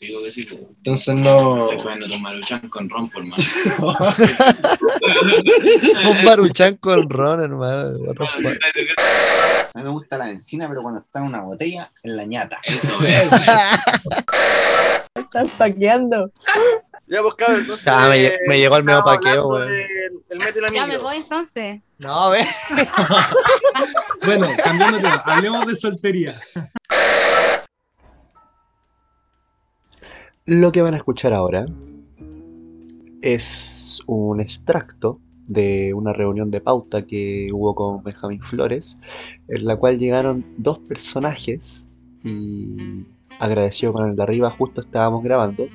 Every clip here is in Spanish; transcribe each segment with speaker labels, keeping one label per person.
Speaker 1: digo que sí, pues.
Speaker 2: Entonces no.
Speaker 1: Estoy jugando con Maruchan con Ron, por más.
Speaker 3: Un baruchán con ron, hermano. what the fuck.
Speaker 4: A mí me gusta la benzina, pero cuando está en una botella, en la ñata.
Speaker 1: Eso eh. es.
Speaker 5: Están paqueando.
Speaker 6: Ya, pues cabrón, entonces.
Speaker 3: Ah, me lle- me llegó el medio
Speaker 6: estaba
Speaker 3: paqueo,
Speaker 6: hablando
Speaker 3: weón.
Speaker 6: del- del metro y la
Speaker 7: Ya me
Speaker 6: micro.
Speaker 7: voy entonces.
Speaker 3: No, ve.
Speaker 8: Bueno, cambiando de tema, hablemos de soltería.
Speaker 9: Lo que van a escuchar ahora es un extracto de una reunión de pauta que hubo con Benjamín Flores, en la cual llegaron dos personajes y agradecido con el de arriba justo estábamos grabando,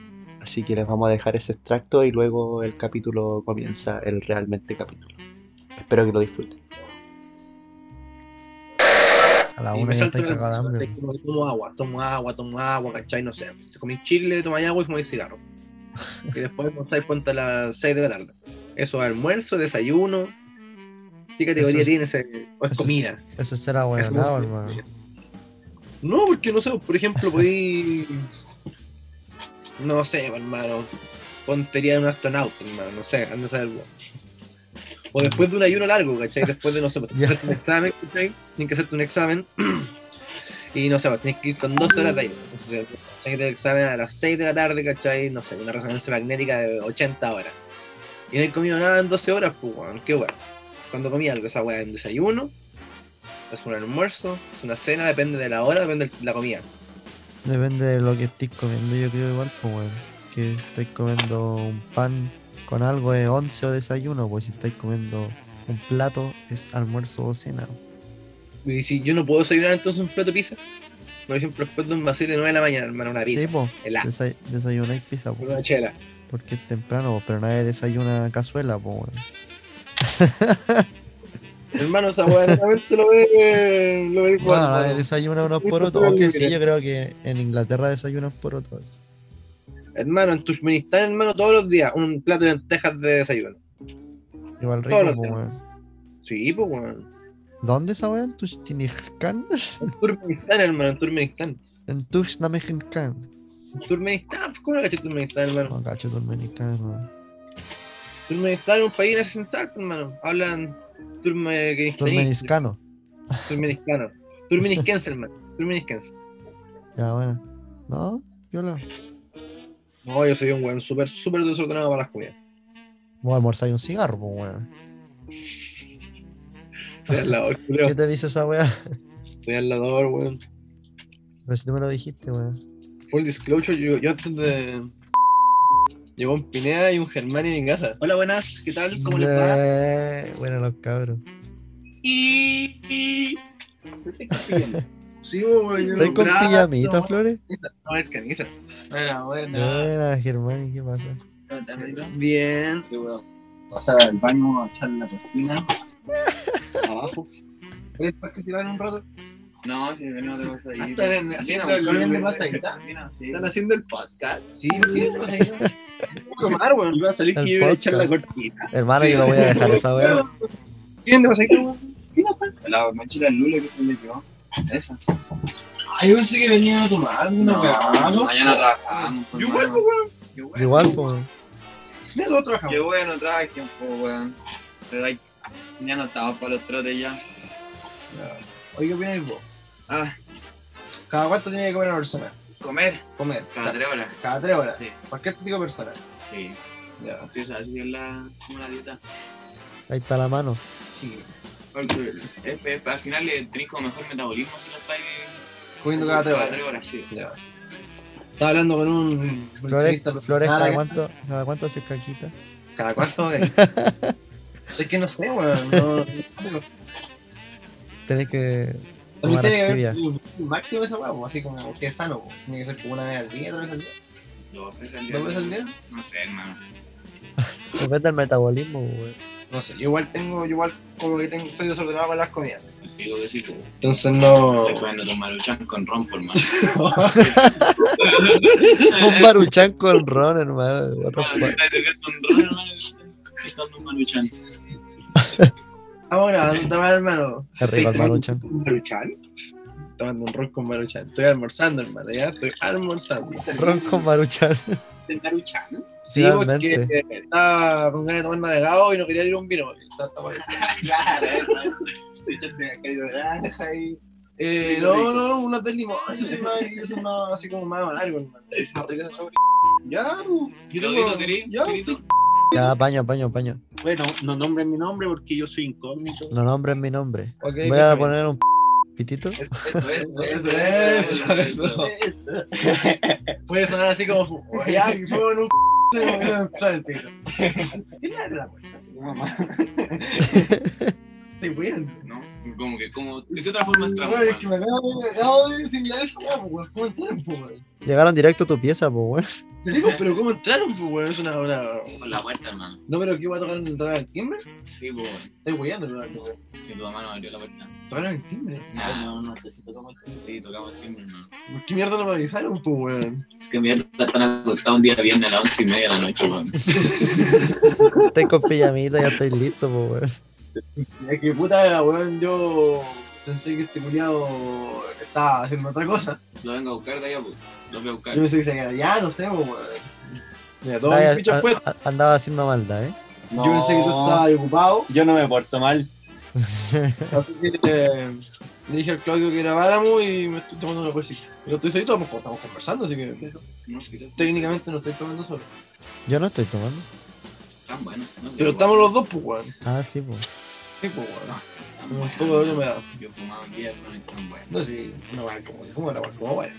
Speaker 9: así que les vamos a dejar ese extracto y luego el capítulo comienza, el realmente capítulo. Espero que lo disfruten.
Speaker 3: A la
Speaker 4: Sí,
Speaker 3: una
Speaker 4: me
Speaker 3: Ah, ya
Speaker 4: salto
Speaker 3: estoy
Speaker 4: la-
Speaker 3: cagada de hambre.
Speaker 4: como que tomo agua, tomo agua, tomo agua, ¿cachai? No sé. Comí chile, tomé agua y fumé cigarro. Y después no estáis ponte a las 6 de la tarde. Eso es almuerzo, desayuno. ¿Qué categoría
Speaker 3: Eso es-
Speaker 4: tiene ese? ¿O es
Speaker 3: eso es-
Speaker 4: comida?
Speaker 3: Eso será bueno,
Speaker 4: Eso-
Speaker 3: hermano.
Speaker 4: No, porque no sé, por ejemplo, podí. No sé, hermano. Pontería de un astronauta, hermano. No sé, anda a saber. weón. O después de un ayuno largo, ¿cachai? Después de, no sé, pues,
Speaker 3: Ya.
Speaker 4: hacerte un examen, ¿cachai? Tienes que hacerte un examen. y no sé, pues, tienes que ir con 12 horas de ayuno. O sea, Hacerte el examen a las 6 de la tarde, ¿cachai? No sé, una resonancia magnética de 80 horas. Y no he comido nada en 12 horas, pues, weón, qué weón. Cuando comí algo, esa weá en desayuno, es un almuerzo, es una cena, depende de la hora, depende de la comida.
Speaker 3: Depende de lo que estés comiendo, yo creo igual, pues, weón. Que estoy comiendo un pan con algo de once o desayuno, pues si estáis comiendo un plato es almuerzo o cena.
Speaker 4: Y si yo no puedo desayunar entonces un plato de pizza, por ejemplo, después de un vacío de 9 de la mañana, hermano, una
Speaker 3: Sí,
Speaker 4: pizza,
Speaker 3: pues,
Speaker 4: helada,
Speaker 3: desayunáis pizza, pues,
Speaker 4: una chela.
Speaker 3: porque es temprano, pues, pero nadie desayuna cazuela, pues, weón.
Speaker 4: Hermano, esa weá realmente lo ve, lo ve igual,
Speaker 3: Bueno, nadie
Speaker 4: hermano.
Speaker 3: desayuna unos
Speaker 4: muy
Speaker 3: porotos,
Speaker 4: poco
Speaker 3: aunque
Speaker 4: libre.
Speaker 3: pues, sí, yo creo que en Inglaterra desayunan porotos.
Speaker 4: Hermano, en Turkmenistán, hermano, todos los días un plato de lentejas de desayuno.
Speaker 3: Igual
Speaker 4: Todos
Speaker 3: rico,
Speaker 4: los
Speaker 3: pues,
Speaker 4: días.
Speaker 3: weón.
Speaker 4: Sí, pues, weón.
Speaker 3: ¿Dónde esa weón? ¿Tujtinijkan?
Speaker 4: En Turkmenistán, hermano, en Turkmenistán.
Speaker 3: En Tujnamejinkan.
Speaker 4: En Turkmenistán, pues, ¿cómo lo caché Turkmenistán, hermano?
Speaker 3: No, cacho, turmenicán, hermano.
Speaker 4: Turkmenistán es un país en Asia central, pues, hermano. Hablan turme-
Speaker 3: Turmeniscano.
Speaker 4: turmeniscano. Turmenisquense, hermano. Turmenisquense.
Speaker 3: Ya, bueno. ¿No? Viola.
Speaker 4: No, yo soy un weón súper, súper desordenado para las comidas.
Speaker 3: Voy a almorzar y un cigarro, pues, weón.
Speaker 4: Soy alador,
Speaker 3: ¿Qué
Speaker 4: culeo.
Speaker 3: te dice esa weá?
Speaker 4: Soy alador, weón.
Speaker 3: Pero si tú me lo dijiste, weón.
Speaker 4: Full disclosure, yo, yo antes de. Llegó un Pineda y un Germán en mi casa. Hola, buenas, ¿qué tal? ¿Cómo les va?
Speaker 3: Eh, Bueno, los cabros.
Speaker 4: Y- y- ¿Qué estás pidiendo? Sí, weón. yo
Speaker 3: ¿Estás
Speaker 4: no-
Speaker 3: con
Speaker 4: Nada,
Speaker 3: pijamita,
Speaker 4: no,
Speaker 3: Flores?
Speaker 4: no, es caniza.
Speaker 1: Buena, buena.
Speaker 3: Buena, Germán, ¿y qué pasa?
Speaker 4: Bien.
Speaker 1: Pasar al baño, echar la cocina.
Speaker 4: Abajo. ¿Puedes para que se van un rato?
Speaker 1: No, si no te vas a ir.
Speaker 4: Ah, están haciendo
Speaker 1: Cocina,
Speaker 4: el-
Speaker 1: pues,
Speaker 4: el-
Speaker 1: vas a
Speaker 4: el-
Speaker 1: ir, cocina, sí.
Speaker 4: ¿Están haciendo el podcast? Sí, ¿qué pasa ahí? Voy a tomar, weón. Iba a salir
Speaker 3: El
Speaker 4: que yo iba a echar la
Speaker 3: podcast.
Speaker 4: cortina.
Speaker 3: Hermano, yo lo voy a dejar esa weá.
Speaker 4: ¿Quién te pasa ahí, weón?
Speaker 1: La mochila del Lule que se le quedó. Esa.
Speaker 4: Ay, yo pensé que venían a tomar alguna
Speaker 1: mañana trabajamos. pues,
Speaker 4: Yo
Speaker 1: hermano.
Speaker 4: vuelvo, weón.
Speaker 1: Yo vuelvo.
Speaker 3: Igual, pues.
Speaker 4: Mira, otro trabajamos.
Speaker 1: Qué bueno traje, pues, weón. Pero hay- ya no estaba para los trotes ya.
Speaker 4: Oye, ¿qué opináis vos?
Speaker 1: Ah,
Speaker 4: ¿Cada cuánto tiene que comer una persona?
Speaker 1: comer.
Speaker 4: Comer.
Speaker 1: Cada tres horas.
Speaker 4: Cada tres horas.
Speaker 1: Sí.
Speaker 4: Cualquier tipo de persona.
Speaker 1: Sí.
Speaker 4: Ya.
Speaker 1: Sí, sabes, así es la, como la dieta.
Speaker 3: Ahí está la mano.
Speaker 4: Sí.
Speaker 1: Porque es- es- al final le tenés como mejor metabolismo si lo estáis
Speaker 4: Comiendo cada tres
Speaker 1: tres
Speaker 4: horas.
Speaker 1: horas, sí.
Speaker 4: Ya. Estaba hablando con un.
Speaker 3: Flores,
Speaker 4: nutricionista
Speaker 3: Flores ¿cada
Speaker 4: personal.
Speaker 3: cuánto, cada cuánto haces caquita?
Speaker 4: ¿Cada cuánto? eh? es que no sé, weón. No,
Speaker 3: Tenés que
Speaker 4: También
Speaker 3: tomar
Speaker 4: tiene que
Speaker 3: actividad.
Speaker 4: ver un- un máximo de esa weá, pues, así como que es sano, pues. Tiene que ser como una vez al día, otra vez al día.
Speaker 1: Dos veces al día.
Speaker 4: ¿Dos veces al día?
Speaker 1: No sé, hermano.
Speaker 3: Depende del metabolismo, weón.
Speaker 4: No sé, yo igual tengo, yo igual como que tengo, soy desordenado con las comidas.
Speaker 1: Digo que sí, pues.
Speaker 2: Entonces no.
Speaker 1: Estoy jugando con Maruchan con Ron, por más.
Speaker 3: Un baruchán con ron, hermano. What the fuck.
Speaker 4: Ahora, anda mal, hermano.
Speaker 3: Qué rico el
Speaker 4: ¿Estáis
Speaker 3: baruchán.
Speaker 4: tomando un Maruchan? tomando un ron con maruchan. Estoy almorzando, hermano, ya. Estoy almorzando.
Speaker 3: Ron con Maruchan.
Speaker 1: Del Maruchan, ¿no?
Speaker 4: Sí,
Speaker 3: Finalmente.
Speaker 4: porque estaba con ganas de tomar navegado y no quería ir a un vino. porque estaba- estaba ahí.
Speaker 1: Claro, eso. de naranja y.
Speaker 4: Eh, no, no, no, una de limón. Es una, es una así como más amargo, hermano. Es más rica esa sabor. Ya, pues, yo tengo.
Speaker 1: Lodito, querido,
Speaker 4: Ya,
Speaker 1: querido.
Speaker 3: Ya, paño, paño, paño.
Speaker 4: bueno, no nombren mi nombre porque yo soy incógnito.
Speaker 3: No nombres mi nombre.
Speaker 4: Ok,
Speaker 3: Voy a poner un pitito.
Speaker 1: Eso, eso, eso,
Speaker 8: Eso,
Speaker 1: eso,
Speaker 8: eso.
Speaker 1: eso.
Speaker 4: Puede sonar así como. fu- Ya, mi fuego en un. se me quedó en frente.
Speaker 1: ¿Quién le abre la puerta? Tu mamá.
Speaker 4: Estoy weando.
Speaker 1: ¿No? Como que, como. ¿De qué otra forma entramos?
Speaker 4: Bueno, es que
Speaker 1: weón?
Speaker 4: me acabo de, acabo de similar eso, weón. ¿Cómo entraron, po, weón?
Speaker 3: Llegaron directo a tu pieza, pues, weón.
Speaker 4: Sí, pues, pero ¿cómo entraron, po, weón? Es una. una...
Speaker 1: Como la puerta, hermano.
Speaker 4: No, pero ¿qué iba a tocar en entrar al timbre?
Speaker 1: Sí, pues. weón.
Speaker 4: Estoy weando, hermano.
Speaker 1: Que tu mamá nos abrió la puerta.
Speaker 4: ¿Tocaron el timbre?
Speaker 1: Nah, no, no sé si tocamos el timbre. Sí, tocamos el timbre, hermano.
Speaker 4: ¿Por qué mierda no me avisaron, po, weón?
Speaker 1: Que mierda, están acostados un día viernes a las once y media de la noche, weón.
Speaker 3: Estoy con pijamita, ya estoy listo, pues, weón.
Speaker 4: Es que puta, weón, yo pensé que este culiado estaba haciendo otra cosa.
Speaker 1: Lo vengo a buscar de allá, pues. Lo voy a buscar.
Speaker 4: Yo pensé que se quedaba, ya, no sé, po, weón. Mira, todas
Speaker 3: Ay,
Speaker 4: mis fichas
Speaker 3: a-
Speaker 4: puestas.
Speaker 3: a- andaba haciendo maldad, ¿eh?
Speaker 4: Yo pensé que tú estabas ocupado.
Speaker 2: Yo no me porto mal.
Speaker 4: Así que eh, le dije al Claudio que grabáramos y me estoy tomando una cosita. Yo estoy solito, pues, estamos conversando, así que
Speaker 1: No, sí, está
Speaker 4: técnicamente no estoy tomando solo.
Speaker 3: Yo no estoy tomando.
Speaker 1: tan bueno. No sé,
Speaker 4: Pero
Speaker 1: weón.
Speaker 4: estamos los dos, pues, weón.
Speaker 3: Ah, sí, pues.
Speaker 4: Sí, pues, weón.
Speaker 1: Tan
Speaker 4: Un
Speaker 1: bueno,
Speaker 4: poco de doble
Speaker 1: hermano.
Speaker 4: humedad.
Speaker 1: Yo fumaba un día, hermano, y tan bueno.
Speaker 4: No, sí, no vale como, como la como vale.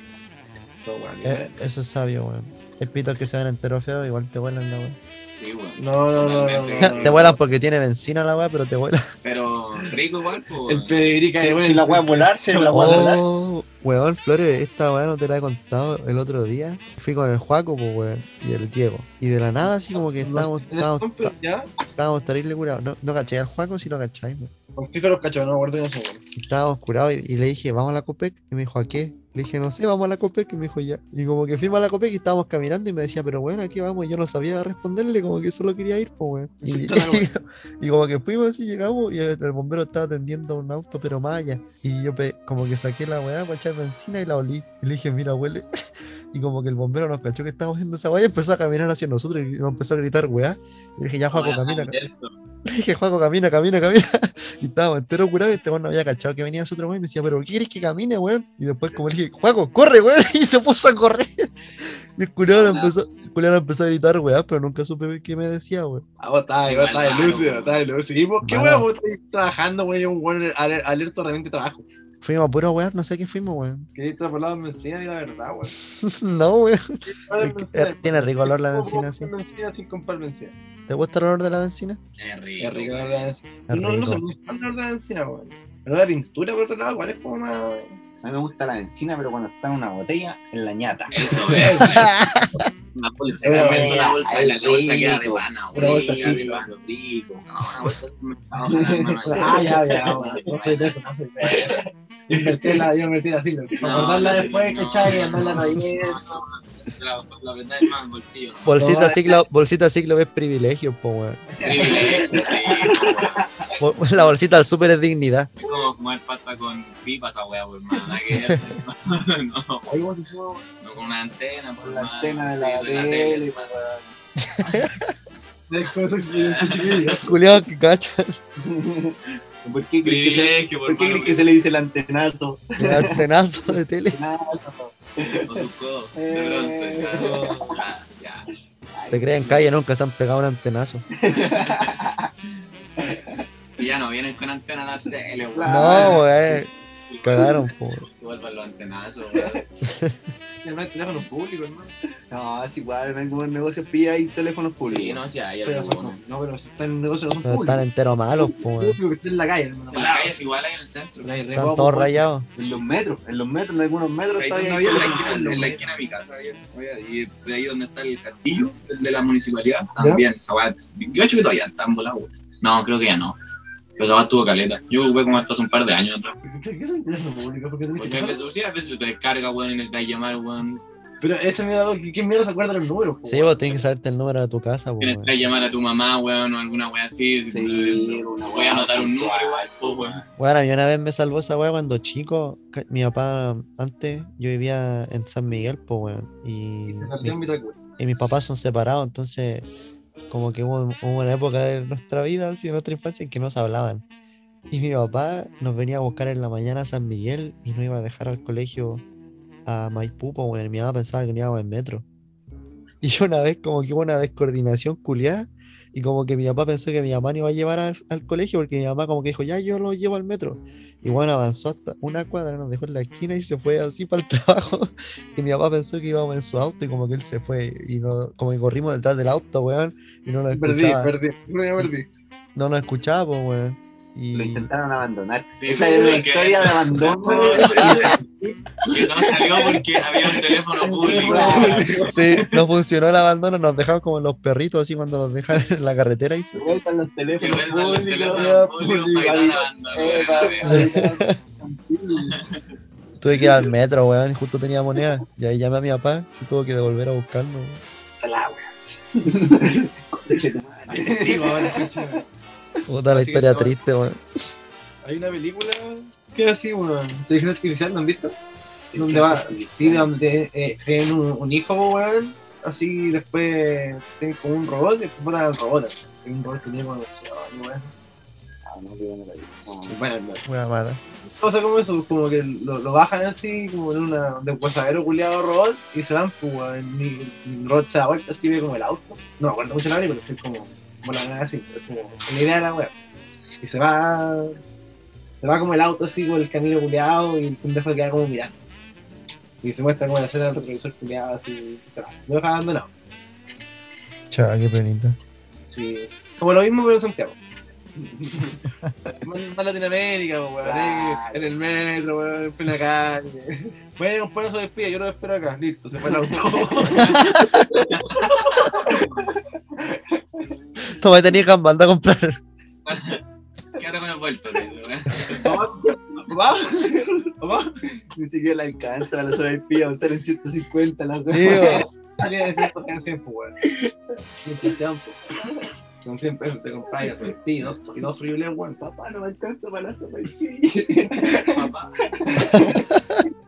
Speaker 4: No, weón,
Speaker 3: Eh, eso es sabio, weón. El pito que se ven entero feo, igual te vuelan la weón.
Speaker 1: Sí, weón.
Speaker 4: no, no, no, no, no, no.
Speaker 3: Te vuelan porque tiene benzina la weá, pero te vuelan.
Speaker 1: Pero rico igual, pues.
Speaker 4: El
Speaker 1: weón.
Speaker 4: pedigrí cae,
Speaker 2: Si la voy a volar, si la voy a volar.
Speaker 3: Oh, weón, Flores, esta weá no te la he contado el otro día. Fui con el Juaco, pues, weón, y el Diego. Y de la nada, así como que estábamos, estábamos,
Speaker 4: Pero ya,
Speaker 3: estábamos terrible curados. No, no cacháis al Juaco, si no cacháis, weón.
Speaker 4: ¿Con qué los cachos? No, guardo no sé, weón.
Speaker 3: Y estábamos curados y, y le dije, vamos a la Copec. Y me dijo, ¿a qué? Le dije, no sé, vamos a la Copec. Y me dijo, ya. Y como que fuimos a la Copec y estábamos caminando y me decía, pero bueno, aquí vamos. Y yo no sabía responderle, como que solo quería ir, pues, weón. Y,
Speaker 4: Está la weá.
Speaker 3: y como que fuimos y llegamos y el, el bombero estaba atendiendo un auto, pero más allá. Y yo pe- como que saqué la weá para echar benzina y la olí. Y le dije, mira, huele. Y como que el bombero nos cachó que estábamos haciendo esa weá y empezó a caminar hacia nosotros y nos empezó a gritar, weá. Y le dije, ya, Juaco,
Speaker 1: Weón,
Speaker 3: camina,
Speaker 1: Alberto,
Speaker 3: le dije, Juaco, camina, camina, camina. Y estábamos entero curados y este weón no había cachado que venía nosotros, weón. Y me decía, pero ¿qué quieres que camine, weón? Y después, como le dije, Juaco, corre, weón. Y se puso a correr. Y el culiado empezó, el culiao empezó a gritar, weón, pero nunca supe qué me decía, weón.
Speaker 4: Ah, vos estás, vos estás de lúcido, estás de lúcido. ¿Y vos qué
Speaker 3: Mala.
Speaker 4: weón vos estás trabajando, weón? Yo un weón aler- alerta realmente trabajo.
Speaker 3: Fuimos a puro, weón, no sé qué fuimos, weón.
Speaker 4: Quería estar por la benzina y la verdad, weón.
Speaker 3: no, weón.
Speaker 4: Comprar
Speaker 3: Es que,
Speaker 4: bencina.
Speaker 3: eh, tiene rico olor la
Speaker 4: ¿Cómo
Speaker 3: bencina,
Speaker 4: comprar
Speaker 3: sí.
Speaker 4: bencina sin comprar bencina.
Speaker 3: ¿Te gusta el olor de la benzina?
Speaker 1: Qué rico.
Speaker 4: Es rico, la verdad, es-
Speaker 3: Es
Speaker 4: No, no
Speaker 3: rico.
Speaker 4: soy muy fan de la verdad de bencina, weón. Pero la pintura, por otro lado, igual es como más.
Speaker 2: A mí me gusta la benzina, pero cuando está en una botella, en la ñata.
Speaker 1: Eso, eso. Una bolsa,
Speaker 4: Pero,
Speaker 1: Alberto, la bolsa, la
Speaker 2: ay,
Speaker 1: bolsa queda de
Speaker 2: rico.
Speaker 1: pana,
Speaker 4: Una bolsa
Speaker 1: queda
Speaker 4: así,
Speaker 1: de pana.
Speaker 2: Rico.
Speaker 1: No, una bolsa así, me- vamos a la hermano.
Speaker 4: Ah, ya, ya, weón. No soy de eso, no soy de eso. Invertirla, yo invertirla así, loco. Para
Speaker 1: No,
Speaker 4: guardarla
Speaker 1: no,
Speaker 4: después,
Speaker 1: no.
Speaker 4: ¿cachai? Y andarla para ahí.
Speaker 1: La, la verdad es más, el bolsillo. ¿no?
Speaker 3: Bolsita
Speaker 4: No,
Speaker 3: ciclo, bolsita ciclo es privilegio, po, weón.
Speaker 1: Privilegio, sí, weón.
Speaker 3: Bo- La bolsita del súper es dignidad.
Speaker 1: Es como fumar pasta con pipas esa weá, pues, hermano. nada que ver. No, no,
Speaker 4: Oye, vos, yo-
Speaker 1: no, con una antena, pues,
Speaker 2: Con la
Speaker 1: hermano.
Speaker 2: antena de
Speaker 1: Sí,
Speaker 2: la
Speaker 1: con
Speaker 2: tele,
Speaker 1: hermano.
Speaker 4: Después de experiencia, chiquillo.
Speaker 3: Culeado que cacha.
Speaker 2: ¿Por qué crees que se,
Speaker 1: Privilegio,
Speaker 2: ¿por qué
Speaker 1: hermano,
Speaker 2: crees que se le dice el antenazo?
Speaker 3: El antenazo de tele.
Speaker 1: Con sus codos de bronce,
Speaker 2: Eh.
Speaker 1: ya, ya, ya.
Speaker 3: Te crean calle, nunca se han pegado un antenazo.
Speaker 1: Y ya no vienen con antena a la tele, weón.
Speaker 3: No, weón. Cagaron, po. weón.
Speaker 1: Vuelvan los antenazos, weón.
Speaker 4: Y además el teléfono público, hermano.
Speaker 2: No, es igual, ven como en negocios pilla y teléfonos públicos.
Speaker 1: Sí, no, si hay
Speaker 4: Pero son-
Speaker 1: algunos.
Speaker 4: no, pero si están en el negocio, no son
Speaker 3: Pero están
Speaker 4: públicos.
Speaker 3: enteros malos, po,
Speaker 4: Público
Speaker 3: weón.
Speaker 4: que está en la calle, hermano.
Speaker 1: En las calles igual hay en el centro.
Speaker 4: Pero hay re
Speaker 3: Están
Speaker 4: guapo,
Speaker 3: todos
Speaker 4: weón.
Speaker 3: rayados.
Speaker 2: En los metros, en los metros, en algunos metros
Speaker 1: Ahí
Speaker 2: está bien
Speaker 1: donde- en, la
Speaker 2: abierto.
Speaker 1: esquina, en la esquina de mi casa, había- había- y de ahí donde está el castillo, el de la municipalidad, también. Esa weá, yo creo que todavía están volados. No, creo que ya no. Pero esa weá estuvo caleta. Yo jugué como hasta hace un par de años atrás.
Speaker 4: ¿Qué qué es el teléfono público? ¿Por qué tenés
Speaker 1: Porque a
Speaker 4: que
Speaker 1: veces, sí, a veces te descarga, weón, y necesitas llamar, weón.
Speaker 4: Pero ese mierda, ¿quién mierda se acuerda de los números? po,
Speaker 3: Sí,
Speaker 4: weón?
Speaker 3: vos tenés que saberte el número de tu casa, po,
Speaker 1: Tienes
Speaker 3: weón.
Speaker 1: que llamar a tu mamá, weón, o alguna wea así.
Speaker 4: Sí, una
Speaker 1: voy a anotar un número igual, po, weón.
Speaker 3: Bueno, a mí una vez me salvó esa weá cuando chico. ca- Mi papá, antes, yo vivía en San Miguel, po, weón. Y, mi- y mis papás son separados, entonces, como que hubo, hubo una época de nuestra vida, así, de nuestra infancia, en que no se hablaban. Y mi papá nos venía a buscar en la mañana a San Miguel y nos iba a dejar al colegio a Maipú, po, weón. Mi mamá pensaba que no íbamos en metro. Y yo una vez, como que hubo una descoordinación culiada. Y como que mi papá pensó que mi mamá no iba a llevar al, al colegio porque mi mamá como que dijo, ya yo lo llevo al metro. Y bueno, avanzó hasta una cuadra, nos dejó en la esquina y se fue así para el trabajo. Y mi papá pensó que íbamos en su auto y como que él se fue. Y no, como que corrimos detrás del auto, weón. Y no nos
Speaker 4: Perdí,
Speaker 3: escuchaba.
Speaker 4: perdí, no, ya perdí.
Speaker 3: No nos escuchaba, pues, weón. Y...
Speaker 2: Lo intentaron abandonar.
Speaker 1: Sí,
Speaker 2: Esa
Speaker 1: sí,
Speaker 2: es una
Speaker 1: que-
Speaker 2: historia de abandono.
Speaker 1: Que no salió porque había un teléfono público.
Speaker 3: Sí, no funcionó el abandono, nos dejaban como los perritos así cuando nos dejan en la carretera y se-
Speaker 2: Se vuelvan los
Speaker 1: Que
Speaker 2: teléfonos
Speaker 1: vuelvan los teléfonos
Speaker 2: públicos.
Speaker 1: públicos
Speaker 2: públicos,
Speaker 1: para que no la
Speaker 2: eh,
Speaker 1: abandonen, weón.
Speaker 3: tuve que ir al metro, weón, y justo tenía moneda. Y ahí llamé a mi papá, se tuvo que devolver a buscarnos. weón.
Speaker 4: pues Sí, weón, escucha.
Speaker 3: Puta, la
Speaker 4: Así que
Speaker 3: historia
Speaker 4: no-
Speaker 3: triste, weón.
Speaker 4: Hay una película que es así, weón. Inteligencia artificial, ¿lo han visto? donde va, sí, donde te- eh, tienen un, un hijo, weón, así después tienen como un robot y después botan al robot. Hay un robot que tiene como emoción, weón.
Speaker 2: Ah, no, yo no la vi. No.
Speaker 4: Bueno, no.
Speaker 3: Wea mala.
Speaker 4: O sea, como eso, como que lo, lo bajan así, como de una de un posadero culiado robot y se van, pues, weón. Y el robot se da vuelta así, ve como el auto. No me acuerdo mucho la película, pero es como, como la nada así, pero es como la idea de la weón. Y se va, se va como el auto así por el camino culiado y el pendejo queda como mirando. Y se muestra como la escena del retrovisor culiado así, y se va. Lo deja abandonado.
Speaker 3: Chava, qué penita.
Speaker 4: Sí. Como lo mismo, pero en Santiago. Más más Latinoamérica, po, weón. ahí, En el metro, weón, en plena calle. Bueno, compadre, se despide, yo lo espero acá. Listo, se fue el auto.
Speaker 3: Toma, tenía que mandar a comprar.
Speaker 1: Quédate con el vuelto, tío, weón.
Speaker 4: ¿Papá? ¿Papá?
Speaker 2: Ni siquiera la alcanza, la soy pía, estar en 150 las dos.
Speaker 3: Digo,
Speaker 4: Salía de 100 en 100, po, weón. Inflación, po. Con 100 pesos te compras ya se despide, dos- y dos frijoles, weón.
Speaker 2: Papá, no me alcanza para la sopa y pía.
Speaker 1: Papá.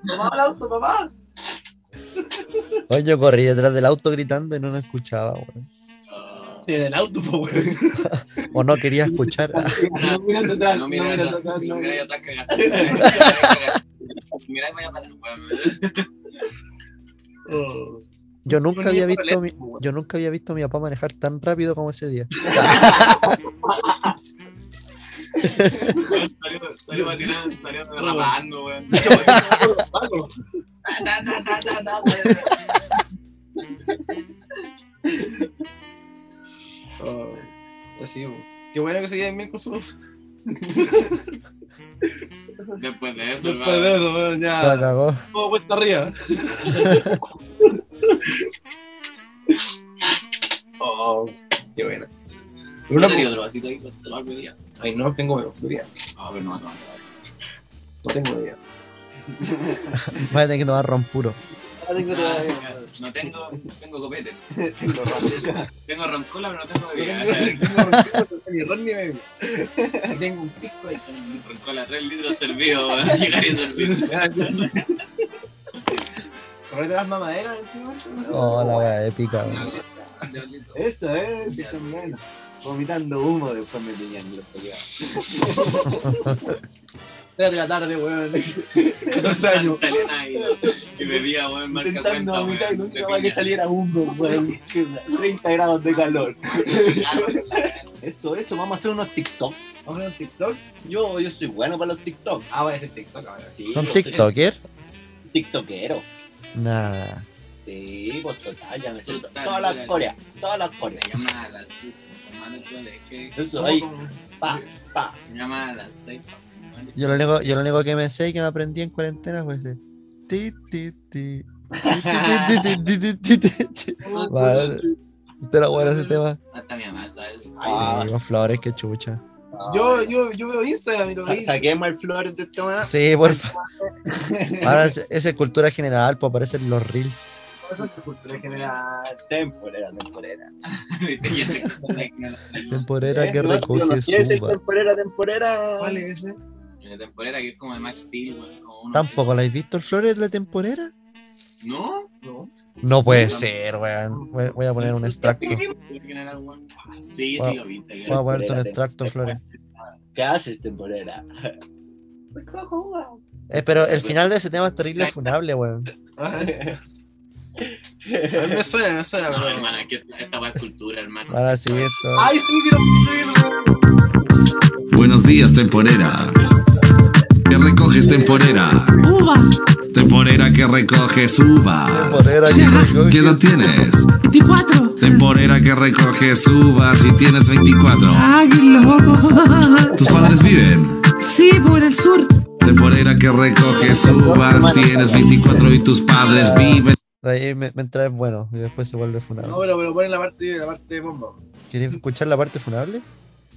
Speaker 4: Papá, el auto, papá.
Speaker 3: oye, yo corrí detrás del auto gritando y no lo escuchaba, weón.
Speaker 1: Oh.
Speaker 4: Sí, En el auto, po, weón.
Speaker 3: O no quería escuchar.
Speaker 1: No miras atrás, no miras atrás, no miras atrás, cagaste. Mira, vaya para atrás, weón.
Speaker 4: Oh.
Speaker 3: Yo nunca había
Speaker 4: Niño
Speaker 3: visto a mi,
Speaker 4: violento, weón.
Speaker 3: yo nunca había visto a mi papá manejar tan rápido como ese día.
Speaker 1: Salió- Salió patinando, salió derrapando, weón. Ta, ta, ta, ta, ta, weón.
Speaker 4: Oh, así, po. Qué bueno que se lleven bien con su
Speaker 1: Después de eso,
Speaker 4: Después de eso, weón,
Speaker 3: La
Speaker 4: ya.
Speaker 3: cagó.
Speaker 4: Todo cuesta arriba. oh, qué buena.
Speaker 1: ¿No
Speaker 4: Pero no,
Speaker 1: tenía otro vasito ahí para tomar mi día?
Speaker 4: ay, no tengo memoria.
Speaker 1: Ah, pero no va a tomar.
Speaker 4: No tengo idea.
Speaker 3: Vas a tener que tomar ron puro.
Speaker 4: No tengo todavía.
Speaker 1: Ah, No tengo, tengo copete.
Speaker 2: Tengo rabia.
Speaker 1: Tengo roncola, pero no tengo bebida.
Speaker 4: Tengo un pico ahí.
Speaker 1: Roncola, 3 litros servido, weón. Llegar y servir.
Speaker 4: ¿Correte las mamaderas este encima?
Speaker 3: Oh, la wea épica, weón.
Speaker 2: Eso eh, es, eso es bueno. Vomitando humo después me tenían los peleados.
Speaker 4: Tres de la tarde, weón. 14 años.
Speaker 1: Santa Elena y- Y bebía, weón, marca
Speaker 2: Intentando
Speaker 1: cuenta,
Speaker 2: vomitar y
Speaker 1: weón. de
Speaker 2: nunca va que
Speaker 1: piña.
Speaker 2: saliera humo, weón. 30 grados de calor. Eso, eso, vamos a hacer unos TikTok. Vamos a hacer unos TikTok. Yo, yo soy bueno para los TikTok.
Speaker 4: Ah, voy a hacer TikTok ahora.
Speaker 2: Sí,
Speaker 3: ¿Son
Speaker 2: yo soy
Speaker 3: TikToker?
Speaker 2: TikTokero.
Speaker 3: Nada.
Speaker 2: Sí, pues total, ya me sé
Speaker 1: Total,
Speaker 2: todas las
Speaker 1: total.
Speaker 2: coreas, todas las
Speaker 1: Me
Speaker 2: coreas.
Speaker 1: llama a las seis, hermano, yo le dije,
Speaker 2: Yo soy pa, pa.
Speaker 1: Me llama a las seis, hermano.
Speaker 3: Yo lo único, yo lo único que me sé y que me aprendí en cuarentena fue ese. Ti, ti, ti. Ti, ti, ti, ti, ti, ti, ti, ti. Vale. Te lo bueno ese tema.
Speaker 1: Hasta mi mamá, ¿sabes?
Speaker 2: Ah.
Speaker 3: Sí, con flores, que chucha.
Speaker 4: Yo, yo, yo veo Instagram y lo
Speaker 2: Sa-
Speaker 4: veo.
Speaker 2: saquemos el flor de esta manera.
Speaker 3: Sí, por fa- Ahora es, esa es cultura general, pues aparecen los reels.
Speaker 2: Eso es cultura general, temporera, temporera.
Speaker 3: Temporera que
Speaker 2: Es más,
Speaker 3: recoge
Speaker 2: ¿conocí ese
Speaker 3: suba.
Speaker 2: Temporera, temporera.
Speaker 4: ¿Cuál es ese?
Speaker 1: La temporera que es como de Max Steel, weón. o uno-
Speaker 3: ¿Tampoco la has visto el Flores la temporera?
Speaker 1: ¿No?
Speaker 3: No puede ser, weón. Voy, voy a poner un extracto. Voy
Speaker 1: Sí, sí, lo viste.
Speaker 3: a ponerte un extracto, Flores.
Speaker 2: ¿Qué haces, temporera?
Speaker 3: Eh, pero el final de ese tema es terrible funable, weón.
Speaker 4: Ah, me suena, me suena.
Speaker 1: No,
Speaker 4: pero-
Speaker 1: hermano, es que esta weá es cultura, hermano.
Speaker 3: Ahora sí, esto.
Speaker 2: ¡Ay, sí, quiero construirlo!
Speaker 5: Buenos días, temporera. ¿Qué recoges, temporera? Uva. Temporera que recoges
Speaker 8: Ah,
Speaker 5: uvas.
Speaker 3: Temporera que recoge
Speaker 5: ¿Qué edad tienes?
Speaker 7: 24.
Speaker 5: Temporera que recoges uvas y tienes 24.
Speaker 7: ¡Ah, qué loco!
Speaker 5: ¿Tus padres viven?
Speaker 7: Sí, por el sur.
Speaker 5: Temporera que recoges uvas, tienes 24 y tus padres viven.
Speaker 3: Ahí me, me entra en bueno y después se vuelve funable.
Speaker 4: No, pero me lo ponen la parte, la parte bomba.
Speaker 3: ¿Quieres escuchar la parte funable?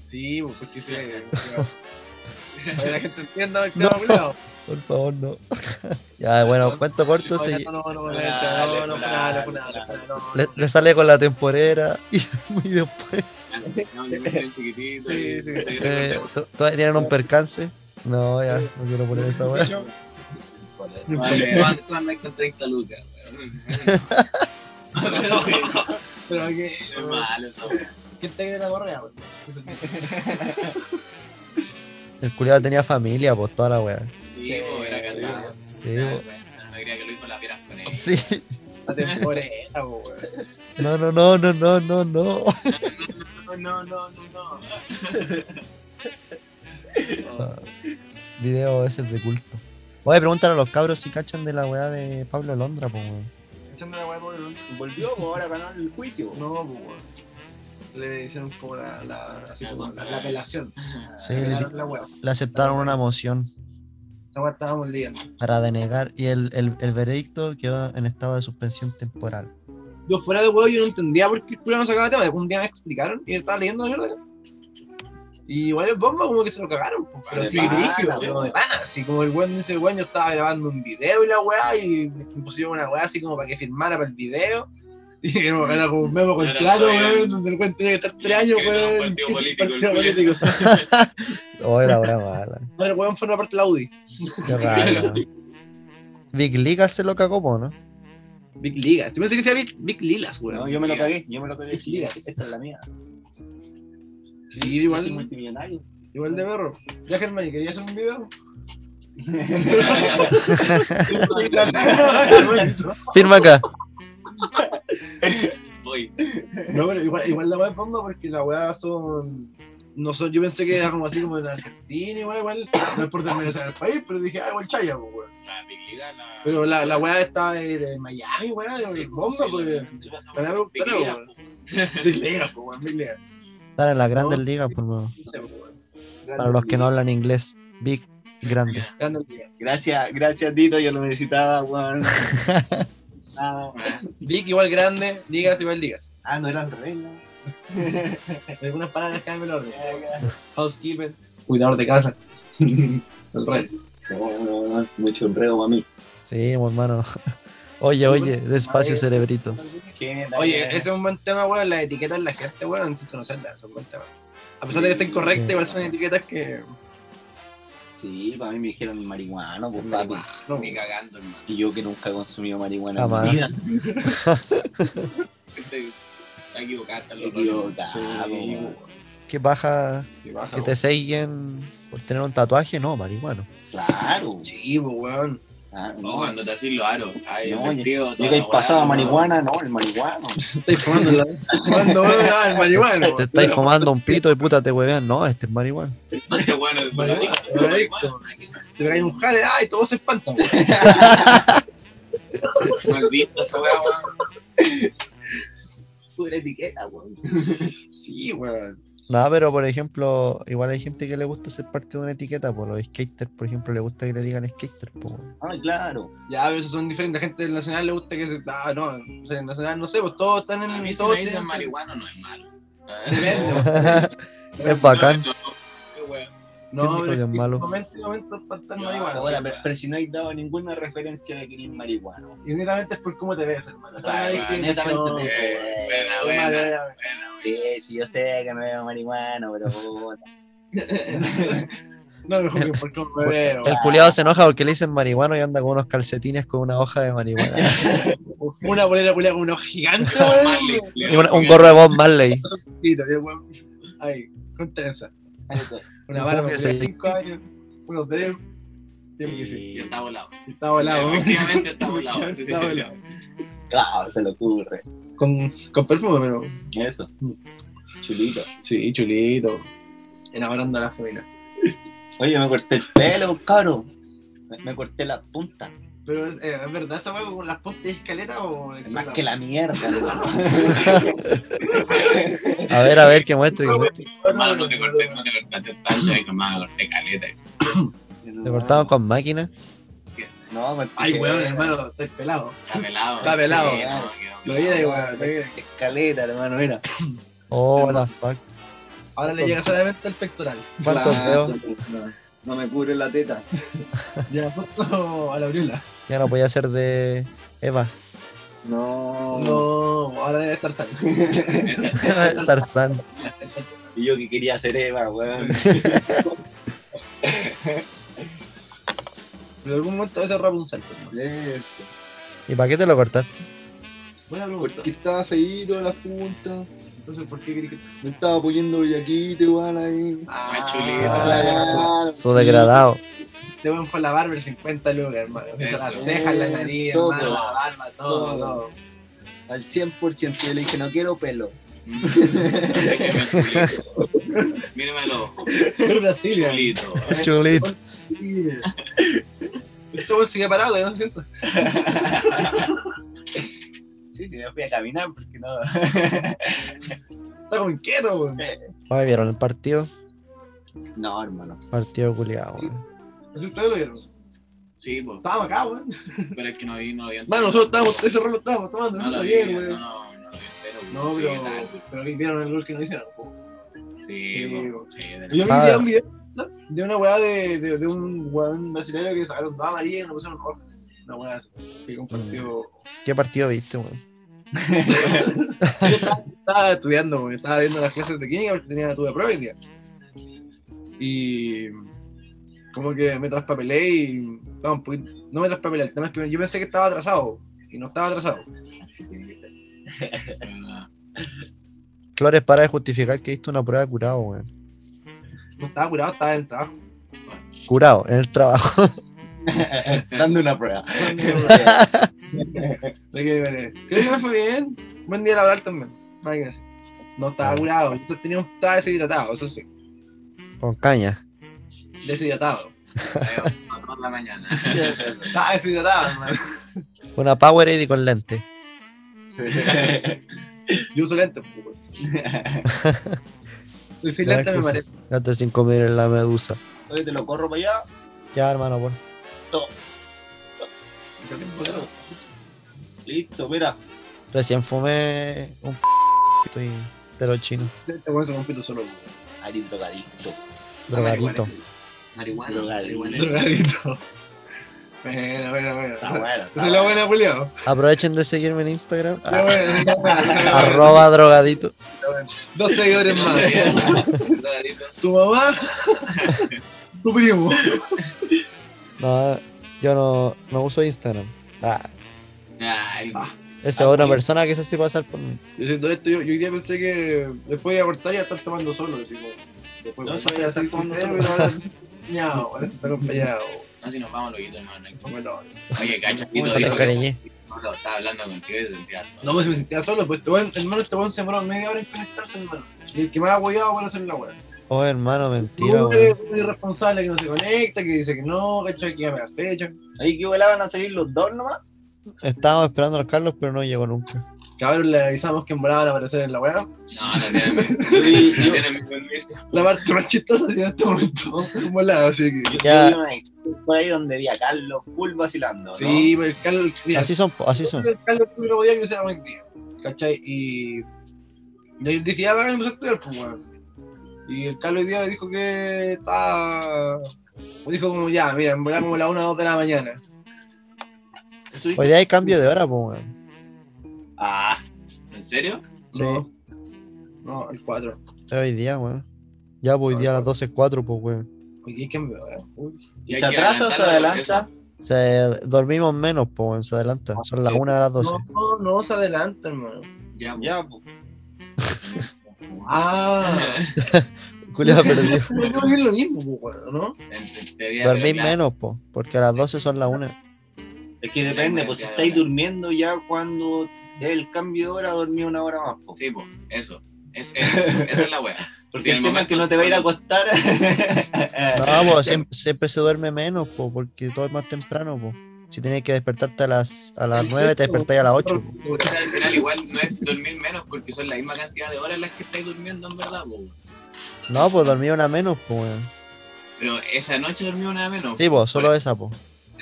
Speaker 4: Sí, pues, porque se. Para que la gente entienda el tema, culiao.
Speaker 3: Por favor, no. ya, bueno, cuento corto.
Speaker 4: No,
Speaker 3: se-
Speaker 4: ya no, no, no, no, no, no, funable, funable, funable, no,
Speaker 3: le, le sale con la temporera y, y después
Speaker 1: No, yo me soy un chiquitito.
Speaker 4: Sí,
Speaker 1: y-
Speaker 4: sí, sí.
Speaker 3: eh, to- todavía tienen un percance. No, ya, no quiero poner esa weá.
Speaker 1: Vale, ¿cuándo- ¿Cuándo hay con 30 lucas? weón? Pero sí,
Speaker 4: Pero que.
Speaker 1: es malo esa weá.
Speaker 4: ¿Quién te viene la correa, weón?
Speaker 3: El culiado tenía familia, pues toda la weá.
Speaker 1: Sí, po, era casado. Ah,
Speaker 3: Sí, po.
Speaker 1: bueno, No quería que lo hizo la vieras con él.
Speaker 3: Sí.
Speaker 4: La temporera, po, weón.
Speaker 3: No, no, no, no, no, no, no.
Speaker 1: No, no, no, no, no.
Speaker 3: Video ese de culto. Oye, preguntan a los cabros si cachan de la weá de Pablo Londra, pues weón.
Speaker 4: Echando la weá por el último.
Speaker 2: Volvió, pues, ahora ganó el juicio.
Speaker 4: No, pues, weón. Le hicieron como la, la, así como la, la apelación.
Speaker 3: Sí,
Speaker 4: La,
Speaker 3: le,
Speaker 4: la weá.
Speaker 3: le aceptaron una moción
Speaker 4: Esa weá estábamos leyendo.
Speaker 3: para denegar y el, el, el veredicto quedó en estado de suspensión temporal.
Speaker 4: Yo fuera de huevo, yo no entendía por qué el culiao no sacaba tema. Un día me explicaron y estaba leyendo la mierda. Y igual el bomba como que se lo cagaron, po, pero
Speaker 1: De
Speaker 4: sí,
Speaker 2: pana,
Speaker 4: brígido,
Speaker 2: po.
Speaker 4: pero de pana. Así como el weón dice, weón, yo estaba grabando un video y la weá, y me pusieron una weá así como para que firmara para el video. Y era como un memo
Speaker 1: Era
Speaker 4: contrato,
Speaker 1: todavía-
Speaker 4: weón, donde el weón tenía que estar tres años,
Speaker 1: Que era un
Speaker 4: weón.
Speaker 1: partido político,
Speaker 4: Partido
Speaker 1: el
Speaker 4: político.
Speaker 3: Oye, la weá mala.
Speaker 4: Ahora el weón forma parte de la UDI.
Speaker 3: Qué raro. Big Liga se lo cagó, po, ¿no?
Speaker 4: Big Liga. Yo pensé que sea Big, Big Lilas, weón.
Speaker 2: No, yo me lo cagué, yo me lo cagué. Mira, esta es la mía.
Speaker 4: sí,
Speaker 2: Yo soy
Speaker 4: igual,
Speaker 2: multimillonario.
Speaker 4: igual de perro. Ya, Germán, ¿querías hacer un video?
Speaker 3: Firma acá.
Speaker 1: Voy.
Speaker 4: No, pero igual, igual la weá es bomba porque la weá son. No son, yo pensé que era como así como en Argentina, igual, igual, no es por desmerecer el país, pero dije, ah, igual chaya, pues, weón.
Speaker 1: La habilidad, la.
Speaker 4: Pero la, la weá está en, en Miami, weón, es
Speaker 1: Sí,
Speaker 4: bomba,
Speaker 1: sí,
Speaker 4: pues.
Speaker 1: la-
Speaker 4: Te la voy a
Speaker 1: Habilidad,
Speaker 4: preguntar, weón.
Speaker 1: po.
Speaker 4: Big League, pues, weón, Big League.
Speaker 3: Están en las grandes
Speaker 4: No.
Speaker 3: ligas, por favor.
Speaker 4: No sé, pues, weón.
Speaker 3: Para los que no hablan inglés, Big
Speaker 1: pues.
Speaker 3: Grande.
Speaker 4: Grande liga.
Speaker 2: Gracias, gracias, Dito, yo lo necesitaba, weón. Ah,
Speaker 4: Big igual grande, ligas igual ligas.
Speaker 2: ah, no era al revés, ¿no?
Speaker 4: Algunas palabras que el orden. Housekeeper, cuidador de casa. el rey.
Speaker 2: No, no, no, mucho enredo para mí.
Speaker 3: Sí, mi hermano. Oye, oye, despacio,
Speaker 2: Madre.
Speaker 3: cerebrito.
Speaker 4: Oye, ese es un buen tema, weón. Las etiquetas la gente, weón, sin conocerlas, es un buen tema. A pesar de que estén correctas,
Speaker 3: Sí.
Speaker 4: igual son etiquetas que.
Speaker 2: Sí, para mí me dijeron marihuana, pues papi.
Speaker 4: No,
Speaker 1: Ni cagando, hermano.
Speaker 2: Y yo que nunca he consumido marihuana
Speaker 3: Jamás.
Speaker 2: en mi vida.
Speaker 1: Este- Está equivocado, está loco.
Speaker 2: Equivocado,
Speaker 4: Sí,
Speaker 2: weón.
Speaker 3: ¿Qué baja
Speaker 4: sí, baja,
Speaker 3: que te sellen por tener un tatuaje? No, marihuana.
Speaker 2: Claro.
Speaker 4: weón. Sí, pues, weón.
Speaker 2: Ah,
Speaker 1: No,
Speaker 2: no,
Speaker 1: cuando te hacís los aros. Ay,
Speaker 2: No,
Speaker 1: me
Speaker 2: yo-
Speaker 1: creo
Speaker 2: Yo
Speaker 1: toda
Speaker 2: que
Speaker 1: la
Speaker 2: he pasado
Speaker 1: weá,
Speaker 2: marihuana, no, el marihuano.
Speaker 4: Estáis fumando la. Fumando, weón, ah, el marihuana.
Speaker 3: Te estáis fumando un pito y puta te huevean. No, este es marihuana.
Speaker 1: Qué bueno, es
Speaker 4: Bueno,
Speaker 1: maladicto,
Speaker 4: bueno,
Speaker 1: marihuana,
Speaker 4: Te pegáis un jale, ay, todos se espantan, weón.
Speaker 1: maldita esa weá, weón.
Speaker 2: Pura etiqueta, pues. weón.
Speaker 4: Sí, weón.
Speaker 3: No, pero por ejemplo, igual hay gente que le gusta ser parte de una etiqueta. Por los skaters, por ejemplo, le gusta que le digan skater. po, weón.
Speaker 2: Ah, claro.
Speaker 4: Ya, a veces son diferentes. La gente del Nacional le gusta que se. Ah, no, o sea, el Nacional, no sé, pues todos están en
Speaker 1: A mí si
Speaker 4: todos
Speaker 1: me dicen
Speaker 4: tienen-
Speaker 1: marihuana no es malo.
Speaker 4: Depende.
Speaker 3: es bacán.
Speaker 1: Qué weón.
Speaker 3: dijo que
Speaker 8: pero
Speaker 3: es
Speaker 8: que
Speaker 3: malo?
Speaker 4: este
Speaker 8: Momento, momento, faltar marihuana.
Speaker 2: Ahora, pero, pero si no hay dado ninguna referencia de que eres marihuano.
Speaker 8: Y netamente es por cómo te ves, hermano.
Speaker 2: O
Speaker 8: O
Speaker 2: sea,
Speaker 8: sea,
Speaker 2: bueno,
Speaker 8: discriminación.
Speaker 2: netamente
Speaker 1: Eh, buena,
Speaker 8: Toma,
Speaker 1: buena.
Speaker 8: buena, buena.
Speaker 2: Sí, sí, yo sé que me veo marihuano, pero puta.
Speaker 8: No me juzguen por cómo me veo.
Speaker 3: El culiado se enoja porque le dicen marihuano y anda con unos calcetines con una hoja de marihuana.
Speaker 4: Una bolera culiada con unos gigantes,
Speaker 1: Bob
Speaker 4: weón.
Speaker 1: Marley,
Speaker 3: y un, un gorro de Bob Marley.
Speaker 4: Y todavía, weón, Ahí, con trenza. Una barba
Speaker 3: Obvio,
Speaker 4: culiada de
Speaker 3: sí.
Speaker 4: 5 años, unos tres. Tiempo que sí.
Speaker 1: Y está volado.
Speaker 4: Y Está volado, weón.
Speaker 1: Efectivamente está volado.
Speaker 4: Está volado.
Speaker 2: Claro, se le ocurre.
Speaker 4: Con, con perfume, pero.
Speaker 2: Eso. Chulito.
Speaker 4: Sí, chulito. Enamorando a la familia.
Speaker 2: Oye, me corté el pelo, cabrón. Me, me corté la punta.
Speaker 8: Pero eh, es verdad esa hueá con las puntas de escaleta o
Speaker 2: Es más que la mierda.
Speaker 3: A ver, a ver, que muestre. que muestre.
Speaker 1: Hermano, no te cortes, no te cortes tanto, eh, hermano, corté caleta.
Speaker 3: Le cortaban con máquina.
Speaker 2: No, me
Speaker 4: Ay, weón, hermano, estás pelado.
Speaker 1: Está pelado.
Speaker 4: Está pelado.
Speaker 1: Sí, no, quedó
Speaker 4: Lo
Speaker 1: pelado.
Speaker 4: viera, weón, lo viera.
Speaker 2: Escaleta, hermano, mira.
Speaker 3: Oh, what the fuck.
Speaker 4: Ahora le llega solamente el pectoral.
Speaker 3: ¿Cuántos dedos?
Speaker 2: Ah, No me cubre la teta.
Speaker 4: Ya, justo a la briola.
Speaker 3: Ya no podía ser de Eva.
Speaker 2: No.
Speaker 4: No, ahora debe estar sano.
Speaker 3: Tarzán.
Speaker 2: Y yo que quería ser Eva, weón.
Speaker 4: En algún momento ese Rapunzel. pues, ¿no?
Speaker 3: ¿Y para qué te lo cortaste?
Speaker 8: Buena pregunta.
Speaker 2: estaba feíto la punta.
Speaker 8: Entonces, ¿por qué crees que
Speaker 2: Me estaba poniendo bellaquito igual ahí.
Speaker 1: Ah,
Speaker 3: Ah,
Speaker 1: chulita.
Speaker 3: ya. Su degradado.
Speaker 4: Te van Este fue la barba el 50 lucas, hermano.
Speaker 1: Eso.
Speaker 4: Las cejas, la nariz,
Speaker 2: Todo.
Speaker 4: hermano, la barba, todo, todo.
Speaker 2: Al 100% yo le dije, no quiero pelo.
Speaker 1: Mm. Es que me culito. Mírame a los ojos.
Speaker 4: Es Brasilia.
Speaker 1: Chulito.
Speaker 3: Chulito.
Speaker 4: Esto Este sigue parado, yo no siento.
Speaker 2: Sí, sí, me fui a caminar porque no.
Speaker 4: Está como inquieto, weón.
Speaker 3: ¿No me vieron el partido?
Speaker 2: No, hermano.
Speaker 3: Partido culiado, weón.
Speaker 4: Eso ustedes lo vieron.
Speaker 1: Sí, pues.
Speaker 4: Estábamos acá, weón.
Speaker 1: Pero es que no vi, no vi.
Speaker 4: Mano, nosotros estábamos, ese rol lo estábamos tomando,
Speaker 1: No
Speaker 4: no
Speaker 1: lo
Speaker 4: está
Speaker 1: vi,
Speaker 4: bien,
Speaker 1: no,
Speaker 4: weón.
Speaker 1: no, no lo vi, pero-
Speaker 4: No,
Speaker 1: sí,
Speaker 4: pero,
Speaker 1: tal.
Speaker 4: pero vieron el gol que no hicieron. po.
Speaker 1: Sí,
Speaker 4: Sí,
Speaker 1: po. Sí, de la-
Speaker 4: Yo vi
Speaker 3: Ah.
Speaker 4: video- un video ¿no? de una weá de, de, de un weón brasileño que sacaron dos amarillas y no pusieron roja. Una weá así, que compartió.
Speaker 3: ¿Qué partido viste, weón?
Speaker 4: Estaba estudiando, weón, estaba viendo las clases de química porque tenía tuve prueba hoy día. Y como que me traspapelé y estaba un poquito. No me traspapelé, el tema es que yo pensé que estaba atrasado y no estaba atrasado.
Speaker 1: Ah,
Speaker 3: Clores, para de justificar que diste una prueba curado, weón.
Speaker 4: No estaba curado, estaba en el trabajo.
Speaker 3: Curado, en el trabajo.
Speaker 2: Dando una prueba.
Speaker 4: De que, eh, Creo que me fue bien. Buen día laboral también. Nada que decir. No estaba curado. Entonces tenía un, estaba deshidratado, eso sí.
Speaker 3: Con caña.
Speaker 4: Deshidratado.
Speaker 1: a toda la mañana.
Speaker 4: Estaba deshidratado, hermano.
Speaker 3: Una Powerade y con lente.
Speaker 4: Yo uso lentes, pues, weón. Y sin lentes me mareo.
Speaker 3: Gato sin comer en la medusa.
Speaker 2: Oye, te lo corro para allá.
Speaker 3: Ya, hermano, por.
Speaker 4: Yo tengo poder.
Speaker 2: Listo, mira.
Speaker 3: Recién fumé un estoy de los chinos.
Speaker 4: Este weón se compito solo, weón.
Speaker 2: Ari drogadicto.
Speaker 3: Drogadito.
Speaker 1: Marihuana.
Speaker 2: Drogadicto.
Speaker 1: marihuana.
Speaker 4: Drogadito. Bueno, bueno, bueno.
Speaker 2: Está Ah, bueno. está
Speaker 4: Esa es la buena, Julio.
Speaker 3: Aprovechen de seguirme en Instagram.
Speaker 4: La buena.
Speaker 3: Arroba drogadito.
Speaker 4: Dos seguidores
Speaker 1: No
Speaker 4: más.
Speaker 1: sabía. Drogadito.
Speaker 4: Tu mamá. Tu primo.
Speaker 3: No, yo no, no uso Instagram. Ah,
Speaker 1: Ay,
Speaker 3: esa
Speaker 4: Ah,
Speaker 3: es otra persona que se hace pasar por mí.
Speaker 4: Yo siento esto, yo, yo hoy día pensé que después de abortar ya estar tomando solo. así como, después
Speaker 2: No,
Speaker 4: voy
Speaker 2: yo ya
Speaker 4: a estar
Speaker 2: estoy
Speaker 4: tomando
Speaker 2: sincero,
Speaker 4: solo. pero ahora estoy acompañado, ahora estoy acompañado.
Speaker 1: No, si nos vamos, loquito, hermano.
Speaker 4: Bueno,
Speaker 1: Oye, cacho,
Speaker 3: No
Speaker 1: Tito dijo
Speaker 3: te
Speaker 1: que
Speaker 3: encariñé.
Speaker 1: solo estaba hablando contigo y se sentía solo.
Speaker 4: No, pues si me sentía solo, pues este weón- hermano, este weón se demoró media hora en conectarse, hermano. Y el que más ha guayado para hacer la weá.
Speaker 3: Oh, hermano, mentira,
Speaker 4: Uno que es
Speaker 3: weón.
Speaker 4: un irresponsable que no se conecta, que dice que no, cachai, que ya me la fecha.
Speaker 2: Ahí que huele, van a salir los dos nomás.
Speaker 3: Estábamos esperando al Carlos, pero no llegó nunca.
Speaker 4: Cabrón, le avisamos que en volada van a aparecer en la weá.
Speaker 1: No, no tiene
Speaker 2: Sí,
Speaker 1: No
Speaker 2: yo-
Speaker 1: tiene mi perfil.
Speaker 4: La parte más chistosa en este momento, en volada, así que.
Speaker 3: Ya.
Speaker 2: Yo vi una- Por ahí donde vi a Carlos full vacilando. ¿no?
Speaker 4: Sí, pero el Carlos, mira,
Speaker 3: Así son, po, así son.
Speaker 4: El Carlos el primer día que usaba buen día. ¿Cachai? Y. Yo dije, ya va a empezar a estudiar, pues, weón. Y el Carlos hoy día me dijo que está. me Dijo como ya, mira, en verdad como las 1 o 2 de la mañana. Eso dije.
Speaker 3: Hoy día hay cambio de hora, pues, weón.
Speaker 4: Ah,
Speaker 1: ¿En serio?
Speaker 3: Sí.
Speaker 4: no. No, el 4.
Speaker 3: Hoy día, weón. Ya, pues, hoy día a las 12.04, pues, weón.
Speaker 4: Hoy día es que me ahora. Uy.
Speaker 1: Y
Speaker 2: ¿Y
Speaker 1: hay
Speaker 2: se
Speaker 1: que
Speaker 2: atrasa o se
Speaker 1: adelantarlo,
Speaker 2: adelanta?
Speaker 3: O sea, dormimos menos, pues, weón. Se adelanta. Son las 1 de las 12.
Speaker 4: No, no, no se adelanta, hermano.
Speaker 1: eso. Ya, pues.
Speaker 2: Ya, pues.
Speaker 4: Ah,
Speaker 3: Julio perdió.
Speaker 4: no no, es lo mismo, pues, weón, ¿no?
Speaker 1: En teoría, pero
Speaker 3: Dormís
Speaker 1: claro,
Speaker 3: menos, pues, porque a las 12 son las 1.
Speaker 2: Es que depende, pues si estáis durmiendo ya cuando es el cambio de hora, dormí una hora más. po.
Speaker 1: Sí, pues, eso. Es, es- eso, esa es la wea. Sí,
Speaker 2: Porque el,
Speaker 1: el
Speaker 2: tema es
Speaker 1: momento-
Speaker 2: que no te va a ir a acostar.
Speaker 3: No, pues, siem- siempre, se duerme menos, pues, porque todo es más temprano, pues. Si tienes que despertarte a las, a las 9, te despertáis a las 8. po.
Speaker 1: O sea, al final igual no es dormir menos porque son la misma cantidad de horas las que estáis durmiendo, en verdad, pues.
Speaker 3: No, pues dormí una menos, pues, weón.
Speaker 1: Pero esa noche dormí una hora menos.
Speaker 3: Sí, pues, solo esa, pues.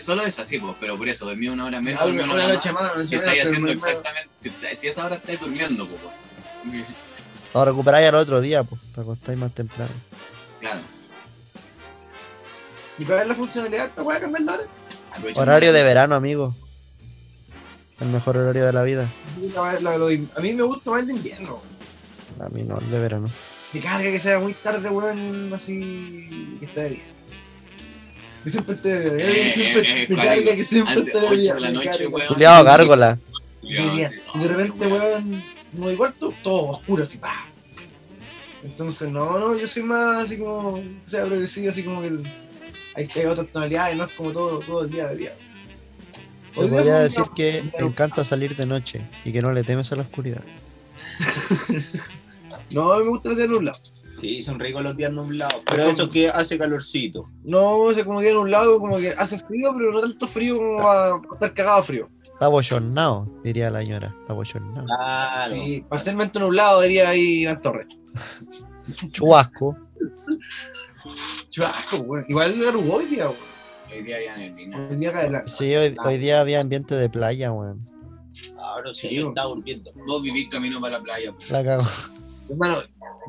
Speaker 1: Solo esa, sí, pues, pero por eso dormí una hora menos.
Speaker 4: Ah,
Speaker 1: dormí una
Speaker 4: una
Speaker 1: hora
Speaker 4: noche
Speaker 1: más.
Speaker 4: más, una
Speaker 1: Si
Speaker 4: noche más.
Speaker 1: estáis
Speaker 4: pero
Speaker 1: haciendo
Speaker 4: hermano,
Speaker 1: exactamente. si estáis- Si esa hora estáis durmiendo, pues. weón.
Speaker 3: Lo recuperáis al otro día, pues. Te acostáis más temprano.
Speaker 1: Claro.
Speaker 4: ¿Y cuál es la funcionalidad de esta weá cambiar la hora?
Speaker 1: aprovecha-
Speaker 3: Horario de verano, amigo. El mejor horario de la vida.
Speaker 4: La- la- lo de- a mí me gusta más el de invierno. weón.
Speaker 3: A mí no, el de verano.
Speaker 4: Me carga que sea muy tarde, weón, así que está de día. Que siempre esté de día,
Speaker 1: Eh,
Speaker 4: siempre-
Speaker 1: eh, eh,
Speaker 4: me
Speaker 1: cuático.
Speaker 4: carga que siempre
Speaker 1: Antes,
Speaker 4: esté de
Speaker 1: ocho
Speaker 4: día,
Speaker 1: de la
Speaker 4: me
Speaker 1: noche,
Speaker 4: carga.
Speaker 1: weón.
Speaker 3: Juliado, gárgola.
Speaker 4: De día.
Speaker 1: Sí,
Speaker 4: Y
Speaker 1: no,
Speaker 4: de repente,
Speaker 1: qué wea.
Speaker 4: weón, no hay cuarto, todo oscuro así, pa. Entonces, no, no, yo soy más así como, o sea, progresivo, así como que el- hay, hay otras tonalidades, no es como todo, todo el día de día.
Speaker 3: Se
Speaker 4: Hoy día
Speaker 3: podría
Speaker 4: fue un
Speaker 3: decir
Speaker 4: día-
Speaker 3: que
Speaker 4: un día
Speaker 3: te encanta salir de noche y que no le temes a la oscuridad.
Speaker 4: No, me gusta el día nublado.
Speaker 2: Sí, son ricos los días nublados. Pero eso que hace calorcito.
Speaker 4: No, o sea, como día nublado, como que hace frío, pero no tanto frío como para estar cagado de frío.
Speaker 3: Está bochornado, diría la señora. Está bochornado.
Speaker 2: Ah. Claro.
Speaker 4: Sí, parcialmente nublado diría ahí Iván Torres.
Speaker 3: Chubasco.
Speaker 4: Chubasco, weón. ah, Igual era hoy día, weón.
Speaker 1: Hoy día ya neblina.
Speaker 4: El día que adelante.
Speaker 3: Sí, hoy, hoy día había ambiente de playa, weón.
Speaker 2: Ahora sí,
Speaker 4: Sí,
Speaker 2: yo
Speaker 4: bueno.
Speaker 2: estaba durmiendo.
Speaker 1: Vos vivís camino para la playa. po.
Speaker 3: La cago.
Speaker 4: Hermano,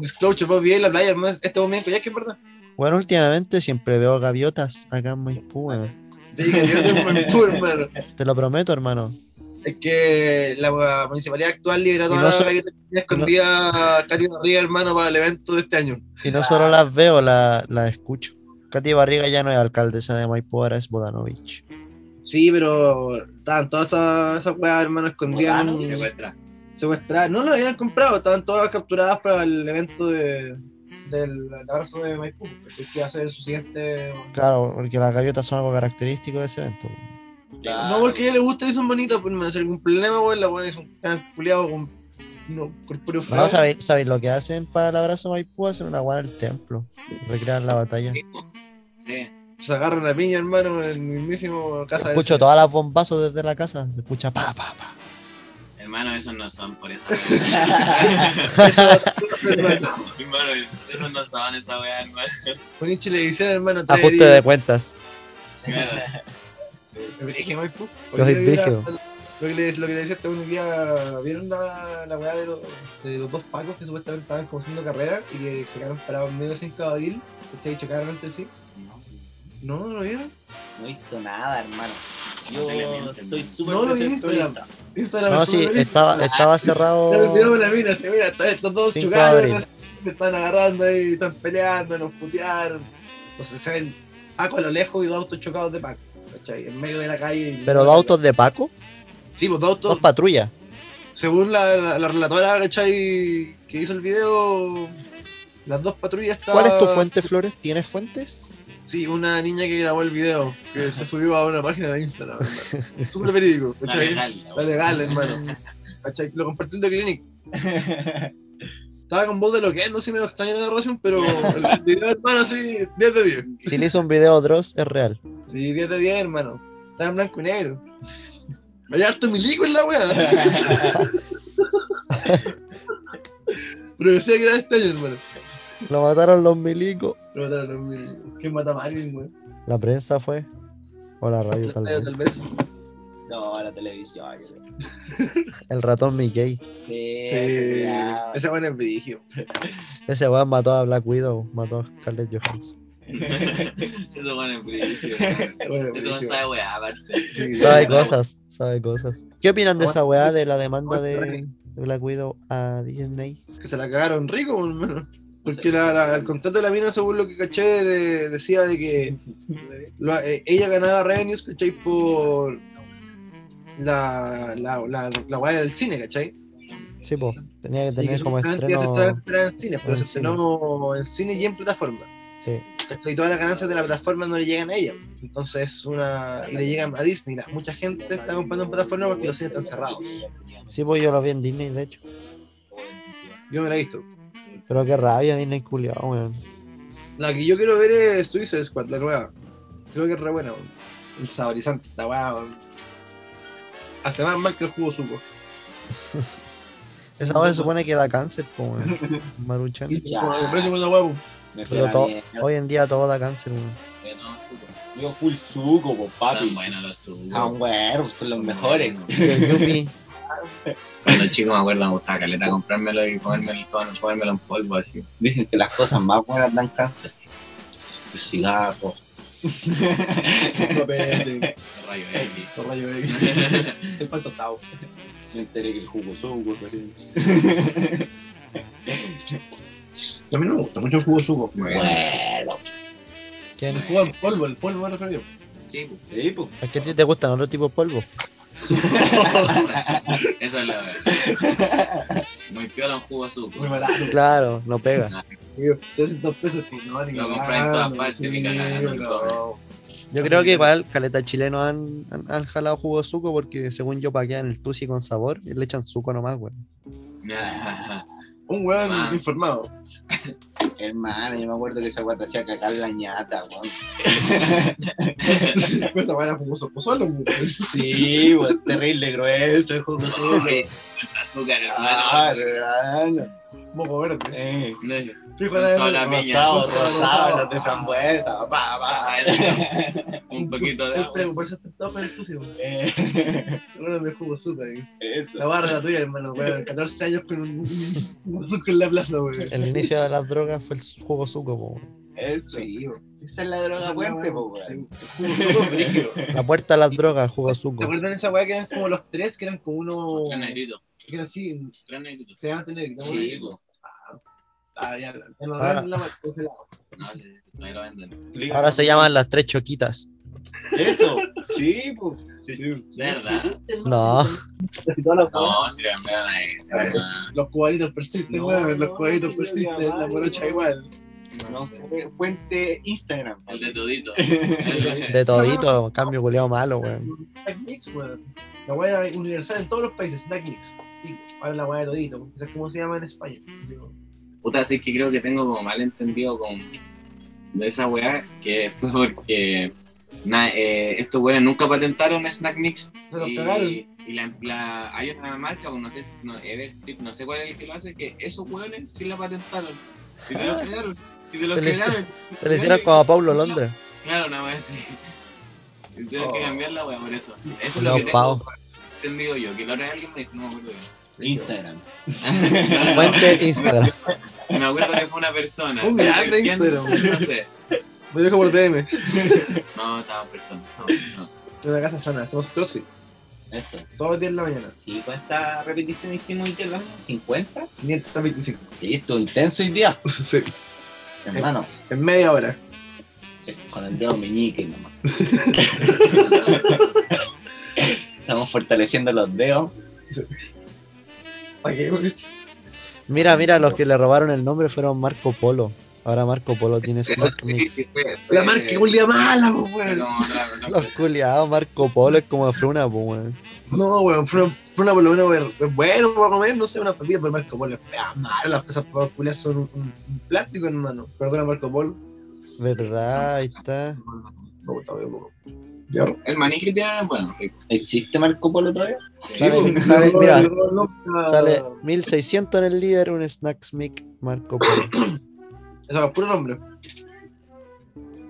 Speaker 4: disclosure, vos vivís en la playa, hermano, este momento ya que es verdad.
Speaker 3: Bueno, últimamente siempre veo gaviotas acá en Maipú, weón.
Speaker 4: Te digo, yo tengo un tour, hermano.
Speaker 3: Te lo prometo, hermano.
Speaker 4: Es que la municipalidad actual liberó
Speaker 3: Y
Speaker 4: toda
Speaker 3: no
Speaker 4: la
Speaker 3: so-
Speaker 4: galleta que tenía escondida Katy Barriga, hermano, para el evento de este año.
Speaker 3: Y no solo las veo, la- las escucho. Katy Barriga ya no es alcaldesa de Maipú, ahora es Bodanovich.
Speaker 4: Sí, pero estaban todas esas esas weas, hermano, escondidas. en un-
Speaker 1: Se encuentra.
Speaker 4: secuestradas. No las habían comprado, estaban todas capturadas para el evento de, del abrazo de Maipú, que iba a ser su siguiente.
Speaker 3: Claro, porque las gaviotas son algo característico de ese evento.
Speaker 4: No porque a ella le gusta y son bonitas, pues no, si algún problema, weón, la weón es un canal culiado con no, corpóreo feo.
Speaker 3: No, ¿sabéis, sabéis lo que hacen para el abrazo Maipú? Hacen una guana en el templo. Recrean la batalla.
Speaker 1: Sí, po. Sí.
Speaker 4: Se agarran la piña, hermano, en el mismísimo casa de.
Speaker 3: Escucho todas las bombazos desde la casa. Se escucha pa, pa, pa.
Speaker 1: Hermano, esos no son por esa wea. hermano, esos no estaban esa wea, hermano.
Speaker 4: Poní televisión, hermano. trae
Speaker 3: Ajuste de cuentas.
Speaker 1: Claro.
Speaker 4: Me dije, Maipú.
Speaker 3: Yo
Speaker 4: Hoy
Speaker 3: soy
Speaker 4: día vi
Speaker 3: brígido.
Speaker 4: la- Lo que, les, lo que les decía este un día, ¿vieron la, la weá de, los- de los dos pacos que supuestamente estaban como haciendo carrera y que se quedaron parados en medio de 5 de abril? ¿Ustedes chocaron entre sí? No, ¿no lo vieron?
Speaker 2: No he visto nada, hermano.
Speaker 1: No te le
Speaker 2: Yo
Speaker 1: miento,
Speaker 2: estoy
Speaker 1: hermano.
Speaker 2: súper
Speaker 4: No lo he visto,
Speaker 2: desactualizado.
Speaker 4: Instagram
Speaker 3: No,
Speaker 4: es
Speaker 3: sí,
Speaker 4: súper
Speaker 3: estaba,
Speaker 4: bonito.
Speaker 3: estaba
Speaker 4: Ya me tiró
Speaker 3: cerrado.
Speaker 4: una mina, se mira, están estos dos
Speaker 3: 5 de
Speaker 4: chocaron,
Speaker 3: abril.
Speaker 4: se están agarrando ahí, están peleando, nos putearon. Entonces se ven pacos a lo lejos y dos autos chocados de pacos, ¿cachai? En medio de la calle.
Speaker 3: Pero dos autos de Paco,
Speaker 4: Sí, pues dos
Speaker 3: dos
Speaker 4: autos,
Speaker 3: patrullas.
Speaker 4: según la, la, la relatora, ¿cachai? Que hizo el video, las dos patrullas estaban...
Speaker 3: ¿Cuál es tu fuente, Flores? ¿Tienes fuentes?
Speaker 4: Sí, una niña que grabó el video, que se subió a una página de Instagram, hermano. Súper verídico,
Speaker 1: La
Speaker 4: ¿cachai?
Speaker 1: legal, la
Speaker 4: Está
Speaker 1: wea.
Speaker 4: legal, hermano. ¿Cachai? Lo compartió el de Clinic. Estaba con voz de lo que es, no sé, me extraña la narración, pero el video, hermano, sí, 10 de 10.
Speaker 3: Si le hizo un video Dross, es real.
Speaker 4: Sí, 10 de 10, hermano. Estaba en blanco y negro. Hay harto milico en la wea. pero decía que era este año, hermano.
Speaker 3: Lo mataron los milicos.
Speaker 4: Lo mataron los milicos. ¿Quién mata a Marilyn, weón?
Speaker 3: La prensa fue. O la radio, tal vez.
Speaker 4: Tal vez.
Speaker 2: No, a la televisión. yo creo.
Speaker 3: El ratón Mickey.
Speaker 2: Sí,
Speaker 4: Sí.
Speaker 2: ya.
Speaker 4: Ese bueno es vigio.
Speaker 3: Ese weón mató a Black Widow, mató a Scarlett Johansson.
Speaker 1: Eso bueno, es brillo. Eso no sabe, weá, aparte.
Speaker 3: Sabe cosas, sabe cosas. ¿Qué opinan de esa weá de la demanda de de Black Widow a Disney?
Speaker 4: que se la cagaron rico, por hermano. Porque la- la- el contrato de la mina, según lo que caché, de- decía de que lo- eh, ella ganaba revenues, ¿cachai? Por la, la, la, la guaya del cine, ¿cachai?
Speaker 3: Sí, po, tenía que
Speaker 4: Y que
Speaker 3: tener como
Speaker 4: supuestamente iba a
Speaker 3: estreno.
Speaker 4: estar- estar en cine, pero
Speaker 3: en
Speaker 4: se
Speaker 3: cine.
Speaker 4: estrenó en cine y en plataforma.
Speaker 3: Sí.
Speaker 4: Y todas las ganancias de la plataforma no le llegan a ella. Entonces, una y le llegan a Disney. La- Mucha gente está comprando en plataforma porque los cines están cerrados.
Speaker 3: Sí, pues yo lo vi en Disney, de hecho.
Speaker 4: Yo me la he visto.
Speaker 3: Pero qué rabia Disney culiado, weón.
Speaker 4: La que yo quiero ver es Suicide Squad, la nueva. Creo que es re buena, weón. El saborizante, está weá, weón. Hace más mal que el jugo suco.
Speaker 3: Esa weá se supone que da cáncer, po, weón. Maruchan.
Speaker 2: Ya,
Speaker 4: El precio por esa weá, weón.
Speaker 2: me fue
Speaker 3: Pero
Speaker 2: la
Speaker 3: todo-
Speaker 2: mierda.
Speaker 3: hoy en día todo da cáncer, weón.
Speaker 1: No, supo.
Speaker 2: Yo full suco, po, papi.
Speaker 1: Tan buena los supo.
Speaker 2: Son buenos, son los mejores.
Speaker 3: El Yupi,
Speaker 1: Cuando chico me acuerdo, me gustaba caleta comprármelo y comérmelo, comérmelo en polvo así.
Speaker 2: Dicen que las cosas más buenas dan cáncer. El cigarro.
Speaker 4: Papete,
Speaker 1: Rayo X.
Speaker 4: con rayo X. El pan tostado.
Speaker 2: Me enteré que el jugo suco, recién.
Speaker 4: A mí no me gusta mucho el jugo suco.
Speaker 1: Bueno,
Speaker 2: Bueno.
Speaker 3: ¿quién?
Speaker 4: El jugo en polvo, el polvo me refiero yo.
Speaker 1: sí, pues.
Speaker 2: Sí, po.
Speaker 3: ¿A qué te gustan otro tipo de polvo?
Speaker 1: Esa es la verdad. Muy piola un jugo suco.
Speaker 4: Muy barato.
Speaker 3: Claro, no pega.
Speaker 4: Yo, te hacen dos pesos y no, ni
Speaker 1: Lo
Speaker 4: cagando,
Speaker 1: compré en todas partes, ni cagando,
Speaker 4: weón.
Speaker 1: no.
Speaker 3: Yo creo que igual caleta chileno han, han, han jalado jugo de suco porque según yo paquean el tusi con sabor y le echan suco nomás, güey.
Speaker 4: Un weón
Speaker 1: Ah.
Speaker 4: informado.
Speaker 2: Hermano, yo me acuerdo que esa guata hacía cagar la ñata, weón.
Speaker 4: Esa weá era jugoso pues pozole, weón.
Speaker 2: Sí, weón, terrible grueso el jugo suco.
Speaker 1: Azúcar, hermano.
Speaker 2: Ah, hermano.
Speaker 4: Moco verde.
Speaker 2: Eh.
Speaker 4: Pico de
Speaker 1: Con la piña.
Speaker 2: Rosado,
Speaker 4: Rosado,
Speaker 2: rosado,
Speaker 4: rosado.
Speaker 2: los de frambuesa. Pa,
Speaker 1: Ah,
Speaker 2: pa.
Speaker 1: Un poquito de
Speaker 4: El
Speaker 1: agua.
Speaker 4: prego, por eso te topa el tucio, weón.
Speaker 2: Eh,
Speaker 4: Bueno, de jugo azúcar, eh.
Speaker 2: Eso.
Speaker 4: La barra tuya, hermano, weón. 14 años con un un suco en la plaza, weón.
Speaker 3: El inicio de las drogas fue el su- jugo suco, po, güey.
Speaker 2: Eso. Esa es la
Speaker 4: Esa
Speaker 2: droga
Speaker 4: es la
Speaker 2: puente, po,
Speaker 4: weá,
Speaker 2: weón.
Speaker 4: sí. Jugo suco brígido.
Speaker 3: La puerta a las drogas, el jugo
Speaker 4: ¿Te
Speaker 3: suco.
Speaker 4: acuerdan de esa weá que eran como los tres, que eran como uno.
Speaker 1: Tres negritos.
Speaker 4: que eran así,
Speaker 1: Tres negritos.
Speaker 4: se van a tener.
Speaker 1: Sí, po.
Speaker 4: Ah, ya, ya no
Speaker 3: Ahora-
Speaker 4: dan la weá, ese lado.
Speaker 1: No, sí, sí, todavía lo venden.
Speaker 3: Ahora se llaman las tres choquitas.
Speaker 2: Eso. Sí, po.
Speaker 1: ¿Verdad?
Speaker 3: No,
Speaker 4: Casi todas las weas.
Speaker 1: No, sí, la verdad, eh, la verdad.
Speaker 4: Los cubanitos persisten,
Speaker 2: No,
Speaker 4: weón. Los
Speaker 2: no,
Speaker 4: cubanitos
Speaker 2: sí,
Speaker 4: persisten,
Speaker 2: ya,
Speaker 4: la morocha igual.
Speaker 2: No sé. Fuente Instagram.
Speaker 1: El de todito. El-
Speaker 3: de todito, cambio culeado
Speaker 4: Oh,
Speaker 3: malo, güey.
Speaker 4: Snack Mix, weón. La weá era universal en todos los países, Snack Mix. Digo, Ahora la weá de todito, quizás cómo se llama en España. Digo,
Speaker 1: Puta, así que creo que tengo como mal entendido con de esa weá, que fue porque na- eh, estos weones nunca patentaron Snack Mix.
Speaker 4: Se los
Speaker 1: y,
Speaker 4: cagaron.
Speaker 1: y la, la- hay una marca, pues, no sé, no, Everstrip, no sé cuál es el que lo hace, que esos weones sí la patentaron. Y se los crearon. Y se los
Speaker 3: Se les-
Speaker 1: crearon.
Speaker 3: Se le hicieron como a Paulo Londres.
Speaker 1: Claro, una wea así. Y Tengo que cambiar la wea por eso. Eso es lo
Speaker 3: No,
Speaker 1: que tengo
Speaker 3: Pau.
Speaker 1: entendido yo, que la otra vez alguien me dijo, no me acuerdo bien.
Speaker 2: Instagram.
Speaker 1: No, no,
Speaker 3: Fuente Instagram.
Speaker 1: Me acuerdo que fue una persona.
Speaker 4: Un grande
Speaker 1: ¿Quién?
Speaker 4: Instagram.
Speaker 1: No sé.
Speaker 4: Me dejo por DM.
Speaker 1: No, estaba persona. estaba persona.
Speaker 4: En una casa sana, hacemos crossfit.
Speaker 2: Eso.
Speaker 4: Todos los días en la mañana.
Speaker 2: Sí, ¿cuántas repeticiones hicimos hoy día? hermano? ¿50?
Speaker 4: 525.
Speaker 2: Sí, estuvo intenso hoy día.
Speaker 4: Sí.
Speaker 2: Hermano,
Speaker 4: En media hora.
Speaker 2: con el dedo meñique nomás. Estamos fortaleciendo los dedos.
Speaker 4: ¿Para qué, weón?
Speaker 3: Mira, mira, los que le robaron el nombre fueron Marco Polo. Ahora Marco Polo tiene su
Speaker 1: Eso sí,
Speaker 3: mix.
Speaker 1: sí, fue- fue-
Speaker 4: La marca que huele a mala, po,
Speaker 1: fue
Speaker 4: weón.
Speaker 1: como la- la-
Speaker 3: Los culiados, Marco Polo es como Fruna, po, weón.
Speaker 4: No, weón, fue una, fue una por lo menos weón, bueno para comer, no sé, una familia por Marco Polo. Ah, mala, las pesas por culiar son un, un- un plástico, hermano. Perdona, Marco Polo.
Speaker 3: ¿Verdad? Ahí está.
Speaker 4: Me gusta, weón, poco. Ya.
Speaker 1: El maní que tiene es bueno. rico.
Speaker 2: ¿Existe Marco Polo todavía?
Speaker 3: Sale-
Speaker 4: porque
Speaker 3: sale-
Speaker 4: no-
Speaker 3: mira,
Speaker 4: no- no-
Speaker 3: Sale 1600 en el líder, un Snack Mic Marco Polo.
Speaker 4: Eso es puro nombre.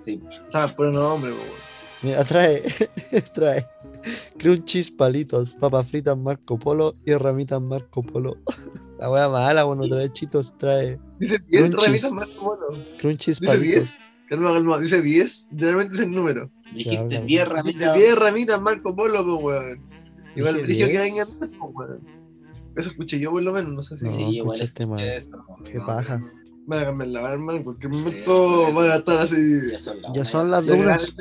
Speaker 2: Sí.
Speaker 4: Estaba puro nombre, po, weón.
Speaker 3: Mira, trae, trae Crunchies, palitos, papas fritas Marco Polo y ramitas Marco Polo. La wea mala, bueno, trae chitos, trae
Speaker 4: Dice 10
Speaker 3: Crunchies.
Speaker 4: ramitas más mono.
Speaker 3: crunchies,
Speaker 4: Dice
Speaker 3: palitos.
Speaker 4: 10. Calma, calma. Dice 10. Realmente es el número.
Speaker 2: Dijiste
Speaker 3: hablan.
Speaker 4: Dice
Speaker 2: 10 ramitas.
Speaker 4: 10 ramitas Marco Polo, pues, weón. Igual
Speaker 3: Dije
Speaker 4: dije que
Speaker 3: 10.
Speaker 4: vengan, pues, weón. Eso escuché yo, por lo menos. No sé si.
Speaker 3: No,
Speaker 2: Sí, igual
Speaker 3: escuchaste mal. Qué paja.
Speaker 4: Van a cambiar la barman en cualquier
Speaker 2: Sí,
Speaker 4: momento. Van a estar así.
Speaker 2: Ya son las
Speaker 3: Ya
Speaker 2: una.
Speaker 3: son las
Speaker 4: Legal.
Speaker 3: dunas.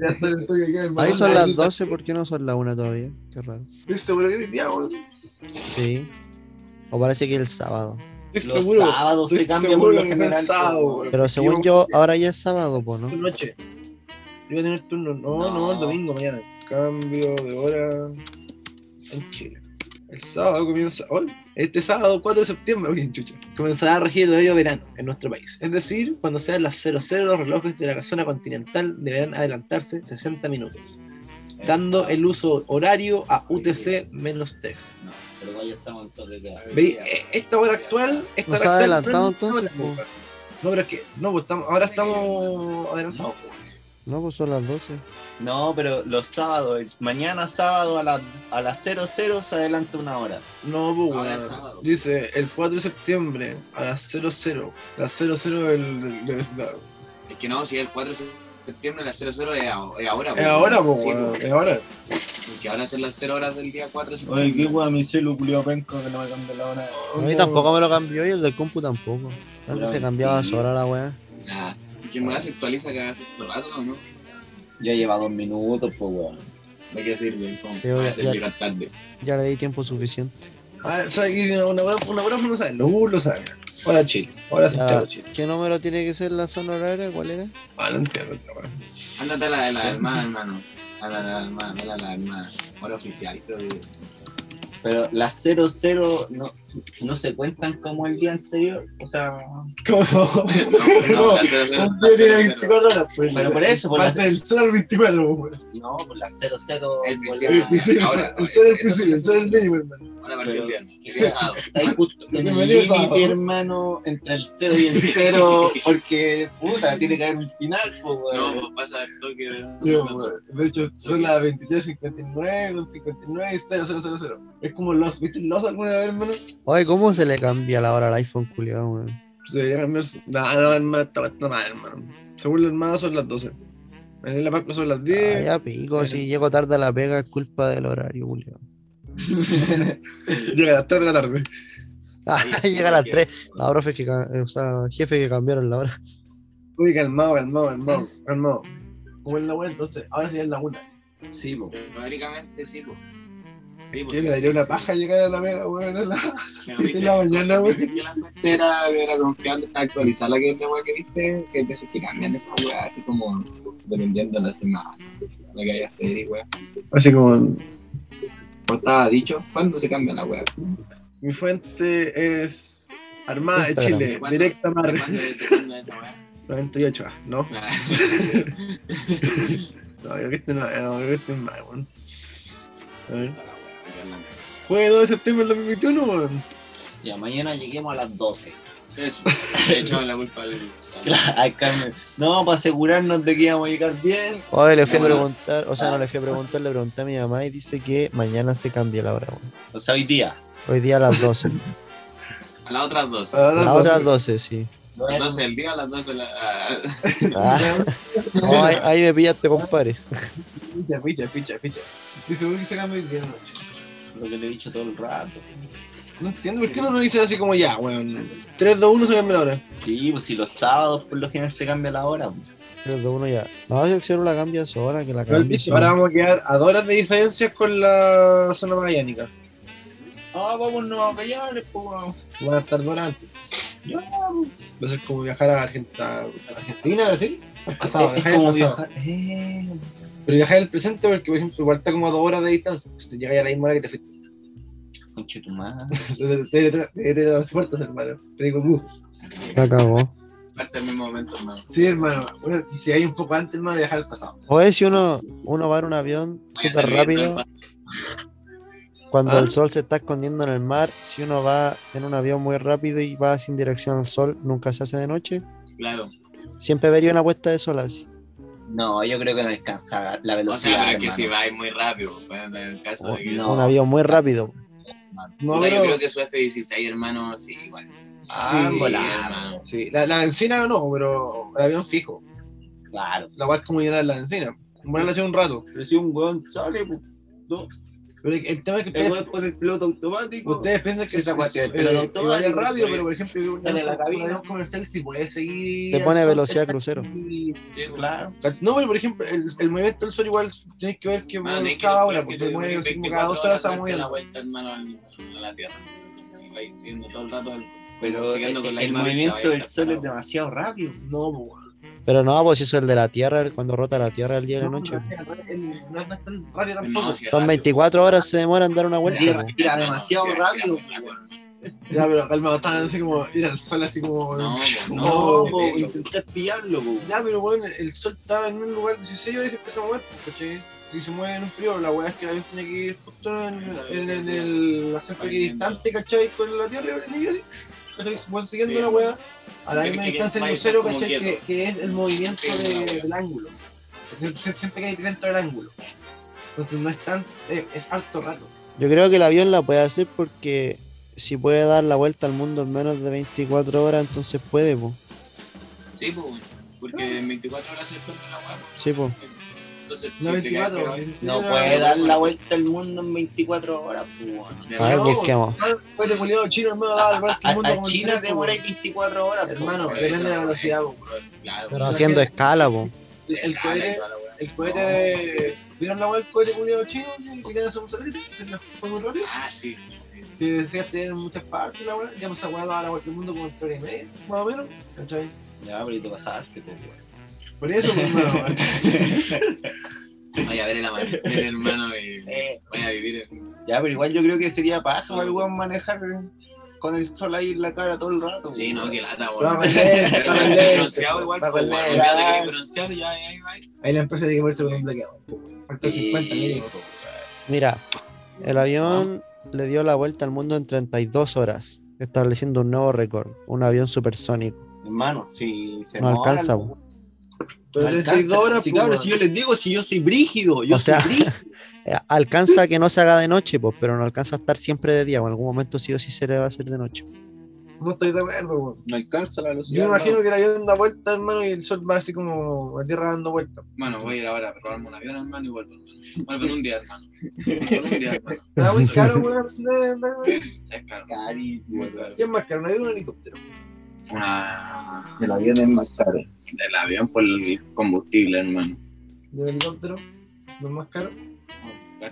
Speaker 4: Ya está el toque acá, hermano.
Speaker 3: Ahí son las 12, ¿por qué no son las 1 todavía? Qué raro.
Speaker 4: Estoy seguro que hoy día, weón.
Speaker 3: Sí. O parece que el sábado.
Speaker 4: Estoy
Speaker 2: Los
Speaker 4: seguro.
Speaker 2: sábados se
Speaker 4: Estoy
Speaker 2: cambian por
Speaker 4: seguro
Speaker 2: lo
Speaker 4: que
Speaker 2: general. pues,
Speaker 4: es sábado,
Speaker 2: po,
Speaker 4: weón.
Speaker 3: Pero según yo, ahora ya es sábado, po, ¿no?
Speaker 4: Tu noche. Yo voy a tener turno. No, no,
Speaker 2: No.
Speaker 4: el domingo mañana. Cambio de hora en Chile. El sábado comienza. hoy, este sábado 4 de septiembre, bien chucha. Comenzará a regir el horario de verano en nuestro país. Es decir, cuando sean las 00, los relojes de la zona continental deberán adelantarse 60 minutos, dando el uso horario a UTC menos 3.
Speaker 2: No, pero igual ya estamos entonces ya.
Speaker 4: Veí, eh, Esta hora actual. Esta
Speaker 3: Nos
Speaker 4: hora actual no
Speaker 3: adelantamos
Speaker 4: es la
Speaker 3: entonces,
Speaker 4: misma hora. No, pero es que. No, pues estamos, ahora estamos adelantados.
Speaker 2: No, po.
Speaker 3: No, pues son las 12.
Speaker 2: No, pero los sábados, el- mañana sábado a, la, a las 00 se adelanta una hora.
Speaker 4: No, pues,
Speaker 2: Ahora
Speaker 4: weón.
Speaker 2: es sábado.
Speaker 4: Dice el 4 de septiembre a las 00. Las 00 del, del, del vecindado.
Speaker 1: Es que no, si es el 4 de septiembre, las 00 es ahora. Es ahora,
Speaker 4: Es ahora, pues,
Speaker 1: Sí,
Speaker 4: weón.
Speaker 1: po.
Speaker 4: Es ahora.
Speaker 1: Porque ahora son las 0 horas del día 4 de septiembre.
Speaker 2: Oye, qué guay, mi celu culiao penco que no me cambia la hora.
Speaker 4: Oh,
Speaker 3: A mí tampoco me lo cambió y el del compu tampoco. Antes se cambiaba sola la weá.
Speaker 1: Nah, que me la se actualiza cada cierto rato, ¿no?
Speaker 2: Ya lleva dos minutos, pues weón.
Speaker 1: ¿De qué sirve? ah, ¿Cómo?
Speaker 3: Yo
Speaker 1: Para
Speaker 3: ya-
Speaker 1: hacer
Speaker 3: ya-
Speaker 1: llegar tarde.
Speaker 3: Ya le di tiempo suficiente.
Speaker 4: Ah, ¿sabes qué? Una buena una buena forma de saberlo. Uh, lo saben. Ahora Chile. Ahora Santiago
Speaker 3: Ah.
Speaker 4: Chile.
Speaker 3: ¿Qué número tiene que ser la zona horaria? ¿Cuál era?
Speaker 4: Ah, no entiendo. esta weá.
Speaker 1: Ándate a la de la hermana, hermano. A la de la hermana, a la de la hermana. Hora oficial, creo que.
Speaker 2: Pero las 00 no, no se cuentan como el día anterior. O sea,
Speaker 4: ¿Cómo?
Speaker 1: No, no, la 00, la
Speaker 4: Un día tiene
Speaker 1: 00.
Speaker 4: 24 horas, pues.
Speaker 2: Pero por eso, por
Speaker 4: Parte
Speaker 2: las-
Speaker 4: del sol al 24, pues, weón.
Speaker 2: no, pues las 00.
Speaker 1: El
Speaker 2: pues,
Speaker 1: principio.
Speaker 2: la-
Speaker 4: El principio,
Speaker 1: ahora,
Speaker 4: El sol al
Speaker 1: ahora,
Speaker 4: principio, el sol al mínimo, hermano.
Speaker 1: Ahora partió el
Speaker 2: Pero-
Speaker 1: viernes. El día sábado.
Speaker 2: Está ahí justo en el
Speaker 4: Bienvenido, sábado.
Speaker 2: límite, hermano, entre el 0 y el 0, porque puta, tiene que haber un final, pues
Speaker 4: eh.
Speaker 1: No,
Speaker 2: weón.
Speaker 1: pues pasa el toque. de-
Speaker 4: Yo, weón. De hecho, son las 23.59, 59 y 0000. Es como los. ¿Viste los alguna vez, hermano?
Speaker 3: Oye, ¿cómo se le cambia la hora al iPhone, culiado, weón?
Speaker 4: Se Pues debería cambiarse. No, no, hermano, está, está mal, hermano. Según la hermana son las 12. En la Pacto son las 10.
Speaker 3: Ah, ya pico,
Speaker 4: Bueno.
Speaker 3: si llego tarde a la pega es culpa del horario, culiado.
Speaker 4: Llega a las 3 de la tarde.
Speaker 3: Ah, llega a las 3.
Speaker 1: pues,
Speaker 3: La profe que, ca- eh, o sea, jefe que cambiaron la hora.
Speaker 4: Uy, calmado, calmado, calmado. calmado. Como en la web, entonces, ahora sería en la 1.
Speaker 2: Sí, po.
Speaker 1: Teóricamente sí, pues. Sí, pues.
Speaker 4: ¿Qué le daría una paja llegar a la mega, weón? a la-
Speaker 1: Pero
Speaker 4: En
Speaker 1: viste,
Speaker 4: la mañana, weón.
Speaker 1: que la fuente era, era confiable, está actualizada la que es la weá que viste, que hay veces que cambian esa weá, así como dependiendo de la semana, la que haya serie, weá.
Speaker 4: Así como.
Speaker 1: O estaba dicho, ¿cuándo se cambia la weá?
Speaker 4: Mi fuente es. Armada
Speaker 3: Instagram.
Speaker 4: de Chile, directa mar.
Speaker 1: ¿Cuándo se cambia esa weá?
Speaker 4: 98, ah, ¿no?
Speaker 1: Ah,
Speaker 4: No, creo que este no, no, creo que este es mal, weón. A
Speaker 1: la weá,
Speaker 4: ver.
Speaker 1: la weá.
Speaker 4: Juegue 2 de septiembre del 2021, weón.
Speaker 1: pues.
Speaker 2: Ya mañana lleguemos a las 12.
Speaker 1: Eso, le echaba la culpa al.
Speaker 2: Ay, Carmen. No, para asegurarnos de que íbamos a llegar bien.
Speaker 3: Oye, le fui a
Speaker 1: Ah.
Speaker 3: preguntar, o sea, no le fui a preguntar, le pregunté a mi mamá y dice que mañana se cambia la hora, weón.
Speaker 2: O sea, hoy día.
Speaker 3: Hoy día a las 12.
Speaker 1: A las otras dos. A
Speaker 4: A
Speaker 3: Las otras 12, sí.
Speaker 1: las 12 del día, a las 12 de la. ah,
Speaker 3: Ah. No, ahí, ahí me pillaste, compadre.
Speaker 4: Picha, picha, picha, picha. Dice, uy, se cambia el día de noche.
Speaker 2: Lo que le he dicho todo el rato.
Speaker 4: No entiendo por qué no lo dicen así como ya, weón. 3, 2, 1 se cambia la hora.
Speaker 2: Sí, pues si los sábados por lo general se cambia la hora. pues.
Speaker 3: 3, 2, 1 ya. No, si el cielo la cambia sola, que la cambie
Speaker 4: Ahora
Speaker 3: sola.
Speaker 4: vamos a quedar a dos horas de diferencia con la zona magallánica.
Speaker 2: Ah, vámonos a callar, pues weón.
Speaker 4: Van a estar dos horas antes. Va a ser como viajar a Argent- a Argentina, ¿sí? Al pasado,
Speaker 2: Es
Speaker 4: viajar al
Speaker 2: como
Speaker 4: pasado.
Speaker 2: viajar. Eh,
Speaker 4: Pero viajar al presente porque, por ejemplo, igual está como a dos horas de distancia. Si te llegas a la misma hora que te fuiste.
Speaker 2: conchetumada.
Speaker 4: Te- te- te- te- te das puertas, hermano. Te digo, uh.
Speaker 3: La cagó.
Speaker 1: Parte del mismo momento, hermano.
Speaker 4: Sí, hermano. Bueno, y si hay un poco antes, hermano, viajar al pasado.
Speaker 3: Oye, si uno, uno va en un avión súper rápido, cuando
Speaker 4: ¿Ah?
Speaker 3: el sol se está escondiendo en el mar, si uno va en un avión muy rápido y va sin dirección al sol, nunca se hace de noche,
Speaker 1: Claro.
Speaker 3: siempre vería una puesta de sol así.
Speaker 2: No, yo creo que no alcanza la
Speaker 1: O
Speaker 2: velocidad.
Speaker 1: sea, pero es que
Speaker 2: hermano.
Speaker 1: si vais muy rápido, pues, en el caso
Speaker 3: Oh,
Speaker 1: de que.
Speaker 2: No.
Speaker 3: Un avión muy rápido.
Speaker 4: No,
Speaker 1: Puta,
Speaker 4: pero-
Speaker 1: Yo creo que su F-16, hermano, sí, igual.
Speaker 4: Ah,
Speaker 1: sí,
Speaker 4: volá.
Speaker 1: hermano.
Speaker 4: Sí, la, la encina no, pero el avión fijo.
Speaker 2: Claro.
Speaker 4: La cual es como llenar la encina. Bueno, hace un rato.
Speaker 2: Pero si un weón sale, pues,
Speaker 4: Pero el- el tema es que
Speaker 2: el
Speaker 4: ustedes,
Speaker 2: weón con el piloto automático.
Speaker 4: ustedes piensan que
Speaker 2: Esa
Speaker 4: es-
Speaker 2: guay tiene
Speaker 4: es-
Speaker 2: pelo de
Speaker 4: eh,
Speaker 2: automático,
Speaker 4: vaya rápido,
Speaker 2: pues.
Speaker 4: pero por ejemplo, un
Speaker 2: Sale la cabina.
Speaker 4: un avión comercial si puede seguir.
Speaker 3: Te pone
Speaker 4: al sol,
Speaker 3: velocidad
Speaker 4: está-
Speaker 3: crucero.
Speaker 2: Claro.
Speaker 4: No, pero por ejemplo, el, el movimiento del sol igual tienes que ver que
Speaker 1: Hermano,
Speaker 4: mueve
Speaker 1: tenés que
Speaker 4: cada
Speaker 1: calcular
Speaker 4: hora,
Speaker 1: que
Speaker 4: porque
Speaker 1: te
Speaker 4: te mueve
Speaker 1: doy
Speaker 4: como cada dos
Speaker 1: 24
Speaker 4: horas está
Speaker 1: darte la
Speaker 4: moviendo.
Speaker 1: vuelta, hermano, al- a la Tierra. Y vais siguiendo todo el rato el-
Speaker 2: Pero
Speaker 1: siguiendo con
Speaker 2: el,
Speaker 1: la
Speaker 2: el
Speaker 1: misma vista,
Speaker 2: movimiento
Speaker 1: vaya
Speaker 2: del
Speaker 1: a
Speaker 2: sol es
Speaker 1: estar
Speaker 2: demasiado rápido.
Speaker 4: No, po.
Speaker 3: Pero no, pues eso es el de la Tierra, el- cuando rota la Tierra el día y la
Speaker 4: no,
Speaker 3: noche.
Speaker 4: no, es- no es tan rápido
Speaker 1: No,
Speaker 4: tampoco.
Speaker 1: sí,
Speaker 3: Son
Speaker 1: rápido.
Speaker 3: 24 horas se demora en dar una vuelta.
Speaker 2: Mira,
Speaker 3: po.
Speaker 2: mira,
Speaker 1: No, no,
Speaker 2: demasiado
Speaker 1: sí, era
Speaker 2: rápido.
Speaker 1: muy rápido.
Speaker 4: Ya, pero calma, estaban así como ir al sol, así como.
Speaker 1: No, pues,
Speaker 2: No,
Speaker 1: no,
Speaker 2: po,
Speaker 1: de hecho.
Speaker 2: intenté pillarlo, po.
Speaker 4: Ya, pero bueno, el sol estaba en un lugar 16 horas y se empieza a mover, pues, ¿cachai? Y se mueve en un periodo. La weá es que la avión tiene que ir justo en, en, en el acento que distante, ¿cachai? Con la tierra y así. ¿cachai? Se van siguiendo
Speaker 1: Sí,
Speaker 4: la
Speaker 1: bueno.
Speaker 4: weá a la
Speaker 1: Pero
Speaker 4: misma
Speaker 1: es que
Speaker 4: distancia en
Speaker 1: vais
Speaker 4: crucero,
Speaker 1: como
Speaker 4: ¿cachai? Que,
Speaker 1: quieto.
Speaker 4: que es el movimiento
Speaker 1: Sí,
Speaker 4: de-
Speaker 1: una weá.
Speaker 4: del ángulo. Se- se- Siempre que hay dentro del ángulo. Entonces no es tan. eh, es harto rato.
Speaker 3: Yo creo que el avión la puede hacer porque si puede dar la vuelta al mundo en menos de 24 horas, entonces puede, po.
Speaker 1: Sí, po, güey. porque en 24 horas se pone la hueá.
Speaker 3: Ah. Sí, po.
Speaker 1: Entonces,
Speaker 4: No,
Speaker 1: si te quedas
Speaker 4: 24
Speaker 1: pegado,
Speaker 4: horas.
Speaker 2: No puede
Speaker 4: puede
Speaker 2: dar la vuelta al mundo en 24 horas, po. weón.
Speaker 1: de
Speaker 3: A ver,
Speaker 1: nuevo,
Speaker 4: No,
Speaker 3: busquemos.
Speaker 4: Pero culiado chino, hermano, da la vuelta
Speaker 2: A,
Speaker 4: al mundo.
Speaker 2: a
Speaker 4: como en
Speaker 2: China
Speaker 4: tres,
Speaker 2: te
Speaker 4: po,
Speaker 2: demora 24 horas, po.
Speaker 4: Hermano,
Speaker 1: Pero
Speaker 4: depende
Speaker 1: eso
Speaker 4: de la
Speaker 1: no es.
Speaker 4: velocidad, po.
Speaker 1: Claro,
Speaker 3: Pero haciendo escala, po.
Speaker 4: El
Speaker 1: escala y
Speaker 4: cohete,
Speaker 1: toda la hueá.
Speaker 4: el cohete de... ¿Vieron la web del cohete culiado chino? Que tiene hace un satélite, se la fue muy rápido.
Speaker 1: Ah, sí.
Speaker 4: Que decía tener muchas partes la web, ya me se daba la vuelta al mundo como en tres horas y media, más o menos. ¿Cachai?
Speaker 2: Ya, pero y te pasaste, po, weón.
Speaker 4: Por eso, pues, hermano,
Speaker 1: Vaya a ver el amanecer, hermano, y
Speaker 2: Eh,
Speaker 1: vaya a vivir. en-
Speaker 2: ya, pero igual yo creo que sería paja para el weón manejar con el sol ahí en la cara todo el rato.
Speaker 1: Sí,
Speaker 2: po,
Speaker 1: no,
Speaker 2: weón.
Speaker 1: que lata, güey.
Speaker 4: Vamos a leer,
Speaker 1: Pero
Speaker 4: vamos a
Speaker 1: cuando eres
Speaker 4: leer.
Speaker 1: bronceado igual,
Speaker 4: Va
Speaker 1: pues,
Speaker 4: con
Speaker 1: güey,
Speaker 4: leer.
Speaker 1: un día te querés broncear y ya, ahí va.
Speaker 4: Ahí la empresa tiene que moverse con un bloqueado. Falta
Speaker 2: Sí,
Speaker 4: 50, miren.
Speaker 2: po.
Speaker 3: Mira, el avión le dio la vuelta al mundo en 32 horas, estableciendo un nuevo récord. Un avión supersónico.
Speaker 2: Hermano, si se
Speaker 3: No
Speaker 2: mojan,
Speaker 3: alcanza,
Speaker 2: po.
Speaker 3: po.
Speaker 4: Pero 32 horas,
Speaker 2: Sí,
Speaker 4: pues,
Speaker 2: cabrón,
Speaker 4: weón.
Speaker 2: si yo les digo, si yo soy brígido, yo
Speaker 3: O sea-
Speaker 2: soy brígido.
Speaker 3: Eh, Alcanza que no se haga de noche, po, pero no alcanza a estar siempre de día. O en algún momento sí o sí se le va a hacer de noche.
Speaker 4: No estoy de acuerdo, weón.
Speaker 2: No alcanza la velocidad.
Speaker 4: Yo me imagino
Speaker 2: hermano.
Speaker 4: que el avión da vuelta, hermano, y el sol va así como la tierra dando vuelta.
Speaker 1: Bueno, voy a ir ahora a robarme un avión, hermano, y vuelvo, hermano. Vuelvo en un día, hermano. Vuelvo en un día, hermano.
Speaker 4: Está muy caro, weón. andar- andar, weón.
Speaker 1: Es caro.
Speaker 2: Carísimo,
Speaker 1: Muy caro.
Speaker 4: ¿Qué es más caro? ¿Un avión o un helicóptero?
Speaker 1: Una...
Speaker 2: El avión es más caro.
Speaker 1: Ah. El avión por el combustible, hermano.
Speaker 4: ¿Y un helicóptero? ¿No es más caro?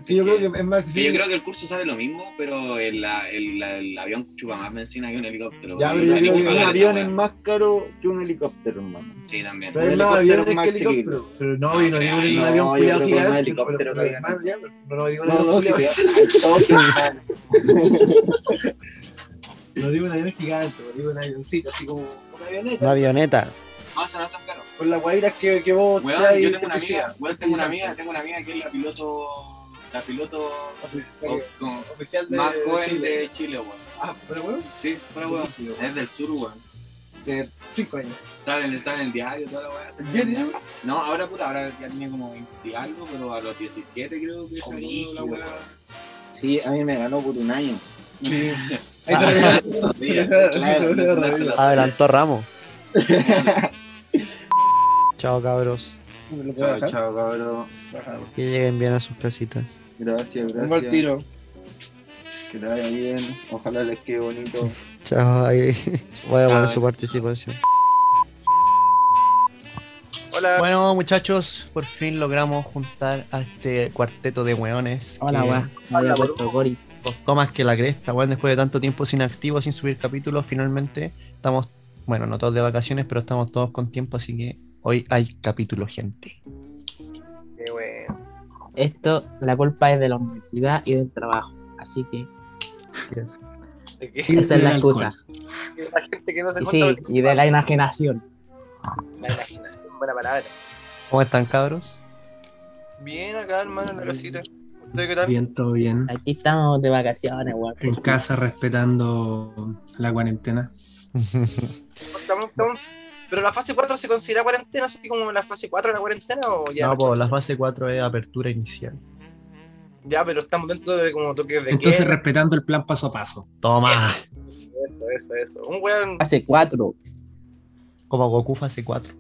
Speaker 4: Que yo creo que es más
Speaker 1: Sí,
Speaker 4: accesible.
Speaker 1: yo creo que el curso sabe lo mismo, pero el, la- el, la- el avión chupa más benzina que un helicóptero. Y
Speaker 4: Ya, pero yo
Speaker 1: hay
Speaker 4: creo que
Speaker 1: pagar
Speaker 2: un
Speaker 1: esa
Speaker 2: avión
Speaker 1: weá.
Speaker 2: es más caro que un helicóptero, hermano.
Speaker 1: Sí, también.
Speaker 4: Pero hay
Speaker 2: el
Speaker 4: más
Speaker 2: helicóptero
Speaker 4: aviones que
Speaker 2: más accesible.
Speaker 4: helicópteros. Pero no, yo no digo un
Speaker 1: No,
Speaker 4: avión
Speaker 2: yo
Speaker 4: culiado
Speaker 2: creo que más
Speaker 4: gigante,
Speaker 2: helicóptero
Speaker 4: pero- pero,
Speaker 2: que avión.
Speaker 4: hermano, ya, pero- pero no digo un
Speaker 2: No, no,
Speaker 4: avión
Speaker 2: si te
Speaker 4: culiado.
Speaker 2: da-
Speaker 4: No digo un avión gigante, pero digo un avioncito, así como una avioneta.
Speaker 3: Una avioneta.
Speaker 1: No, eso no es tan caro.
Speaker 4: Con las guairas que, que vos
Speaker 1: Weón,
Speaker 4: traes
Speaker 1: yo
Speaker 4: y te
Speaker 1: tengo una
Speaker 4: pusieras.
Speaker 1: amiga, weón, tengo una amiga, tengo una amiga que es la piloto, la piloto o-
Speaker 2: Oh,
Speaker 1: como
Speaker 4: Oficial de
Speaker 1: más joven
Speaker 4: Chile.
Speaker 1: de Chile, weón.
Speaker 4: Ah, pero bueno,
Speaker 1: Sí, una weón. Es del sur, weón.
Speaker 4: de 5 años.
Speaker 1: Está en, está en el diario, toda la weá. se-
Speaker 4: ¿Ya tiene?
Speaker 1: No, ahora puta, ahora ya tiene como 20 y algo, pero a los 17 creo que salió
Speaker 2: Brígido,
Speaker 1: la weá.
Speaker 2: Sí, a mí me ganó por un año.
Speaker 4: Sí.
Speaker 2: claro,
Speaker 3: Adelantó Ramos. Chao, cabros.
Speaker 2: Chao, chao, cabrón.
Speaker 3: Que lleguen bien a sus casitas.
Speaker 2: Gracias,
Speaker 4: Un buen
Speaker 2: gracias.
Speaker 4: tiro.
Speaker 2: Que te vaya bien. Ojalá les quede bonito.
Speaker 3: Chao, ahí. Voy a
Speaker 1: Chao.
Speaker 3: poner su participación.
Speaker 6: Hola.
Speaker 3: Bueno, muchachos, por fin logramos juntar a este cuarteto de hueones.
Speaker 7: Hola,
Speaker 6: Eh,
Speaker 3: que-
Speaker 7: weón. Me había puesto Gori.
Speaker 3: costó más que la cresta, weón. Después de tanto tiempo sin activo, sin subir capítulos, finalmente estamos, bueno, no todos de vacaciones, pero estamos todos con tiempo, así que hoy hay capítulo, gente.
Speaker 4: Qué bueno.
Speaker 7: Esto, la culpa es de la universidad y del trabajo. Así que esa es la excusa.
Speaker 6: La gente que no se
Speaker 7: Y
Speaker 6: junta
Speaker 7: sí, y de la enajenación.
Speaker 6: la imaginación, buena palabra.
Speaker 3: ¿Cómo están, cabros?
Speaker 6: Bien acá, hermano, en la casita. ¿Ustedes qué tal?
Speaker 8: Bien, todo bien.
Speaker 7: Aquí estamos de vacaciones, weón.
Speaker 8: En casa respetando la cuarentena.
Speaker 6: Estamos, estamos.
Speaker 2: Pero la fase 4 se considera cuarentena, así como la fase 4 de la cuarentena o ya.
Speaker 3: No, pues la fase 4 es apertura inicial.
Speaker 2: Ya, pero estamos dentro de como toques de
Speaker 8: Entonces,
Speaker 2: queda.
Speaker 8: respetando el plan paso a paso.
Speaker 3: Toma.
Speaker 2: Eso, eso, eso. Un weón.
Speaker 7: Hace cuatro.
Speaker 3: Como Goku fase 4.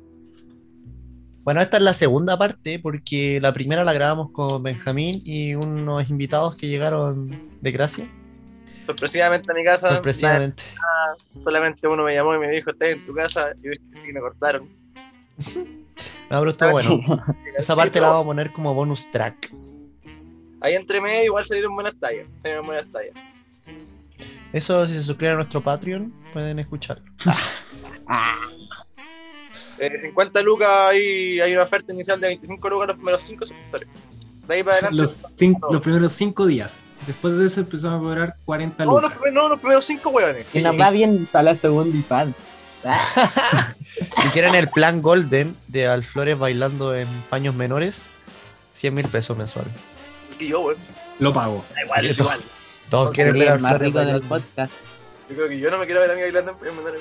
Speaker 3: Bueno, esta es la segunda parte porque la primera la grabamos con Benjamín y unos invitados que llegaron de gracia,
Speaker 2: sorpresivamente a mi casa.
Speaker 3: sorpresivamente.
Speaker 2: nada, solamente uno me llamó y me dijo, estás en tu casa. Y yo dije, sí, me cortaron.
Speaker 3: No, pero estuvo bueno. Esa parte la vamos a poner como bonus track.
Speaker 2: Ahí entre medio igual salieron buenas tallas. Salieron buenas tallas.
Speaker 3: Eso, si se suscriben a nuestro Patreon, pueden escucharlo.
Speaker 2: Eh, 50 lucas y hay una oferta inicial de 25 lucas los primeros 5 suscriptores. De ahí para adelante.
Speaker 8: Los, cin- los primeros cinco días. Después de eso empezamos a cobrar 40
Speaker 2: no, Oh, los
Speaker 8: lucas.
Speaker 2: primeros, no, los primeros 5 weones.
Speaker 7: Que nos va bien para la segunda Ah, y pan.
Speaker 3: Si quieren el plan Golden de Alflores bailando en paños menores, 100 mil pesos mensuales.
Speaker 2: Y yo, weón.
Speaker 8: Lo pago.
Speaker 2: Da igual,
Speaker 3: Yo
Speaker 2: da
Speaker 3: to-
Speaker 2: igual.
Speaker 3: Todos
Speaker 7: Que
Speaker 3: quieren
Speaker 7: es
Speaker 3: ver a
Speaker 7: el más
Speaker 3: Alflores
Speaker 7: rico del
Speaker 3: bailando.
Speaker 7: podcast.
Speaker 2: Yo creo que yo no me quiero ver a mí bailando en en menores.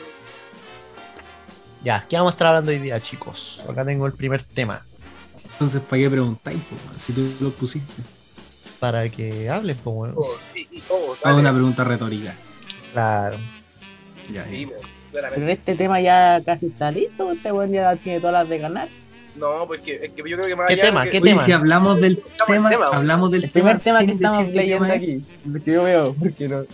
Speaker 3: Ya, ¿qué vamos a estar hablando hoy día, chicos? Acá tengo el primer tema
Speaker 8: Entonces, ¿para qué preguntáis? po, man? si tú lo pusiste.
Speaker 3: para que hablen, pues, bueno.
Speaker 2: Oh, sí, oh,
Speaker 8: Hago una
Speaker 2: dale.
Speaker 8: pregunta retórica.
Speaker 3: Claro.
Speaker 8: Ya,
Speaker 2: Sí,
Speaker 8: ya.
Speaker 2: weón, claramente.
Speaker 7: Pero este tema ya casi está listo. Este buen ya tiene todas las de ganar.
Speaker 2: No, porque es que yo creo que más
Speaker 3: ¿Qué
Speaker 2: allá
Speaker 3: tema?
Speaker 2: de
Speaker 3: ¿Qué
Speaker 2: que...
Speaker 8: Oye,
Speaker 3: tema?
Speaker 8: si hablamos del
Speaker 2: Estamos en
Speaker 8: tema,
Speaker 2: tema, weón.
Speaker 8: hablamos del
Speaker 7: El primer tema que
Speaker 8: sin decir
Speaker 7: estamos
Speaker 8: qué
Speaker 7: leyendo
Speaker 8: tema es.
Speaker 7: aquí. Que yo veo, porque no.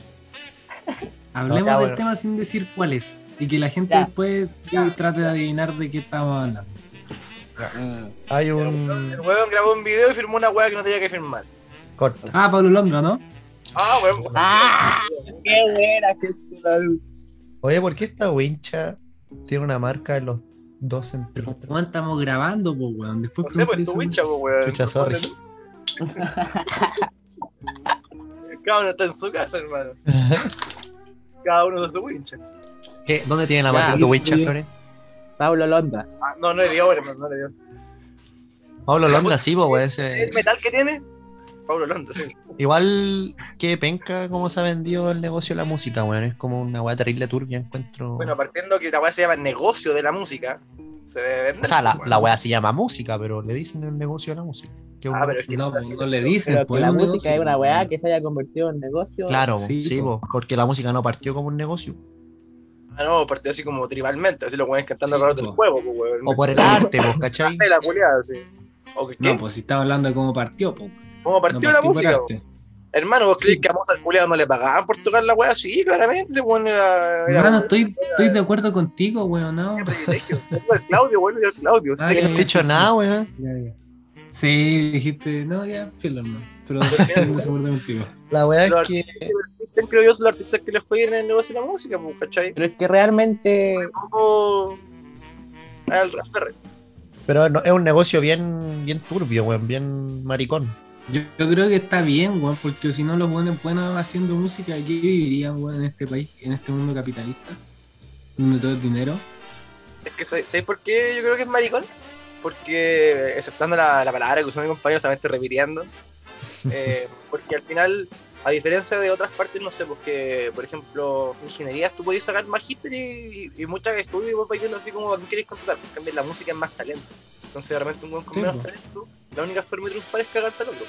Speaker 8: Hablemos
Speaker 3: No, ya,
Speaker 8: del
Speaker 3: bueno.
Speaker 8: tema sin decir cuál es. Y que la gente
Speaker 7: Ya.
Speaker 8: después eh, trate de adivinar de qué estamos hablando.
Speaker 3: Hay
Speaker 2: El
Speaker 3: un
Speaker 2: weón grabó un video y firmó una weá que no tenía que firmar.
Speaker 3: corta.
Speaker 8: Ah, Pablo Londra, ¿no?
Speaker 2: Ah, weón.
Speaker 7: ¡Ah! ¡Qué buena que es la luz!
Speaker 3: Oye, ¿por qué esta wincha tiene una marca en los dos
Speaker 8: Pero
Speaker 3: centímetros?
Speaker 8: ¿cuándo estamos grabando, po, weón? Después
Speaker 2: No sé, pues
Speaker 8: preguntáis
Speaker 2: tu
Speaker 8: esa
Speaker 2: wincha, pues, weón.
Speaker 3: Chucha, sorry.
Speaker 2: Cada uno está en su casa, hermano. Cada uno de su wincha.
Speaker 3: ¿Qué? ¿Dónde tiene la
Speaker 7: Ya.
Speaker 3: marca tu wincha,
Speaker 8: Oye.
Speaker 3: Flores?
Speaker 7: Pablo Londa.
Speaker 2: Ah, no, no le dio, hermano, no le dio.
Speaker 3: Pablo Londra, sí, pues, weón,
Speaker 2: ¿El
Speaker 3: ese-
Speaker 2: metal que tiene? Pablo Londres.
Speaker 3: Igual que penca cómo se ha vendido el negocio de la música, weón. Es como una weá terrible turbia, encuentro.
Speaker 2: Bueno, partiendo que la weá se llama negocio de la música, se debe vender.
Speaker 3: o sea, la,
Speaker 2: weón.
Speaker 3: la weá se llama música, pero le dicen el negocio de la música. Que es un-
Speaker 2: Ah, pero es que
Speaker 8: No,
Speaker 2: está
Speaker 8: pues,
Speaker 2: así,
Speaker 8: no le
Speaker 7: Pero
Speaker 8: dicen,
Speaker 7: que
Speaker 8: pues,
Speaker 7: la
Speaker 8: un
Speaker 7: música
Speaker 8: negocio.
Speaker 7: es una weá que se haya convertido en negocio.
Speaker 3: Claro,
Speaker 8: Sí,
Speaker 3: sí,
Speaker 8: po.
Speaker 3: po, porque la música no partió como un negocio.
Speaker 2: Ah, no, partió así como tribalmente, así los weones cantando
Speaker 8: Sí,
Speaker 2: alrededor del
Speaker 8: po.
Speaker 2: juego, pues, weón.
Speaker 3: O por el arte, vos, ¿cachai?
Speaker 2: Hace la culiada, así. ¿O que qué?
Speaker 8: No, pues si estaba hablando de cómo partió, po.
Speaker 2: ¿Cómo
Speaker 8: No
Speaker 2: partió la
Speaker 8: por
Speaker 2: música?
Speaker 8: arte.
Speaker 2: weón? Hermano, ¿vos crees que a Mozart culiado no le pagaban por tocar la weá? Sí, claramente, se pone la.
Speaker 8: Hermano, estoy, estoy de acuerdo contigo, weón. No.
Speaker 2: privilegio. Tengo al Claudio, bueno, yo al Claudio.
Speaker 8: Ah,
Speaker 2: sé
Speaker 3: No
Speaker 2: que
Speaker 8: ya,
Speaker 3: he
Speaker 8: ya,
Speaker 3: dicho
Speaker 8: sí,
Speaker 3: nada, weón.
Speaker 8: sí. Sí, dijiste, no, ya, filo, hermano. Pero
Speaker 2: Pero-
Speaker 8: estoy de acuerdo contigo.
Speaker 3: La weá es
Speaker 2: Pero-
Speaker 3: que.
Speaker 2: Cristian, creo yo, son los artistas que les fue bien en el negocio de la música, pues, ¿cachai?
Speaker 7: Pero es que realmente.
Speaker 2: Un poco. Al Raspberry.
Speaker 3: Pero no- es un negocio bien, bien turbio, weón, bien maricón.
Speaker 8: Yo, yo creo que está bien, weón, porque si no los buenos buenos haciendo música, aquí vivirían, weón, en este país, en este mundo capitalista? Donde todo es dinero.
Speaker 2: Es que, ¿sabes sabes por qué yo creo que es maricón? Porque, exceptando la, la palabra que usó mi compañero, solamente repitiendo, eh, porque al final, a diferencia de otras partes, no sé, porque, por ejemplo, ingenierías, tú podías sacar magíster y, y, y muchas estudios y vos vais viendo así como a quién querés contratar. En cambio, la música es más talento. Entonces, realmente, un buen con
Speaker 8: Sí,
Speaker 2: menos
Speaker 8: pues.
Speaker 2: talento, la única forma de triunfar es cagarse al otro.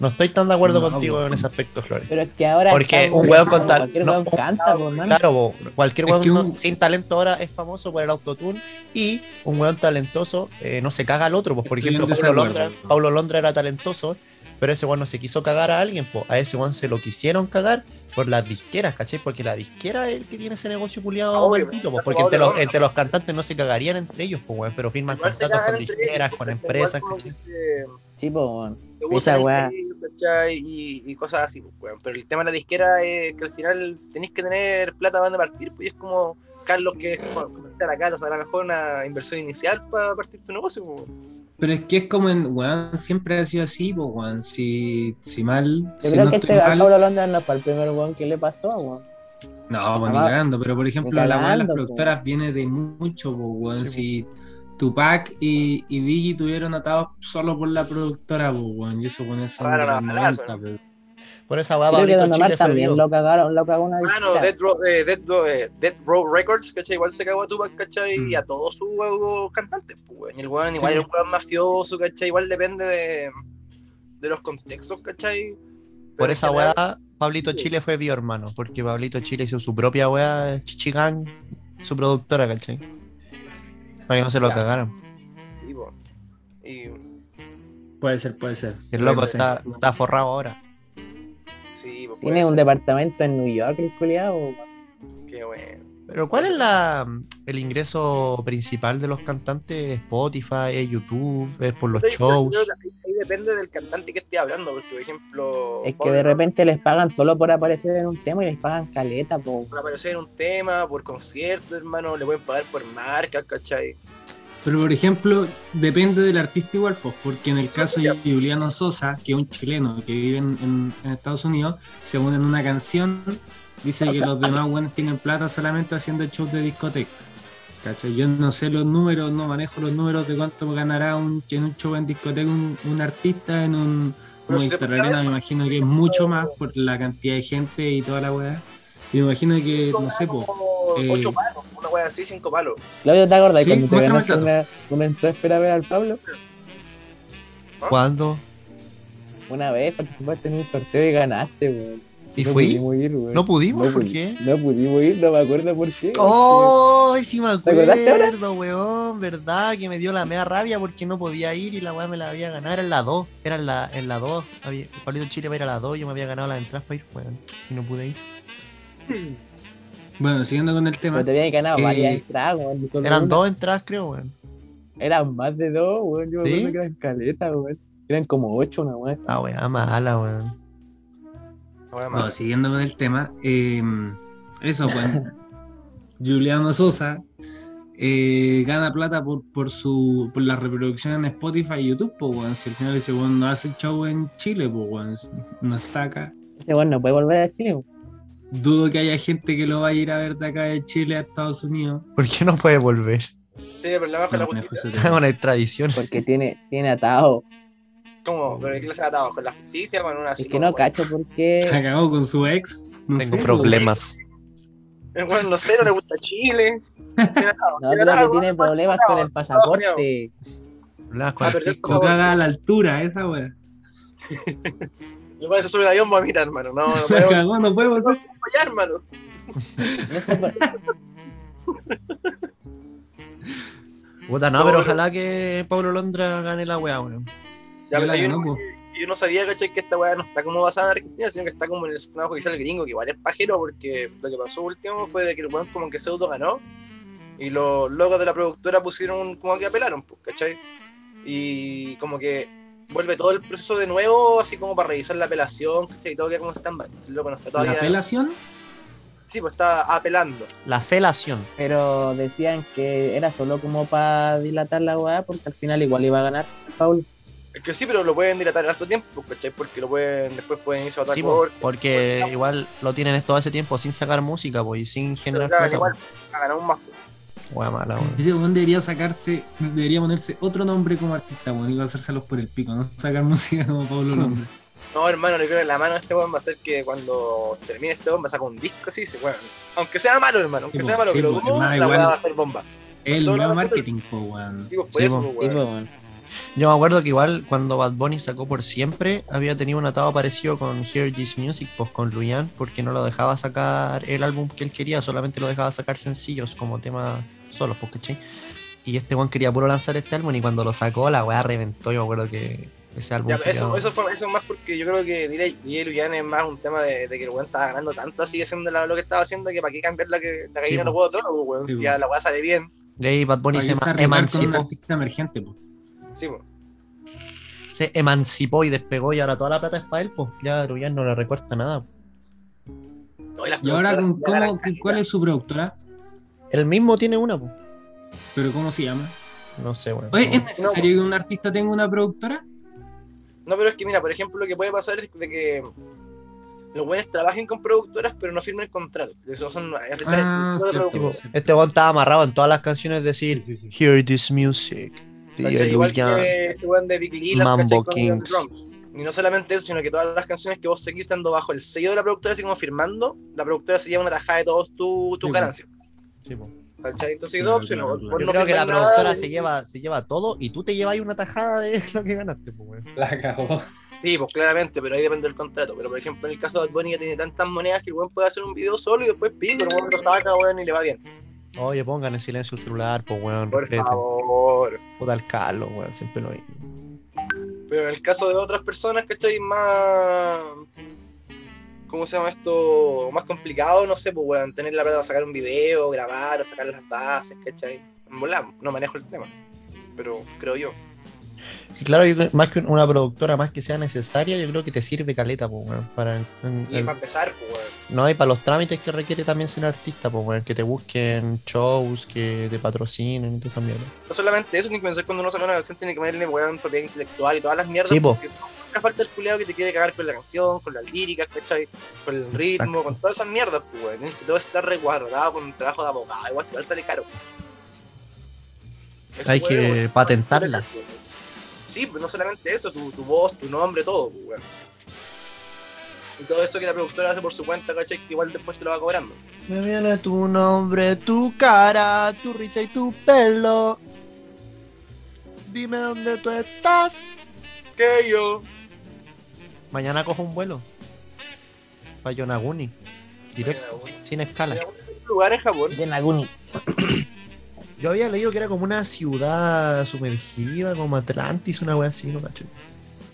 Speaker 3: No estoy tan de acuerdo
Speaker 8: No,
Speaker 3: contigo
Speaker 8: weón.
Speaker 3: en ese aspecto, Flores.
Speaker 7: Pero es que ahora.
Speaker 3: Porque
Speaker 7: estamos-
Speaker 3: un weón con tal-
Speaker 7: Cualquier
Speaker 3: no,
Speaker 7: weón
Speaker 3: un-
Speaker 7: canta, pues, hermano.
Speaker 3: Claro, po, cualquier
Speaker 8: Es
Speaker 3: weón
Speaker 8: que
Speaker 3: no-
Speaker 8: un-
Speaker 3: sin talento ahora es famoso por el autotune y un weón talentoso eh, no se caga al otro. Pues, por
Speaker 8: Estoy en
Speaker 3: ejemplo, Pablo
Speaker 8: desacuerdo.
Speaker 3: Londra, Pablo Londra era talentoso, pero ese weón no se quiso cagar a alguien. Po. A ese weón se lo quisieron cagar por las disqueras, ¿cachai? Porque la disquera es el que tiene ese negocio culiado
Speaker 2: Obvio,
Speaker 3: maldito. Pues,
Speaker 2: pues,
Speaker 3: porque
Speaker 2: Pablo
Speaker 3: entre los,
Speaker 2: Londra.
Speaker 3: entre los cantantes no se cagarían entre ellos, pues, weón, pero firman
Speaker 2: Igual se
Speaker 3: contratos
Speaker 2: cagan
Speaker 3: con
Speaker 2: entre
Speaker 3: disqueras,
Speaker 2: ellos, pues,
Speaker 3: con
Speaker 2: igual
Speaker 3: empresas,
Speaker 2: como
Speaker 3: ¿cachai?
Speaker 2: que se-
Speaker 7: Sí, pues, weón.
Speaker 2: se usan
Speaker 7: Esa
Speaker 2: entre
Speaker 7: weá.
Speaker 2: ellos, ¿cachai? Y, y cosas así, pues, weón. Pero el tema de la disquera es que al final tenéis que tener plata para partir, pues y es como Carlos, que es como comenzar acá, o sea, a lo mejor una inversión inicial para partir tu negocio, pues.
Speaker 8: Pero es que es como en, weón, siempre ha sido así, po, weón. Si, si mal,
Speaker 7: Yo
Speaker 8: si
Speaker 7: creo
Speaker 8: no
Speaker 7: que
Speaker 8: estoy
Speaker 7: este a
Speaker 8: mal-
Speaker 7: Pablo Londa no fue el primer weón que le pasó, weón.
Speaker 3: Ah,
Speaker 8: No, pues ni
Speaker 7: Ah,
Speaker 8: cagando, pero por ejemplo,
Speaker 7: ni
Speaker 8: la weá de las
Speaker 7: cagando,
Speaker 8: productoras viene de mucho, po, weón.
Speaker 3: Sí,
Speaker 8: si Tupac y, y Biggie tuvieron atados solo por la productora, po, weón. Y eso con eso
Speaker 2: Claro,
Speaker 8: en los
Speaker 2: la balazo,
Speaker 8: 90, po.
Speaker 3: Por esa weá,
Speaker 7: Creo que
Speaker 3: Pablito
Speaker 7: Don Omar
Speaker 3: Chile fue
Speaker 7: también
Speaker 3: vivo.
Speaker 7: lo cagaron, lo cagó una
Speaker 2: Ah,
Speaker 7: vez.
Speaker 6: Claro, Death Row, eh, Death, Row, eh, Death Row Records, ¿cachai? Igual se cagó a Tupac, ¿cachai? Y a todos sus eh, cantantes, pues, weón. Y el weón igual
Speaker 8: Sí.
Speaker 6: era un weón mafioso, ¿cachai? Igual depende de, de los contextos, ¿cachai?
Speaker 3: Por
Speaker 6: Pero
Speaker 3: esa
Speaker 6: en general,
Speaker 3: weá, Pablito Chile fue bio hermano, porque Pablito Chile hizo su propia weá, Chichigang, su productora, ¿cachai? Para que no se lo
Speaker 6: Ya.
Speaker 3: cagaran.
Speaker 6: sí, po. Y
Speaker 8: Puede ser, puede ser.
Speaker 3: El loco
Speaker 8: Puede ser.
Speaker 3: está, está forrado ahora.
Speaker 6: sí,
Speaker 7: Tiene
Speaker 6: pues, puede
Speaker 7: un
Speaker 6: ser. Oh,
Speaker 7: departamento en New York, el culiado.
Speaker 6: Qué bueno.
Speaker 3: Pero ¿cuál es la, el ingreso principal de los cantantes? Spotify, es YouTube, es por los
Speaker 6: Yo creo
Speaker 3: shows.
Speaker 6: que Ahí depende del cantante que esté hablando, porque, por ejemplo.
Speaker 7: Es que
Speaker 6: Pablo
Speaker 7: de
Speaker 6: Londra
Speaker 7: repente les pagan solo por aparecer en un tema y les pagan caleta, po.
Speaker 6: Por aparecer en un tema, por concierto, hermano, le pueden pagar por marca, ¿cachai?
Speaker 8: Pero por ejemplo, depende del artista igual, pues, porque en el caso de Juliano Sosa, que es un chileno que vive en, en- en Estados Unidos, se une en una canción, dice que los demás buenos tienen plata solamente haciendo shows de discoteca. ¿Cachai? Yo no sé los números, no manejo los números de cuánto ganará un, en un show en discoteca un, un artista en un
Speaker 6: Pero
Speaker 8: una
Speaker 6: se puede
Speaker 8: interarena,
Speaker 6: ver,
Speaker 8: me imagino que es mucho más por la cantidad de gente y toda la weá. Y me imagino que, no sé, pues,
Speaker 6: Como
Speaker 8: eh,
Speaker 6: ocho palos, una wea así, cinco palos.
Speaker 7: Claudio, ¿te acordás
Speaker 8: Sí,
Speaker 7: cuando te
Speaker 8: muéstrame
Speaker 7: ganaste
Speaker 8: el
Speaker 7: una, una entrada espera a ver al Pablo?
Speaker 3: ¿Cuándo?
Speaker 7: Una vez participaste en un sorteo y ganaste, weón.
Speaker 3: ¿Y fui?
Speaker 7: pudimos ir, weón.
Speaker 3: ¿No pudimos? ¿Por
Speaker 7: pudi-
Speaker 3: qué?
Speaker 7: No pudimos ir, no me acuerdo por qué.
Speaker 3: ¡Oh! Sí me
Speaker 7: ¿Te acordaste ahora?
Speaker 3: acuerdo, weón, verdad, que me dio la mea rabia porque no podía ir y la weá me la había ganado. Era en la 2, era en la, en la 2. Había, Pablito Chile va a ir a la 2, yo me había ganado las entradas para ir, weón, y no pude ir.
Speaker 8: bueno, siguiendo con el tema.
Speaker 7: Pero te habían ganado
Speaker 8: Eh,
Speaker 7: varias entradas, weón. solo
Speaker 3: Eran
Speaker 7: una.
Speaker 3: dos entradas, creo, weón.
Speaker 7: Eran más de dos, weón. Yo me
Speaker 3: ¿Sí?
Speaker 7: acuerdo que eran caletas, weón. Eran como ocho, una weón.
Speaker 3: Ah, weá, mala, weón.
Speaker 6: Una wea
Speaker 8: Bueno,
Speaker 6: más.
Speaker 8: siguiendo con el tema, eh, eso, pues, Juliano Sosa eh, gana plata por, por su por la reproducción en Spotify y YouTube, pues, weón. Si al final ese weón no hace show en Chile, pues, weón, no está acá.
Speaker 7: Ese Este weón no puede volver a Chile, weón.
Speaker 8: Dudo que haya gente que lo vaya a ir a ver de acá de Chile a Estados Unidos.
Speaker 3: ¿Por qué no puede volver?
Speaker 6: Tiene problemas con la
Speaker 8: No manejo
Speaker 6: justicia.
Speaker 8: ese
Speaker 3: Está
Speaker 8: tema.
Speaker 3: con extradición.
Speaker 7: Porque tiene, tiene atado.
Speaker 6: ¿Cómo? ¿Pero qué clase de atado? ¿Con la justicia? ¿Con una así
Speaker 7: Es que no
Speaker 6: como,
Speaker 7: cacho por qué.
Speaker 8: Se acabó con su ex. No
Speaker 3: Tengo
Speaker 8: sé,
Speaker 3: problemas.
Speaker 6: Bueno, bueno, no sé, no le gusta Chile. Tiene atado,
Speaker 7: No, creo
Speaker 6: tiene atado,
Speaker 7: que tiene
Speaker 6: bueno,
Speaker 7: problemas
Speaker 6: atado.
Speaker 7: con el pasaporte.
Speaker 3: Problemas con
Speaker 6: Ah,
Speaker 3: el
Speaker 6: pero
Speaker 3: fisco.
Speaker 8: O caga a la altura, esa weón.
Speaker 6: Le parece subir un avión, vomita, hermano. No, no
Speaker 8: Se
Speaker 6: podemos
Speaker 8: cagó, no puede volver.
Speaker 6: fallar, hermano.
Speaker 7: No sé por-
Speaker 3: Puta, no,
Speaker 6: No,
Speaker 3: pero
Speaker 6: pero-
Speaker 3: ojalá que Pablo Londra gane la weá, weón.
Speaker 6: Ya,
Speaker 8: Ya la
Speaker 6: hay
Speaker 8: ganó,
Speaker 6: uno-
Speaker 8: po.
Speaker 6: yo no sabía, ¿cachai? Que esta weá no está como basada en Argentina, sino que está como en el sistema judicial gringo, que igual es pajero, porque lo que pasó último fue de que el weón como que pseudo ganó. Y los locos de la productora pusieron un- como que apelaron, pues, ¿cachai? Y como que vuelve todo el proceso de nuevo, así como para revisar la apelación, ¿cachai? Y todo queda como stand-by. El loco no está
Speaker 8: La
Speaker 6: todavía.
Speaker 8: apelación.
Speaker 6: Sí, pues está apelando.
Speaker 3: La felación.
Speaker 7: Pero decían que era solo como para dilatar la weá, porque al final igual iba a ganar Paul.
Speaker 6: Es que sí, pero lo pueden dilatar harto tiempo, ¿cachai? Porque lo pueden, después pueden irse a otra
Speaker 3: Sí, po,
Speaker 6: corte.
Speaker 3: porque igual lo tienen todo ese tiempo sin sacar música, po, y sin
Speaker 6: Pero
Speaker 3: generar
Speaker 6: claro,
Speaker 3: plata.
Speaker 6: igual,
Speaker 3: po.
Speaker 6: ganaron más.
Speaker 3: Weá mala, weón.
Speaker 8: Ese weón debería sacarse, debería ponerse otro nombre como artista, weón, y va a hacérselos por el pico, no sacar música como Pablo Londra.
Speaker 6: No, hermano, le creo que la mano de este weón va a ser que cuando termine este weón va a sacar un disco así, se weón. Aunque sea malo, hermano, aunque
Speaker 8: Sí,
Speaker 6: sea
Speaker 8: po,
Speaker 6: malo,
Speaker 8: sí,
Speaker 6: que lo
Speaker 8: po,
Speaker 6: dudo,
Speaker 8: hermano,
Speaker 6: la weá
Speaker 8: igual.
Speaker 6: va a ser bomba.
Speaker 8: Es el
Speaker 6: Todo
Speaker 8: nuevo
Speaker 6: lo-
Speaker 8: marketing, po, weón.
Speaker 6: Digo, por
Speaker 3: Sí,
Speaker 6: eso,
Speaker 3: po.
Speaker 7: Sí,
Speaker 6: weón.
Speaker 7: pues, weón.
Speaker 3: Yo me acuerdo que igual cuando Bad Bunny sacó por siempre, había tenido un atado parecido con Here This Music, pues con Luyan, porque no lo dejaba sacar el álbum que él quería, solamente lo dejaba sacar sencillos como tema solos, pues ¿cachai? Y este Juan quería puro lanzar este álbum y cuando lo sacó la weá reventó, yo me acuerdo que ese álbum...
Speaker 6: Ya, pero eso,
Speaker 3: culiao-
Speaker 6: eso, fue, eso es más porque yo creo que Direi y Luyan es más un tema de, de que el weón estaba ganando tanto así haciendo la- lo que estaba haciendo que para qué cambiar la, que, la gallina
Speaker 3: po.
Speaker 6: no puedo todo, weón.
Speaker 8: Sí,
Speaker 6: si
Speaker 8: po.
Speaker 6: ya la weá sale bien,
Speaker 3: Y ahí Bad Bunny
Speaker 8: Para
Speaker 3: se
Speaker 8: que se
Speaker 3: ema-
Speaker 8: arriesgar con un
Speaker 3: emancipó,
Speaker 8: artista emergente, po.
Speaker 6: sí, po.
Speaker 3: se emancipó y despegó y ahora toda la plata es para él, pues ya Luyan no le recorta nada.
Speaker 6: No, las
Speaker 8: Y ahora, con,
Speaker 6: productoras
Speaker 8: ¿cómo,
Speaker 6: ganan
Speaker 8: ¿cuál es su productora?
Speaker 3: El mismo tiene una, pues.
Speaker 8: ¿Pero cómo se llama?
Speaker 3: No sé, weón.
Speaker 8: Oye, ¿es
Speaker 3: No.
Speaker 8: necesario que un artista tenga una productora?
Speaker 6: No, pero es que mira, por ejemplo, lo que puede pasar es de que los buenos trabajen con productoras pero no firmen contratos. Eso son artistas
Speaker 8: Ah,
Speaker 6: exclusivos de
Speaker 8: cierto.
Speaker 6: productoras.
Speaker 3: Tipo, este Juan estaba amarrado en todas las canciones, decir... Hear this music.
Speaker 6: ¿Cachai? Igual
Speaker 3: Luyan.
Speaker 6: que este weón de Big Lilas,
Speaker 3: Mambo
Speaker 6: ¿cachai? Con Leon
Speaker 3: Kings.
Speaker 6: Drums.
Speaker 2: Y no solamente eso, sino que todas las canciones que vos seguís estando bajo el sello de la productora, así como firmando, la productora se lleva una tajada de todos tus tus
Speaker 8: Sí,
Speaker 2: ganancias.
Speaker 3: Sí, po.
Speaker 2: ¿Cachai? Entonces, hay
Speaker 8: Claro,
Speaker 2: dos opciones.
Speaker 8: claro,
Speaker 2: vos-
Speaker 8: claro.
Speaker 2: vos
Speaker 8: Yo
Speaker 3: Yo
Speaker 2: no
Speaker 3: creo que la
Speaker 2: firmas nada
Speaker 3: productora
Speaker 2: y-
Speaker 3: se lleva, se lleva todo y tú te llevas ahí una tajada de lo que ganaste, pues, weón.
Speaker 8: La cagó.
Speaker 2: Sí, pues claramente, pero ahí depende del contrato. Pero por ejemplo, en el caso de Bad Bunny que tiene tantas monedas que el weón puede hacer un video solo y después pico, el weón lo saca, weón, y le va bien.
Speaker 3: Oye, pongan en silencio el celular, pues, weón.
Speaker 2: Por
Speaker 3: respeten.
Speaker 2: favor.
Speaker 3: Puta al calo, weón, siempre lo mismo.
Speaker 2: Pero en el caso de otras personas que estoy más. ¿Cómo se llama esto? Más complicado, no sé, pues weón, tener la plata para sacar un video, grabar o sacar las bases, ¿cachai? En volá, no manejo el tema. Pero creo yo.
Speaker 3: Y claro, yo creo- más que una productora, más que sea necesaria, yo creo que te sirve caleta, pues, weón. Para el- en-
Speaker 2: Y
Speaker 3: el-
Speaker 2: para empezar, pues weón.
Speaker 3: no, y para los trámites que requiere también ser artista, pues, weón. Que te busquen shows, que te patrocinen y todo esa mierda.
Speaker 2: No solamente eso, tiene que pensar cuando uno saca una canción, tiene que ponerle weón propiedad intelectual y todas las mierdas.
Speaker 3: Sí,
Speaker 6: pues,
Speaker 3: po.
Speaker 2: porque nunca falta el culeado que te quiere cagar con la canción, con las líricas, ¿cachai? Con el ritmo,
Speaker 3: Exacto.
Speaker 2: con todas esas mierdas, pues weón. Tienes que todo estar resguardado con un trabajo de abogado, igual, igual sale caro. Eso,
Speaker 3: Hay
Speaker 2: weón,
Speaker 3: que
Speaker 2: weón,
Speaker 3: patentarlas.
Speaker 2: Sí, pues no solamente eso, tu, tu voz, tu nombre, todo, pues weón. Y todo eso que la productora hace por su cuenta, ¿cachai? Que igual después te lo va cobrando.
Speaker 3: Me viene tu nombre, tu cara, tu risa y tu pelo. Dime dónde tú estás.
Speaker 2: Que yo.
Speaker 3: Mañana cojo un vuelo. Para Yonaguni. Directo,
Speaker 2: Yonaguni.
Speaker 3: sin escala.
Speaker 2: Eh, Un lugar en Japón.
Speaker 7: De Naguni.
Speaker 3: Yo había leído que era como una ciudad sumergida, como Atlantis, una wea así, no cacho.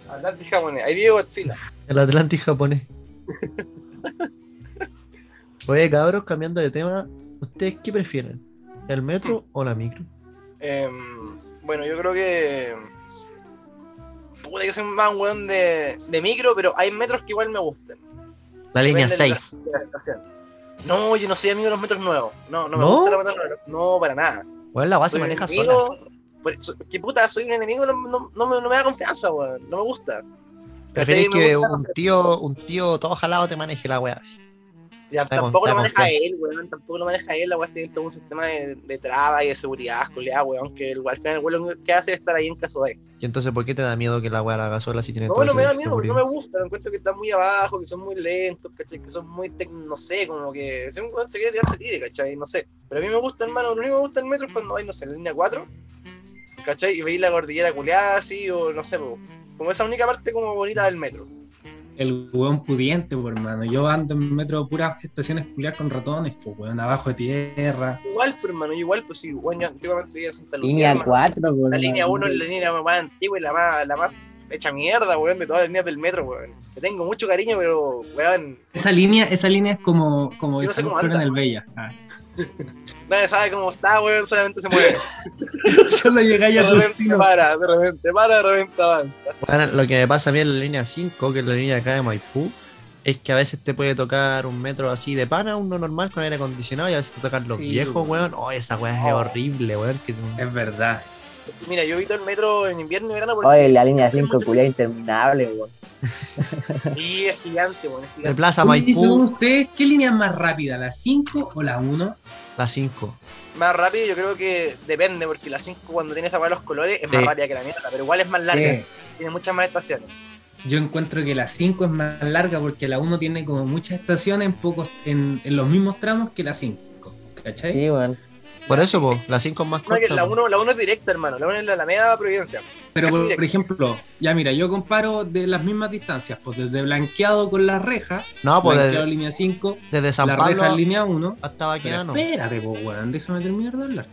Speaker 2: Atlantis japonés. Ahí vive Godzilla.
Speaker 3: El Atlantis japonés. Oye, cabros, cambiando de tema, ¿ustedes qué prefieren? ¿El metro o la micro?
Speaker 2: Em, bueno, yo creo que. Puta, yo soy más un weón de, de micro, pero hay metros que igual me gustan.
Speaker 3: La
Speaker 2: Depende de la- de la estación. No, yo no soy amigo de los metros nuevos. No, no me
Speaker 3: ¿No?
Speaker 2: gusta los metros nuevos. No, para nada.
Speaker 3: Bueno, la base
Speaker 2: Soy un
Speaker 3: maneja sola.
Speaker 2: enemigo- por eso- ¿Qué puta? Soy un enemigo, no, no- no me, no me da confianza, weón. No me gusta.
Speaker 3: Preferís
Speaker 2: ¿Cachai? Me
Speaker 3: que
Speaker 2: gusta
Speaker 3: un tío, un tío todo jalado te maneje la wea así.
Speaker 2: Ya,
Speaker 3: Da con-
Speaker 2: tampoco lo
Speaker 3: da
Speaker 2: maneja
Speaker 3: confianza.
Speaker 2: él, weón. Tampoco lo maneja él. La weá tiene todo un sistema de, de traba y de seguridad, culiá, weón. Que el, al final el weón lo único que hace es estar ahí en caso de.
Speaker 3: Y entonces, ¿por qué te da miedo que la wea la haga sola si tiene
Speaker 2: No,
Speaker 3: todo
Speaker 2: no
Speaker 3: ese
Speaker 2: me da miedo, porque
Speaker 3: seguridad?
Speaker 2: no me gusta, lo encuentro que están muy abajo, que son muy lentos, ¿cachai? Que son muy, tec- no sé, como que si un weón se quiere tirar, se tire, ¿cachai? No sé. Pero a mí me gusta, hermano, lo único que me gusta el metro es cuando hay, no sé, la línea 4, ¿cachai? Y veis la cordillera culeada así, o no sé, po. como esa única parte como bonita del metro.
Speaker 8: El weón pudiente, pues, hermano. Yo ando en metro puras estaciones culiadas con ratones, pues, weón, abajo de tierra.
Speaker 2: Igual, pero hermano, igual, pues sí, bueno, yo antiguamente vivía en Santa Lucía,
Speaker 7: Línea
Speaker 2: hermano.
Speaker 7: 4,
Speaker 2: La línea 1 es la línea más antigua y la más, la más hecha mierda, weón, de todas las líneas del metro, weón. Le tengo mucho cariño, pero, weón,
Speaker 8: Esa línea, esa línea es como, como
Speaker 2: Yo no sé cómo
Speaker 8: fuera en
Speaker 2: anda.
Speaker 8: el Bella. Ah.
Speaker 2: nadie sabe cómo está, weón, solamente se mueve.
Speaker 8: Solo llegáis
Speaker 2: De
Speaker 8: al
Speaker 2: repente
Speaker 8: destino.
Speaker 2: para, de repente para, de repente avanza.
Speaker 3: Bueno, lo que me pasa a mí en la línea 5, que es la línea de acá de Maipú, es que a veces te puede tocar un metro así de pana, uno normal con aire acondicionado, y a veces te tocan los
Speaker 8: Sí,
Speaker 3: viejos, weón. Oh, esa weá es
Speaker 2: Oh.
Speaker 3: horrible, weón. que-
Speaker 8: Es verdad.
Speaker 2: Mira, yo evito el metro en invierno y verano porque
Speaker 7: Oye, la línea 5 culia interminable, weón.
Speaker 2: sí, es gigante, weón, es
Speaker 3: De
Speaker 2: gigante.
Speaker 3: Plaza
Speaker 8: ¿Y según
Speaker 3: Maipú,
Speaker 8: ustedes qué línea es más rápida, la 5 o la 1?
Speaker 3: la 5.
Speaker 2: Más rápido yo creo que depende, porque la 5 cuando tiene esa weá de los colores es
Speaker 3: Sí.
Speaker 2: más rápida que la mierda, pero igual es más larga,
Speaker 3: Eh.
Speaker 8: Sí.
Speaker 2: tiene muchas más estaciones.
Speaker 8: Yo encuentro que la 5 es más larga porque la 1 tiene como muchas estaciones en pocos en, en los mismos tramos que la 5. ¿Cachai?
Speaker 7: Sí, weón.
Speaker 3: Por eso, po, la 5 es más
Speaker 2: No, que
Speaker 3: corta.
Speaker 2: la
Speaker 3: po.
Speaker 2: 1 la uno es directa, hermano, la 1 es la Alameda Providencia.
Speaker 8: Pero
Speaker 2: Casi
Speaker 8: por,
Speaker 2: directo.
Speaker 8: por ejemplo, ya mira, yo comparo de las mismas distancias, pues desde blanqueado con la reja,
Speaker 3: No, pues
Speaker 8: blanqueado
Speaker 3: desde,
Speaker 8: línea 5,
Speaker 3: desde San
Speaker 8: la reja
Speaker 3: Pablo
Speaker 8: línea 1.
Speaker 3: hasta
Speaker 8: Pero
Speaker 3: Baquedano.
Speaker 8: Espérate, po, weón, déjame terminar de hablar.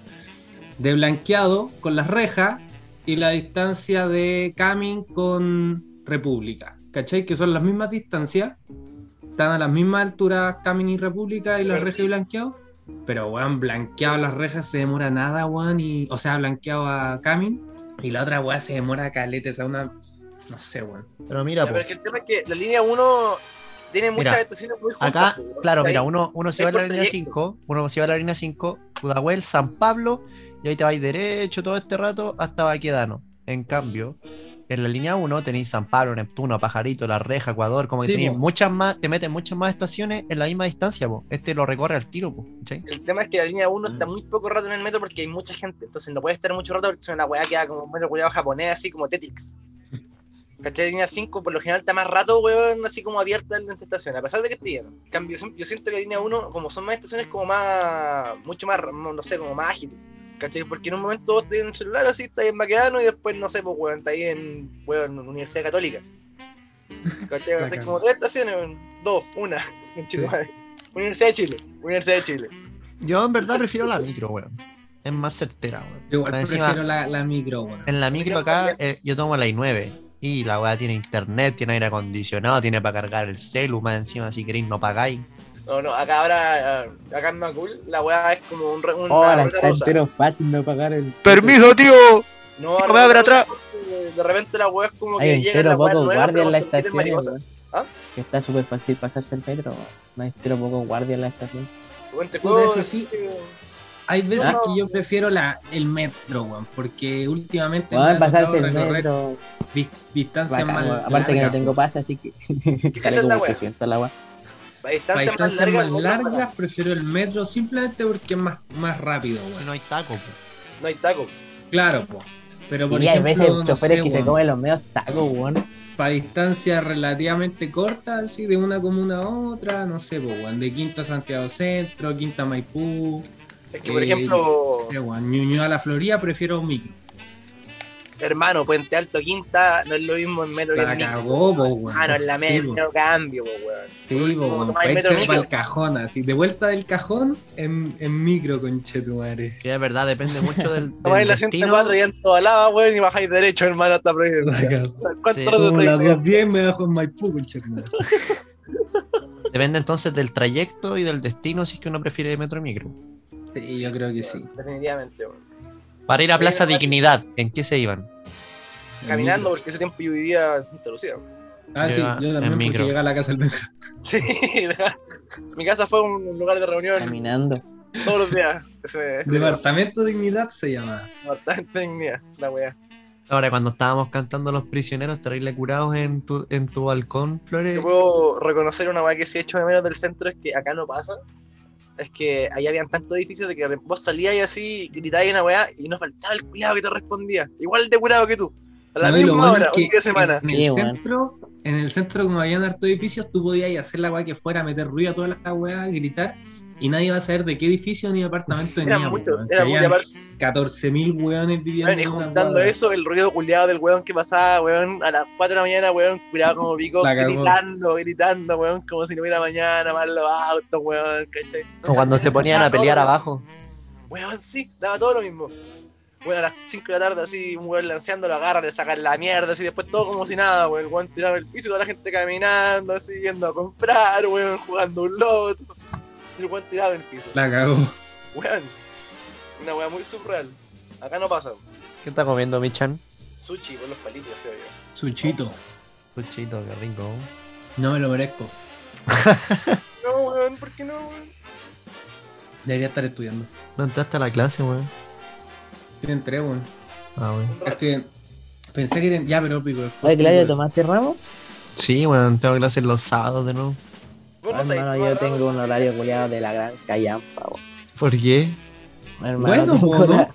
Speaker 8: De blanqueado con las rejas y la distancia de Camin con República. ¿Cachai? Que son las mismas distancias. Están a las mismas alturas Camin y República y las
Speaker 2: Claro.
Speaker 8: rejas y blanqueado. Pero, weón, blanqueado las rejas se demora nada, weón. Y, o sea, blanqueado a Camin. Y la otra, weón, se demora caleta. O sea, una. No sé, weón.
Speaker 3: Pero mira,
Speaker 2: Ya,
Speaker 3: po,
Speaker 2: pero es que el tema es que la línea 1 tiene muchas
Speaker 3: Mira,
Speaker 2: estaciones muy juntas.
Speaker 3: acá,
Speaker 2: pues, weón,
Speaker 3: claro,
Speaker 2: ¿cachai?
Speaker 3: mira, uno, uno se va a la
Speaker 2: por
Speaker 3: línea
Speaker 2: trayecto.
Speaker 3: 5, uno se va a la línea 5, Pudahuel, San Pablo, y ahí te vais derecho todo este rato hasta Baquedano. En cambio, en la línea 1 tenéis San Pablo, Neptuno, Pajarito, La Reja, Ecuador, como que
Speaker 8: Sí,
Speaker 3: tenéis
Speaker 8: po.
Speaker 3: muchas más, te meten muchas más estaciones en la misma distancia, po. Este lo recorre al tiro, po, ¿cachai?
Speaker 2: El tema es que la línea 1 está muy poco rato en el metro porque hay mucha gente, entonces no puede estar mucho rato porque es una weá que da como un metro culiado japonés, así como Tetris.
Speaker 6: ¿Cachai? Línea 5 por lo general está más rato, weón, así como abierta en esta estación, a pesar de que esté lleno. En cambio, yo siento que la línea 1, como son más estaciones, como más, mucho más, no sé, como más ágil. ¿Cachai? Porque en un momento vos estás en el celular, así, estás en Maquedano y después, no sé, pues, weón, estás ahí en, weón, en Universidad Católica. ¿Cachai? O sea,
Speaker 8: Bacán.
Speaker 6: como tres estaciones, weón, dos, una, en Chile. Universidad de Chile, Universidad de Chile.
Speaker 3: Yo en verdad prefiero la micro, weón. Es más certera, weón.
Speaker 8: Igual
Speaker 3: Más encima,
Speaker 8: prefiero la, la micro, weón.
Speaker 3: En la micro acá eh, yo tomo la i9 y la weá tiene internet, tiene aire acondicionado, tiene para cargar el celu, más encima si queréis no pagáis.
Speaker 6: No, no, acá ahora, ah, acá en Macul, la weá es como un, re- una
Speaker 7: Oh, la
Speaker 6: ruleta
Speaker 7: está
Speaker 6: rusa.
Speaker 7: entero fácil no pagar el.
Speaker 9: tío!
Speaker 6: No,
Speaker 9: No me abra
Speaker 6: ruleta
Speaker 9: atrás.
Speaker 6: rusa, porque De repente la weá es como
Speaker 7: Hay
Speaker 6: que llega
Speaker 7: entero
Speaker 6: la weá
Speaker 7: pocos
Speaker 6: nueva,
Speaker 7: guardias
Speaker 6: pero
Speaker 7: en la
Speaker 6: te meten
Speaker 7: estación.
Speaker 6: mariposas.
Speaker 7: weón.
Speaker 6: ¿Ah?
Speaker 7: Que está súper fácil pasarse el metro. weón. No hay entero pocos guardias en la estación.
Speaker 6: Weón, te
Speaker 8: Puta,
Speaker 6: puedo
Speaker 8: eso sí.
Speaker 6: decir que-
Speaker 8: Hay veces
Speaker 6: ¿Ah?
Speaker 8: que yo prefiero la, el metro, weón, porque últimamente me
Speaker 7: Weón,
Speaker 8: ha
Speaker 7: pasarse
Speaker 8: tocado
Speaker 7: el
Speaker 8: recorrer
Speaker 7: metro.
Speaker 8: dis- distancias
Speaker 7: bacán,
Speaker 8: más
Speaker 7: weón. Aparte que no
Speaker 8: largas.
Speaker 7: tengo pase, así que.
Speaker 6: Esa es
Speaker 7: Sale
Speaker 6: la
Speaker 7: como
Speaker 6: weá.
Speaker 7: 800 la weá.
Speaker 6: A
Speaker 8: Para
Speaker 6: distancia más
Speaker 8: distancias
Speaker 6: larga.
Speaker 8: más largas prefiero el metro simplemente porque es más, más rápido, weón.
Speaker 3: No hay taco, po.
Speaker 6: No hay tacos.
Speaker 8: Claro, po. Pero por
Speaker 7: Y hay
Speaker 8: ejemplo,
Speaker 7: veces
Speaker 8: no
Speaker 7: choferes
Speaker 8: sé,
Speaker 7: que se
Speaker 8: weón,
Speaker 7: comen los medios tacos, weón.
Speaker 8: para distancias relativamente cortas, así de una comuna a otra, no sé, po, weón, de Quinta a Santiago Centro, Quinta a Maipú,
Speaker 6: Es que, por
Speaker 8: Eh,
Speaker 6: ejemplo,
Speaker 7: Oh,
Speaker 8: no sé, weón, Ñuñoa a la Florida, prefiero micro.
Speaker 6: hermano, Puente Alto Quinta no es lo mismo en metro que en
Speaker 8: La
Speaker 6: micro.
Speaker 8: cagó, po, weón.
Speaker 6: Ah, no, en la
Speaker 8: Sí,
Speaker 6: metro
Speaker 8: po.
Speaker 6: cambio, po, weón.
Speaker 8: Sí, po,
Speaker 6: No,
Speaker 8: weón,
Speaker 6: no hay
Speaker 8: para
Speaker 6: metro
Speaker 8: irse
Speaker 6: micro.
Speaker 8: pa'l cajón, así, de vuelta del cajón en, en micro, conchetumare.
Speaker 3: Sí, es verdad, depende mucho del, del
Speaker 6: Tomáis la
Speaker 3: destino.
Speaker 6: 104 y en toda lava, weón, y bajáis derecho, hermano, hasta prohibido.
Speaker 8: La cagó.
Speaker 6: ¿Cuánto
Speaker 3: Sí.
Speaker 6: rato
Speaker 8: Como
Speaker 6: estáis
Speaker 8: las
Speaker 6: weón?
Speaker 8: 2.10 me bajo en Maipú, conchetumare.
Speaker 3: Depende entonces del trayecto y del destino si es que uno prefiere metro y micro.
Speaker 8: Sí, yo creo que sí.
Speaker 6: Definitivamente, weón.
Speaker 3: Para ir a
Speaker 6: Sí,
Speaker 3: Plaza
Speaker 6: igual.
Speaker 3: Dignidad, ¿en qué se iban?
Speaker 6: Caminando, porque ese tiempo yo vivía en Santa Lucía. weón.
Speaker 8: Ah, sí,
Speaker 3: Llega
Speaker 8: yo
Speaker 3: en
Speaker 8: también porque
Speaker 3: micro.
Speaker 8: llega a la casa del Benja.
Speaker 6: Sí, ¿verdad? Mi casa fue un lugar de reunión
Speaker 7: Caminando.
Speaker 6: todos los días. Ese, ese
Speaker 8: Departamento Dignidad se llama.
Speaker 6: bastante dignidad, la weá.
Speaker 3: Ahora, cuando estábamos cantando Los Prisioneros, terrible curados en tu, en tu balcón, Flores.
Speaker 6: Yo puedo reconocer una weá que sí he hecho de menos del centro, es que acá no pasa. Es que allá habían tantos edificios de que vos salías y así gritabas una weá y no faltaba el cuidado que te respondía. Igual de curado que tú. A la
Speaker 8: No, y lo
Speaker 6: misma
Speaker 8: bueno es
Speaker 6: hora,
Speaker 8: que
Speaker 6: un día de semana.
Speaker 8: En, en el
Speaker 7: Sí, bueno.
Speaker 8: centro, en el centro, como habían hartos edificios, tú podías ir a hacer la weá que fuera, meter ruido a toda la weá, gritar, y nadie iba a saber de qué edificio ni departamento
Speaker 6: Era
Speaker 8: veníamos.
Speaker 6: mucho,
Speaker 8: weón. Si
Speaker 6: era mucho. y
Speaker 8: habían
Speaker 6: aparte,
Speaker 8: 14.000 weones viviendo
Speaker 6: weón, Y
Speaker 8: en una
Speaker 6: juntando
Speaker 8: cuadra.
Speaker 6: eso, el ruido culiado del weón que pasaba, weón, a las 4 de la mañana, weón, curado como pico,
Speaker 8: La cagó.
Speaker 6: gritando, gritando, weón, como si no hubiera mañana, mal los autos, weón, ¿cachai? Ah,
Speaker 3: O cuando se ponían a pelear abajo.
Speaker 6: Weón, sí, daba todo lo mismo. Bueno, a las 5 de la tarde, así, un weón lanceando, lo agarran, le sacan la mierda, así, después todo como si nada, weón. El weón tirado en el piso, toda la gente caminando, así, yendo a comprar, weón, jugando un loto. Y el weón tirado en el piso.
Speaker 8: La cagó.
Speaker 6: Weón, una weá muy surreal. Acá no pasa.
Speaker 3: ¿Qué está comiendo, Michan?
Speaker 6: Sushi con los palitos, creo yo.
Speaker 8: Suchito.
Speaker 3: Suchito, qué rico.
Speaker 8: No me lo merezco.
Speaker 6: No, weón, ¿por qué no, weón?
Speaker 8: Debería estar estudiando.
Speaker 3: No entraste a la clase, weón.
Speaker 8: Te entré, weón.
Speaker 3: Ah, weón.
Speaker 6: Un rato.
Speaker 8: Estoy en- Pensé que... ten- Ya, pero pico.
Speaker 7: Oye, Claudio, ¿tomaste ramo?
Speaker 3: Sí, weón, tengo clases los sábados de nuevo.
Speaker 6: Vos no sabés
Speaker 7: hermano,
Speaker 6: tomar
Speaker 7: Ah, yo
Speaker 6: rato.
Speaker 7: tengo un horario culiado de la gran callampa, weón.
Speaker 3: ¿Por qué?
Speaker 7: Hermano,
Speaker 8: Bueno,
Speaker 7: tengo
Speaker 8: po, ¿no?
Speaker 7: la-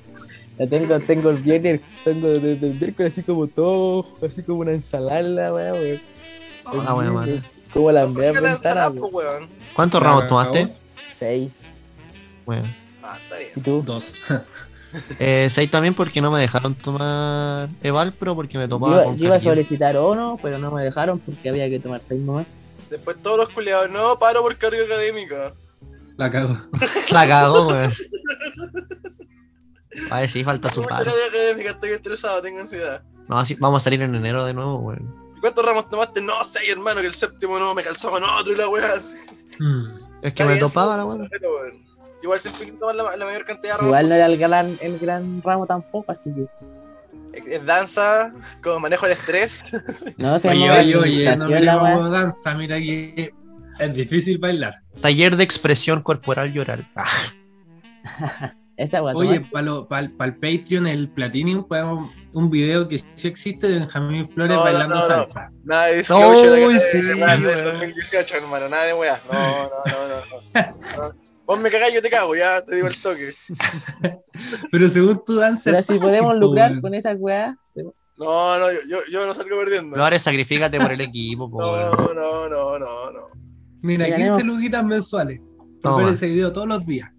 Speaker 7: la tengo, tengo el viernes, tengo desde el miércoles así como todo, así como una ensalada, en la weá, weón.
Speaker 3: Ah, bueno, bueno.
Speaker 7: Como la
Speaker 6: ¿Por
Speaker 7: media
Speaker 6: qué la
Speaker 7: ventana,
Speaker 6: ensalada, po, weón?
Speaker 3: ¿Cuántos ramos tomaste?
Speaker 2: pues.
Speaker 7: Seis.
Speaker 3: Bueno.
Speaker 6: Ah, está bien.
Speaker 7: ¿Y tú?
Speaker 8: Dos.
Speaker 3: Eh, seis también porque no me dejaron tomar Eval, pero porque me topaba
Speaker 7: Iba,
Speaker 3: con
Speaker 7: yo iba a
Speaker 3: Cargill.
Speaker 7: solicitar uno, pero no me dejaron porque había que tomar seis nomás.
Speaker 6: Después todos los culiados, no, paro por carga académica.
Speaker 8: La cagó.
Speaker 3: La cagó, weón. A ver si falta su
Speaker 6: ¿Cómo
Speaker 3: paro.
Speaker 6: será la académica? Estoy estresado, tengo ansiedad.
Speaker 3: No, así- vamos a salir en enero de nuevo, weón.
Speaker 6: ¿Y ¿Cuántos ramos tomaste? No, seis, hermano, que el séptimo no me calzó con otro y la weá. así.
Speaker 8: Mm.
Speaker 3: Es que
Speaker 6: Está
Speaker 3: me
Speaker 6: bien,
Speaker 3: topaba
Speaker 6: sí,
Speaker 3: la weón.
Speaker 6: respeto, weón. Igual siempre hay que tomar la, la mayor cantidad de ramos.
Speaker 2: pues.
Speaker 7: Igual no era el gran, el gran ramo tampoco, así que.
Speaker 6: posible. Es, es danza, como manejo el estrés.
Speaker 7: No, se
Speaker 8: Oye,
Speaker 7: llamaba
Speaker 8: oye, oye, no
Speaker 7: presentación la
Speaker 8: mira
Speaker 7: weá.
Speaker 8: cómo danza, mira que es difícil bailar.
Speaker 3: Taller de expresión corporal y oral. Ah,
Speaker 7: Esa weá.
Speaker 8: Oye,
Speaker 7: Oye,
Speaker 8: para el Patreon, el Platinum, podemos un video que sí existe de Benjamín Flores
Speaker 6: No, no,
Speaker 8: bailando
Speaker 6: no, no.
Speaker 8: salsa.
Speaker 6: Nada de
Speaker 3: No,
Speaker 6: acá,
Speaker 3: sí,
Speaker 6: eh, weón, del
Speaker 3: weón.
Speaker 6: 2018, hermano, nada de weá. No, no, no, no, no. No. Vos me cagás, yo te cago, ya te digo el toque.
Speaker 8: Pero según tu danza.
Speaker 7: pero
Speaker 8: es
Speaker 7: si
Speaker 8: fácil, pues.
Speaker 7: podemos
Speaker 8: po,
Speaker 7: lucrar
Speaker 8: weón.
Speaker 7: con esa weá.
Speaker 2: No, no, yo, yo, yo no salgo perdiendo.
Speaker 3: No, ahora sacrificate por el equipo, po,
Speaker 2: no,
Speaker 3: weón.
Speaker 2: no, no, no, no.
Speaker 8: Mira,
Speaker 7: Ya
Speaker 8: 15
Speaker 7: ganemos.
Speaker 8: lujitas mensuales.
Speaker 3: Toma,
Speaker 8: Para ver ese video todos los días.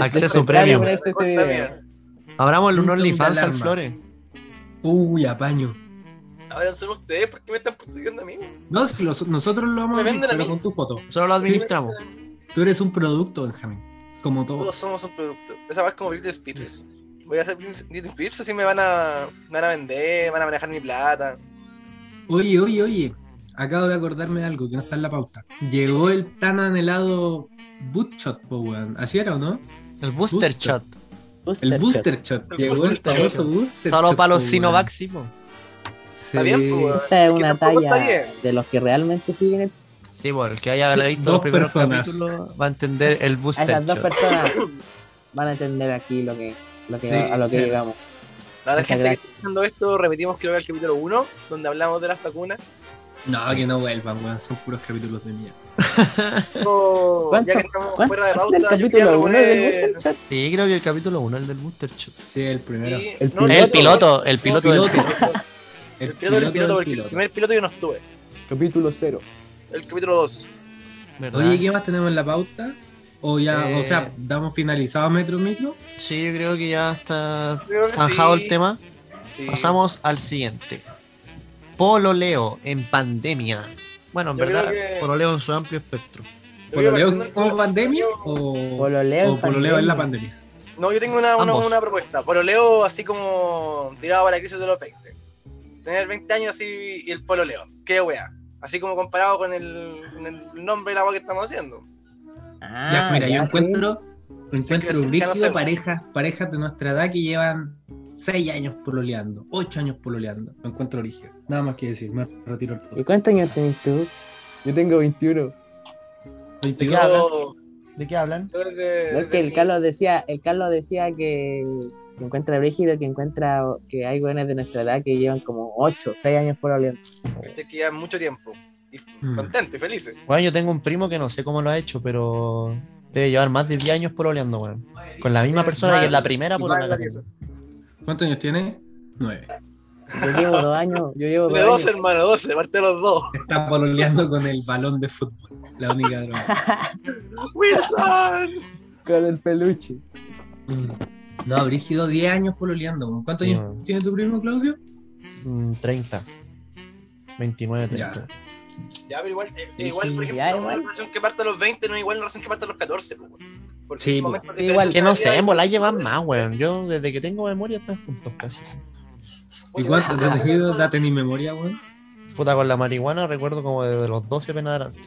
Speaker 3: acceso
Speaker 7: premio
Speaker 3: premium.
Speaker 6: Oh,
Speaker 3: Abramos un
Speaker 8: Punto
Speaker 3: OnlyFans al
Speaker 8: alarma.
Speaker 3: Flores.
Speaker 8: Uy, apaño.
Speaker 2: Ahora son ustedes, ¿por qué me están persiguiendo a mí?
Speaker 8: No, si los- nosotros lo vamos
Speaker 2: Me
Speaker 8: a abrir,
Speaker 2: venden a
Speaker 8: pero
Speaker 2: mí.
Speaker 8: con tu foto.
Speaker 3: Solo lo administramos.
Speaker 8: Tú eres un producto, Benjamín. Como todo.
Speaker 2: Todos somos un producto. Esa va como Britney Spears. Voy a hacer Britney Spears, así me van a, me van a vender, van a manejar mi plata.
Speaker 8: Oye, oye, oye. Acabo de acordarme de algo que no está en la pauta. Llegó el tan anhelado Bootshot, po, weón. ¿Así era o no?
Speaker 3: El booster
Speaker 8: Booster.
Speaker 3: shot.
Speaker 8: El Booster Shot. Llegó el
Speaker 2: Booster
Speaker 8: famoso Booster Shot.
Speaker 3: Solo para los
Speaker 8: po, weón.
Speaker 3: Sinovac, sí, po.
Speaker 8: Sí.
Speaker 2: Está bien, pues, weón.
Speaker 7: Esta es
Speaker 2: Que
Speaker 7: una
Speaker 2: tampoco
Speaker 7: talla
Speaker 2: está bien.
Speaker 7: de los que realmente siguen el-
Speaker 3: Sí, po, el que haya visto
Speaker 8: Dos
Speaker 3: los primeros
Speaker 8: personas.
Speaker 3: capítulos va a entender el
Speaker 7: a
Speaker 3: booster
Speaker 7: esas dos
Speaker 3: shot.
Speaker 7: personas. Van a entender aquí lo que, lo que
Speaker 8: Sí,
Speaker 7: a lo que
Speaker 8: claro.
Speaker 7: llegamos.
Speaker 2: A la gente
Speaker 7: Muchas
Speaker 2: que
Speaker 7: gracias.
Speaker 2: está escuchando esto, repetimos creo que el capítulo 1, donde hablamos de las vacunas.
Speaker 8: No, que no vuelvan, weón. Son puros capítulos de mierda.
Speaker 2: Pero,
Speaker 7: ¿Cuánto-
Speaker 2: ya que estamos
Speaker 7: cuánto
Speaker 2: fuera de
Speaker 7: falta el
Speaker 2: pauta, yo quería
Speaker 7: capítulo uno del
Speaker 2: proponer...
Speaker 7: Booster Shot?
Speaker 3: Sí, creo que el capítulo 1, el del booster shot.
Speaker 8: Sí, el primero.
Speaker 2: Sí,
Speaker 7: El
Speaker 2: no,
Speaker 3: El piloto, el piloto del
Speaker 8: piloto.
Speaker 2: El piloto del piloto, porque el
Speaker 8: piloto.
Speaker 2: primer piloto yo no estuve.
Speaker 7: Capítulo cero.
Speaker 2: El capítulo 2.
Speaker 3: ¿verdad?
Speaker 8: Oye, ¿qué más tenemos en la pauta? O ya, o
Speaker 3: Eh.
Speaker 8: sea, damos finalizado Metro Micro.
Speaker 3: Sí, yo creo que ya está
Speaker 2: Creo que
Speaker 3: zanjado
Speaker 2: sí.
Speaker 3: el tema.
Speaker 2: Sí.
Speaker 3: Pasamos al siguiente. Pololeo en pandemia. Bueno, en
Speaker 2: Yo
Speaker 3: verdad,
Speaker 2: creo que-
Speaker 3: pololeo en su amplio espectro.
Speaker 2: Yo creo que
Speaker 8: ¿Pololeo
Speaker 2: partiendo-
Speaker 8: como pandemia o
Speaker 7: Pololeo
Speaker 8: o
Speaker 7: en
Speaker 8: pololeo en la
Speaker 7: pandemia.
Speaker 8: pandemia?
Speaker 2: No, yo tengo una, una,
Speaker 3: Ambos.
Speaker 2: una propuesta. Pololeo así como tirado para la crisis de los 20. Tener 20 años así y el pololeo. Qué wea. Así como comparado con el, con el nombre de la wea que estamos haciendo.
Speaker 7: Ah,
Speaker 8: ya, mira, yo
Speaker 7: ya, sí.
Speaker 8: encuentro,
Speaker 2: que-
Speaker 8: encuentro
Speaker 2: que no se-
Speaker 8: brígido parejas, parejas de nuestra edad que llevan 6 años pololeando, 8 años pololeando. Me encuentro origen. Nada más que decir, me retiro el
Speaker 7: ¿Y
Speaker 8: podcast.
Speaker 7: cuántos años tenés tú? Yo tengo 21.
Speaker 2: Eh,
Speaker 8: 22.
Speaker 3: Ya, hablan.
Speaker 2: Yo-
Speaker 3: ¿De qué hablan?
Speaker 2: yo desde-
Speaker 7: No es
Speaker 2: desde
Speaker 7: que el
Speaker 2: mi-
Speaker 7: Carlos decía, el Carlos decía que, que encuentra brígido, que encuentra que hay buenas de nuestra edad que llevan como 8, 6 años por oleando.
Speaker 2: Sé que ya mucho tiempo. Y f-
Speaker 8: Mm.
Speaker 2: contento y feliz.
Speaker 3: Bueno, yo tengo un primo que no sé cómo lo ha hecho, pero debe llevar más de 10 años pololeando, weón. Con la misma persona que es la primera polola. que tiene.
Speaker 8: ¿Cuántos años tiene? 9.
Speaker 7: Yo llevo 2 años, yo llevo 2
Speaker 2: Tiene 12,
Speaker 7: años.
Speaker 2: hermano, 12, parte de los dos.
Speaker 8: Está pololeando con el balón de fútbol. La única droga.
Speaker 2: ¡Wilson!
Speaker 7: Con el peluche.
Speaker 8: Mm. No, brígido, 10 años pololeando. ¿Cuántos
Speaker 3: Sí,
Speaker 8: años
Speaker 3: bueno.
Speaker 8: tiene tu primo, Claudio?
Speaker 3: Mm, 30. 29, 30.
Speaker 2: Ya, pero igual, eh, igual por
Speaker 8: Ya,
Speaker 2: ejemplo, una
Speaker 7: igual.
Speaker 2: relación que parte a los 20 no es igual una relación que parte a los 14. pues, weón. Porque
Speaker 8: Sí,
Speaker 2: son
Speaker 8: pues.
Speaker 2: momentos
Speaker 7: Sí,
Speaker 2: diferentes
Speaker 7: igual.
Speaker 2: de
Speaker 3: Que
Speaker 2: la
Speaker 3: no sé,
Speaker 2: vida.
Speaker 3: en bola llevan más, weón. Yo desde que tengo memoria están juntos casi.
Speaker 8: ¿Y cuánto? ¿Te has dejado? Date mi memoria, weón.
Speaker 3: Puta, con la marihuana recuerdo como desde los 12 apenas adelante.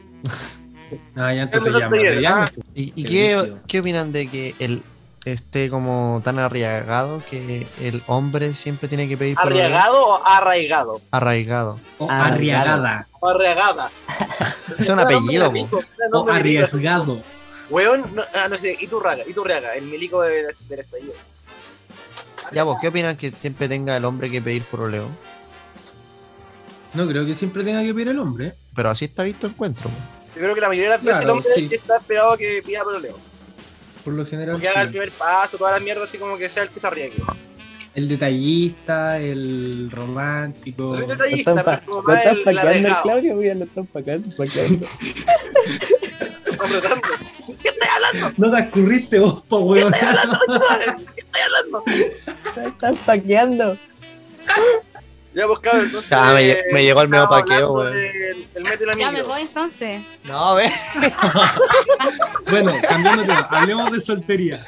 Speaker 8: Ah, ya entonces
Speaker 2: Eso
Speaker 8: ya,
Speaker 2: no te
Speaker 8: ya,
Speaker 2: llega,
Speaker 8: ya,
Speaker 2: ah.
Speaker 8: pues.
Speaker 3: ¿Y, y
Speaker 8: Qué
Speaker 3: qué,
Speaker 8: brígido.
Speaker 3: qué opinan de que el esté como tan arriesgado que el hombre siempre tiene que pedir perdón?
Speaker 2: ¿Arriagado o arraigado?
Speaker 3: Arraigado.
Speaker 8: O
Speaker 7: Ah,
Speaker 8: arriagada.
Speaker 2: O arriagada.
Speaker 3: Es un apellido, po.
Speaker 8: O arriesgado.
Speaker 2: Weón, no, ah, no sé, y tu raga, y tu raga, el milico del, del estallido.
Speaker 3: Ya vos, ¿qué opinan que siempre tenga el hombre que pedir pololeo?
Speaker 8: No creo que siempre tenga que pedir el hombre.
Speaker 3: Pero así está visto el encuentro. po.
Speaker 2: Yo creo que la mayoría de las veces
Speaker 8: Claro,
Speaker 2: el hombre
Speaker 8: sí.
Speaker 2: está esperado a que pida pololeo.
Speaker 8: Por lo general.
Speaker 2: Que haga el
Speaker 8: sí.
Speaker 2: primer paso, toda la mierda, así como que sea el que se arriesgue.
Speaker 8: El detallista, el romántico.
Speaker 2: No soy
Speaker 7: Lo están,
Speaker 2: detallista, pero es
Speaker 7: pa-
Speaker 2: como
Speaker 7: lo
Speaker 2: más
Speaker 7: están
Speaker 2: el, el
Speaker 7: paqueando el
Speaker 2: arriesgado.
Speaker 7: Claudio, mira, lo están paqueando. paqueando.
Speaker 2: Hombre, tanto. ¿Qué estoy hablando?
Speaker 8: No te escurriste vos, po, weón.
Speaker 2: ¿Qué estoy hablando?
Speaker 7: Lo están paqueando.
Speaker 2: Ya, pues, cabrón, entonces...
Speaker 3: Ah, me, lle- me llegó el medio
Speaker 2: estábamos
Speaker 3: paqueo,
Speaker 2: hablando
Speaker 3: weón.
Speaker 2: del- del metro y la
Speaker 10: Ya me
Speaker 2: micro.
Speaker 10: voy entonces.
Speaker 3: No, ve.
Speaker 8: Bueno, cambiando de tema, hablemos de soltería.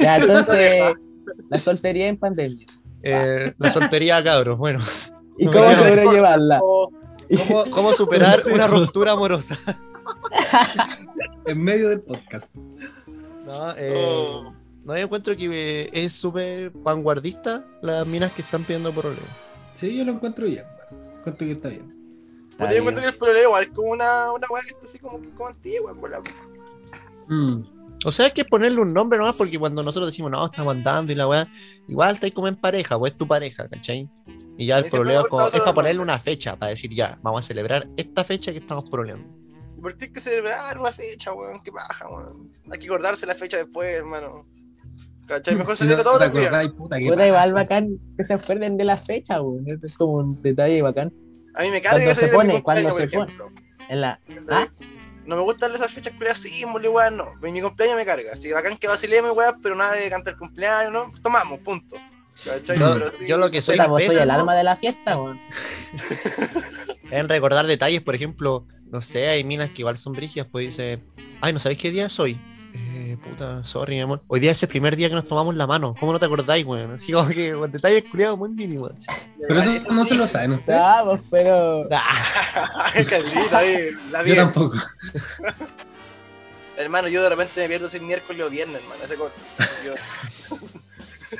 Speaker 7: Ya, entonces, la soltería en pandemia.
Speaker 3: Eh, la soltería, cabros. Bueno,
Speaker 7: ¿Y
Speaker 8: No,
Speaker 7: cómo
Speaker 8: pero-
Speaker 7: logró
Speaker 2: pues,
Speaker 7: llevarla?
Speaker 2: O-
Speaker 3: ¿cómo, cómo superar una ruptura amorosa?
Speaker 8: En medio del podcast.
Speaker 3: No,
Speaker 2: Oh.
Speaker 3: eh, no yo encuentro que eh, es súper vanguardista las minas que están pidiendo pololeo.
Speaker 8: Sí, yo lo encuentro bien, weón. Encuentro que está bien.
Speaker 2: Puta, yo encuentro que el pololeo igual es como una, una weá que está así como, como antigua, en bola.
Speaker 8: Mm.
Speaker 3: O sea, es que ponerle un nombre nomás porque cuando nosotros decimos, no, estamos andando y la weá, igual estáis como en pareja, pues es tu pareja, ¿cachai? Y ya el
Speaker 2: Ese
Speaker 3: problema es,
Speaker 2: fue
Speaker 3: como-
Speaker 2: el
Speaker 3: es
Speaker 2: paso
Speaker 3: para ponerle
Speaker 2: normal.
Speaker 3: una fecha, para decir ya, vamos a celebrar esta fecha que estamos problemando.
Speaker 2: Pero tienes que celebrar una fecha, weón. Qué baja, weón. Hay que acordarse la fecha después, hermano.
Speaker 6: ¿Cachai? Mejor
Speaker 8: Si no
Speaker 6: salir
Speaker 8: se
Speaker 6: todos
Speaker 8: la
Speaker 6: los días.
Speaker 8: acordáis, puta, qué
Speaker 7: Puta,
Speaker 8: paja.
Speaker 7: igual bacán que se acuerden de la fecha, weón. Eso es como un detalle bacán.
Speaker 6: A mí me
Speaker 7: Cuando
Speaker 6: carga que
Speaker 7: se
Speaker 6: se de mi
Speaker 7: pone, cuando
Speaker 6: cumpleaños, por
Speaker 7: se pone.
Speaker 6: ejemplo.
Speaker 7: En la...
Speaker 6: ¿Cachai? No me gustan esas fechas culiadas símbolo, weón, no. Mi mi cumpleaños me carga. Así que bacán que vacilemos, weón, pero nada de cantar cumpleaños, ¿no? Tomamos, punto. ¿Cachai?
Speaker 3: Yo-
Speaker 6: Pero sí,
Speaker 3: yo lo que soy
Speaker 7: Puta, vos soy el
Speaker 3: pésimo-
Speaker 7: alma de la fiesta, weón.
Speaker 3: En recordar detalles, por ejemplo, no sé, hay minas que igual son brigias, pues dicen, ay, ¿no sabéis qué día es hoy? Eh, puta, sorry, mi amor. Hoy día es el primer día que nos tomamos la mano. ¿Cómo no te acordáis, weón? Así como que, weón, detalles culiados muy mínimos. así.
Speaker 8: Pero eso no se lo saben ustedes.
Speaker 7: Ah, pues, pero...
Speaker 3: Ah,
Speaker 6: que sí, nadie- nadie-
Speaker 8: Yo tampoco.
Speaker 6: Hermano, yo de repente me pierdo ese miércoles o viernes, hermano. Ese corto. Yo...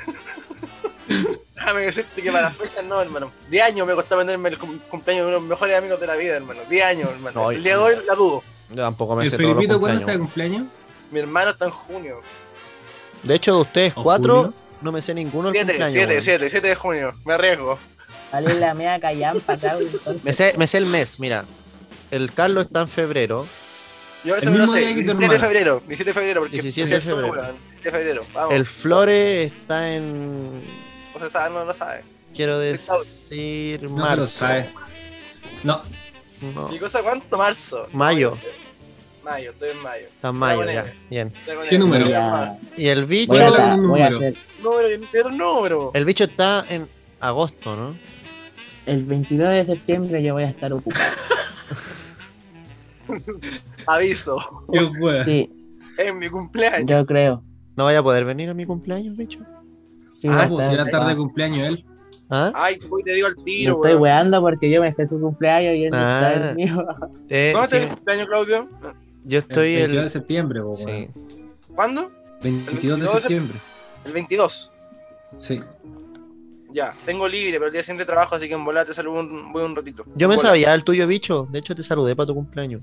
Speaker 6: Déjame decirte que para las fechas no, hermano. De años me costó venderme el cum- cumpleaños de uno de los mejores amigos de la vida, hermano. De años, hermano.
Speaker 3: No,
Speaker 6: el día de hoy la dudo.
Speaker 3: yo tampoco me
Speaker 8: ¿El
Speaker 3: sé todos los
Speaker 8: Felipito cuándo
Speaker 3: cumpleaños.
Speaker 8: está de cumpleaños?
Speaker 6: Mi hermano está en junio.
Speaker 3: weón. De hecho, de ustedes
Speaker 8: ¿O
Speaker 3: cuatro,
Speaker 8: Julio?
Speaker 3: no me sé ninguno el
Speaker 6: 7,
Speaker 3: cumpleaños.
Speaker 6: 7,
Speaker 3: weón.
Speaker 6: 7, 7 de junio. Me arriesgo.
Speaker 7: Vale la mea callampa, cabrón. entonces.
Speaker 3: Me sé, me sé el mes, mira. El Carlos está en febrero.
Speaker 6: Yo eso
Speaker 8: El
Speaker 6: me lo
Speaker 8: mismo
Speaker 6: sé.
Speaker 8: día que tu
Speaker 6: 17 de
Speaker 8: hermano.
Speaker 6: febrero. 17 de febrero. Porque
Speaker 3: 17
Speaker 6: porque
Speaker 3: de febrero.
Speaker 6: weón, 17 de febrero. Vamos.
Speaker 3: El Flores está en.
Speaker 6: O sea, sabe, no lo sabe.
Speaker 3: Quiero decir.
Speaker 8: No se lo
Speaker 3: Marzo.
Speaker 8: sabe. No,
Speaker 3: No,
Speaker 6: ¿Y cosa cuánto? Marzo.
Speaker 3: Mayo.
Speaker 6: Mayo, estoy en mayo.
Speaker 3: Está en mayo,
Speaker 6: Está
Speaker 3: ya.
Speaker 6: bueno.
Speaker 3: Bien.
Speaker 6: Estoy con
Speaker 8: ¿Qué
Speaker 6: él.
Speaker 8: número?
Speaker 6: Estoy en
Speaker 7: Ya.
Speaker 6: mayo.
Speaker 3: Y el bicho.
Speaker 7: Voy a,
Speaker 8: Échala con un
Speaker 7: voy a
Speaker 8: número.
Speaker 7: hacer
Speaker 6: Número, yo no entiendo el número.
Speaker 3: El bicho está en agosto, ¿no?
Speaker 7: el 22 de septiembre yo voy a estar ocupado.
Speaker 6: Aviso.
Speaker 8: yo puedo.
Speaker 7: Sí,
Speaker 6: Es mi cumpleaños.
Speaker 7: yo creo.
Speaker 3: ¿No vaya a poder venir a mi cumpleaños, bicho?
Speaker 7: Sí, voy a
Speaker 8: Ah, pues
Speaker 7: estar
Speaker 8: será tarde de
Speaker 7: ocupado.
Speaker 8: cumpleaños él.
Speaker 3: ¿Ah?
Speaker 6: Ay, voy y te digo al
Speaker 7: Me
Speaker 6: tiro,
Speaker 7: estoy
Speaker 6: weón.
Speaker 7: weando porque yo me sé su cumpleaños y él no
Speaker 3: Ah.
Speaker 7: sabe el mío.
Speaker 3: Eh,
Speaker 6: ¿Cuándo
Speaker 3: sí,
Speaker 6: te cumpleaños, Claudio?
Speaker 3: yo
Speaker 8: El
Speaker 3: estoy
Speaker 8: 22 de
Speaker 3: el.
Speaker 8: septiembre, po,
Speaker 3: Sí.
Speaker 8: weón.
Speaker 6: ¿Cuándo?
Speaker 8: 22 de
Speaker 6: 22 de
Speaker 8: septiembre.
Speaker 6: El 22.
Speaker 8: Sí.
Speaker 6: Ya, tengo libre, pero el día siguiente trabajo, así que en volar te saludo un, voy un ratito.
Speaker 3: Yo me
Speaker 6: En bola.
Speaker 3: sabía el tuyo, bicho. De hecho, te saludé para tu cumpleaños.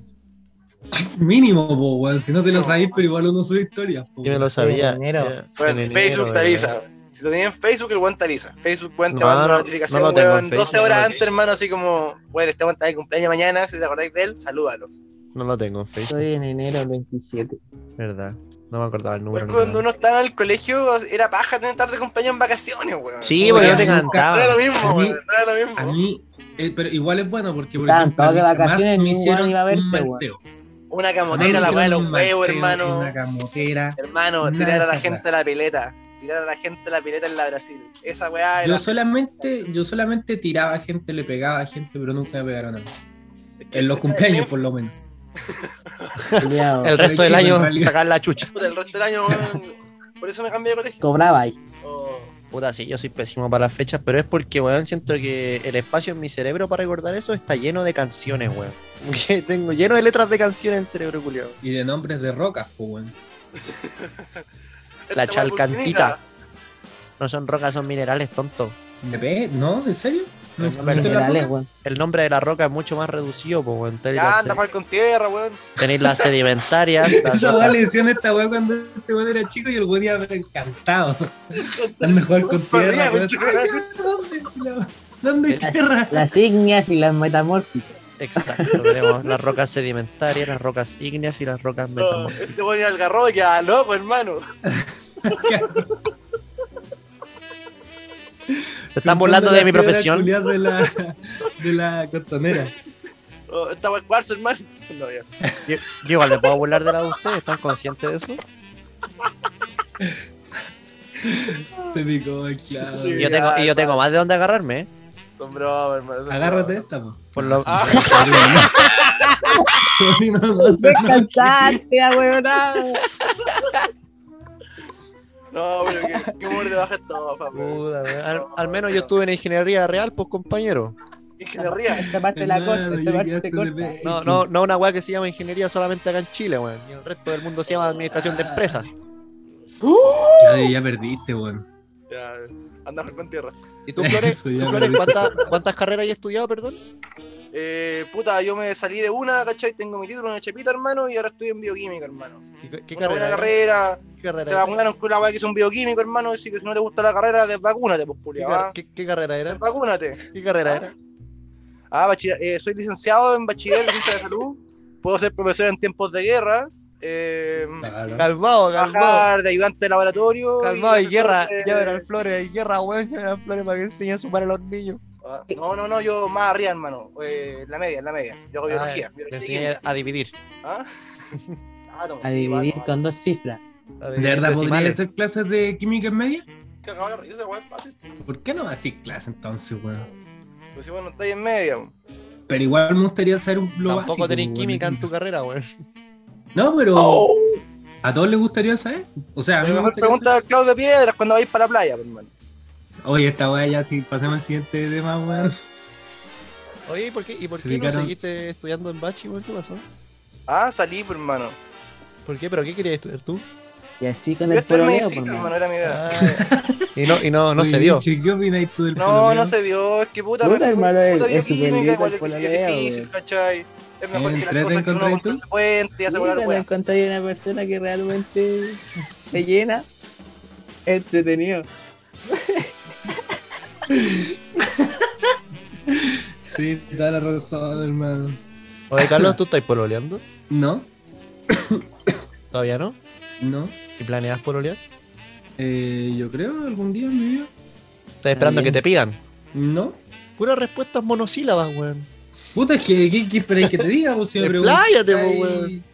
Speaker 8: Mínimo, po, weón. Si no te lo sabéis, pero igual uno sube historias. po,
Speaker 3: Sí, me lo
Speaker 8: weón.
Speaker 3: sabía.
Speaker 7: en enero.
Speaker 3: Era-
Speaker 6: Uh, Bueno,
Speaker 3: en enero,
Speaker 6: Facebook te
Speaker 3: ¿verdad?
Speaker 6: avisa. Si lo tenías en Facebook, el weón te avisa. Facebook, weón, te
Speaker 3: No,
Speaker 6: manda
Speaker 3: no,
Speaker 6: una
Speaker 3: no
Speaker 6: notificación,
Speaker 3: lo tengo en
Speaker 6: weón, 12
Speaker 3: Facebook,
Speaker 6: horas
Speaker 3: no lo
Speaker 6: antes, hermano, así como, weón, este weón está de cumpleaños mañana, si te acordáis de él, salúdalo.
Speaker 3: No lo tengo en Facebook,
Speaker 7: Soy en enero del 27.
Speaker 3: ¿verdad? No me acordaba el número.
Speaker 6: Weón,
Speaker 3: ni
Speaker 6: cuando
Speaker 3: nada.
Speaker 6: uno estaba en el colegio, era paja tener tarde de cumpleaños en vacaciones, weón.
Speaker 3: Sí, porque yo te
Speaker 8: Nunca-
Speaker 6: No era
Speaker 3: cantaba.
Speaker 6: lo mismo,
Speaker 8: A mí-
Speaker 6: weón, no era lo
Speaker 8: A
Speaker 6: mismo.
Speaker 8: mí, eh, pero igual es bueno porque por
Speaker 7: Estaban
Speaker 8: ejemplo,
Speaker 7: todos
Speaker 8: a mí
Speaker 7: de
Speaker 8: jamás
Speaker 7: vacaciones,
Speaker 8: me
Speaker 7: ningún
Speaker 8: hicieron
Speaker 7: weón iba a verte,
Speaker 8: un
Speaker 7: weón.
Speaker 8: malteo.
Speaker 6: Una
Speaker 8: Jamás me
Speaker 6: camotera, la weá de
Speaker 8: hicieron
Speaker 6: los
Speaker 8: un
Speaker 6: huevos,
Speaker 8: malteo,
Speaker 6: hermano.
Speaker 8: Una camotera.
Speaker 6: Hermano,
Speaker 8: Nada
Speaker 6: tirar
Speaker 8: de
Speaker 6: a la
Speaker 8: esa
Speaker 6: gente de la pileta. Tirar a la gente de la pileta en la Brasil. Esa weá era.
Speaker 8: Yo solamente, yo solamente tiraba a gente, le pegaba a gente, pero nunca me pegaron a mí. En los cumpleaños, por lo menos.
Speaker 7: Culeado.
Speaker 3: El resto del
Speaker 8: Pero yo,
Speaker 3: año
Speaker 8: en realidad-
Speaker 3: sacar la chucha.
Speaker 6: El resto del año, weón, Por eso me cambié de colegio.
Speaker 7: Cobraba ahí.
Speaker 3: Eh,
Speaker 6: Oh,
Speaker 3: Puta, sí, yo soy pésimo para las fechas, pero es porque, weón, siento que el espacio en mi cerebro para recordar eso está lleno de canciones, weón. Que tengo lleno de letras de canciones en el cerebro, culiado.
Speaker 8: Y de nombres de rocas, pues, weón.
Speaker 6: esta
Speaker 3: La
Speaker 6: weá
Speaker 3: chalcantita.
Speaker 6: pulquinita.
Speaker 3: No son rocas, son minerales, tonto.
Speaker 8: ¿De pe- ¿No? ¿En serio? ¿No
Speaker 3: Los nombres
Speaker 8: existe la
Speaker 7: Generales,
Speaker 8: roca?
Speaker 7: weón.
Speaker 3: El nombre de la roca es mucho más reducido, pues, weón. Tenéis
Speaker 6: Ya,
Speaker 3: las,
Speaker 6: anda a jugar con tierra, weón.
Speaker 3: tenéis las sedimentarias, las
Speaker 8: Esa weá
Speaker 3: rocas
Speaker 8: le decían a esta weá cuando este weón era chico y el weón iba encantado. Anda a jugar con tierra, weón. Ay, ya, ¿Dónde? La- ¿Dónde
Speaker 7: Las-
Speaker 8: tierra?
Speaker 7: Las ígneas y las metamórficas.
Speaker 3: Exacto, tenemos las rocas sedimentarias, las rocas ígneas y las rocas
Speaker 6: Oh,
Speaker 3: metamórficas.
Speaker 6: Este weón era el garro y quedaba loco, hermano.
Speaker 3: Se están burlando de mi profesión.
Speaker 8: De la, de la costanera.
Speaker 6: Oh, Esta weá es cuarzo, hermano. No, ya.
Speaker 3: Yo, yo igual me puedo burlar de la de ustedes, ¿están conscientes de eso?
Speaker 8: Te picó el clavo.
Speaker 6: Sí.
Speaker 3: Y yo tengo, y yo tengo más de dónde agarrarme, ¿eh?
Speaker 6: Son bromas, hermano. son
Speaker 8: Agárrate
Speaker 6: bromas.
Speaker 8: esta, po.
Speaker 3: Por lo-
Speaker 6: Ah.
Speaker 8: Paulino, no sé, no,
Speaker 7: weón.
Speaker 6: No, pero qué, qué humor de baja estofa, weón.
Speaker 3: Puta, weón. al, al menos yo estuve en ingeniería real, pues compañero.
Speaker 6: Ingeniería.
Speaker 7: Esta parte la corta,
Speaker 8: hermano,
Speaker 7: esta
Speaker 8: ya
Speaker 7: parte
Speaker 8: quedaste
Speaker 7: se
Speaker 8: de
Speaker 7: corta.
Speaker 8: pe-
Speaker 3: No, no, no una weá que se llama ingeniería solamente acá en Chile, weón. Y el resto del mundo se llama administración de empresas.
Speaker 8: Claudio, ya perdiste, weón.
Speaker 6: Ya, anda a jugar con tierra.
Speaker 3: ¿Y tú, Flores?
Speaker 8: Eso
Speaker 3: tú,
Speaker 8: ya
Speaker 3: Flores,
Speaker 8: me
Speaker 3: ¿cuántas, cuántas carreras has estudiado, perdón?
Speaker 6: Eh, puta, yo me salí de una, ¿cachai? Tengo mi título en el Chepita, hermano, y ahora estoy en bioquímica, hermano.
Speaker 3: ¿Qué, qué
Speaker 6: una buena
Speaker 3: carrera?
Speaker 6: carrera.
Speaker 3: ¿Qué
Speaker 6: Te
Speaker 3: carrera? era?
Speaker 6: vacunaron con una weá que es un bioquímico, hermano, así que si no te gusta la carrera, desvacúnate, pues,
Speaker 3: ¿Qué
Speaker 6: culia,
Speaker 3: car-
Speaker 6: va.
Speaker 3: qué- qué carrera era?
Speaker 6: Desvacúnate.
Speaker 3: ¿Qué carrera era?
Speaker 6: Ah, bachiller- eh, soy licenciado en bachiller en ciencia de salud. Puedo ser profesor en tiempos de guerra.
Speaker 4: eh,
Speaker 3: Calmado, calmado.
Speaker 4: trabajar de ayudante de laboratorio.
Speaker 3: Calmado, y guerra,
Speaker 4: asesor de-
Speaker 3: ya verán flores, y guerra, weón, ya verán flores para que enseñen a sumar a los niños.
Speaker 4: Ah, No, no, no, yo más arriba, hermano. Eh, la media, la media. Yo hago biología.
Speaker 3: Ah, le
Speaker 4: biología
Speaker 3: enseñé
Speaker 4: química.
Speaker 3: a dividir.
Speaker 4: ¿Ah? Ah, no,
Speaker 7: A
Speaker 4: sí, va,
Speaker 7: dividir
Speaker 4: no, va.
Speaker 7: con dos cifras.
Speaker 3: a
Speaker 8: ¿De
Speaker 3: dividir
Speaker 8: verdad podría
Speaker 3: decimales.
Speaker 8: hacer clases de química en media?
Speaker 4: Cagado la risa, weón, fácil.
Speaker 8: ¿Por qué no hacer clases entonces, weón?
Speaker 4: Pues sí, bueno, está ahí en media. weón.
Speaker 8: Pero igual me gustaría saber un, lo
Speaker 3: Tampoco
Speaker 8: básico,
Speaker 3: tenés
Speaker 8: weón,
Speaker 3: química en
Speaker 8: entonces.
Speaker 3: tu carrera, weón.
Speaker 8: No, pero a todos les gustaría saber. O sea, a mí
Speaker 4: Pero
Speaker 8: me
Speaker 4: me
Speaker 8: gustaría
Speaker 4: pregunta a Claudio Piedras cuando vais para la playa, pues, hermano.
Speaker 8: saber- Oye, esta weá ya, si pasemos al siguiente tema, weón.
Speaker 3: Oye, ¿y por qué, y por
Speaker 8: Se
Speaker 3: qué no
Speaker 8: dedicaron-
Speaker 3: seguiste estudiando en Bachi, weón? ¿Qué pasó?
Speaker 4: Ah, salí, pues, hermano.
Speaker 3: ¿Por qué? ¿Pero qué querías estudiar tú?
Speaker 7: Y así con
Speaker 4: Yo
Speaker 7: el
Speaker 4: estoy en
Speaker 7: poloneo,
Speaker 4: medicina,
Speaker 7: por
Speaker 4: hermano, era mi idea.
Speaker 3: Ah, y no, y no, no se dio.
Speaker 8: Che, ¿Qué opináis tú del
Speaker 4: No,
Speaker 8: poloneo?
Speaker 4: no se dio, es que puta,
Speaker 7: Puta,
Speaker 4: me fui con
Speaker 7: hermano, es-
Speaker 4: puta
Speaker 7: es
Speaker 4: bioquímica,
Speaker 7: superlito
Speaker 4: igual
Speaker 7: el
Speaker 4: es difícil,
Speaker 7: poloneo,
Speaker 4: es difícil, ¿cachai? Es mejor que las
Speaker 8: ¿Entrete
Speaker 4: cosas que uno
Speaker 8: encontráis tú?
Speaker 4: construye puente y hace volar
Speaker 7: Mira,
Speaker 4: weón.
Speaker 7: encontré una persona que realmente se llena. Entretenido.
Speaker 8: Sí, da la razón, hermano.
Speaker 3: Oye, Carlos, ¿tú estás pololeando?
Speaker 8: No,
Speaker 3: ¿Todavía no?
Speaker 8: no.
Speaker 3: ¿Y planeas pololear?
Speaker 8: Eh, yo creo algún día en mi vida.
Speaker 3: ¿Estás esperando que
Speaker 8: bien.
Speaker 3: te pidan?
Speaker 8: No.
Speaker 3: Puras respuestas monosílabas, weón.
Speaker 8: Puta, es que, ¿qué, qué esperáis que te diga? Pues, si me preguntas
Speaker 3: Expláyate, po,
Speaker 8: ahí,
Speaker 3: weón.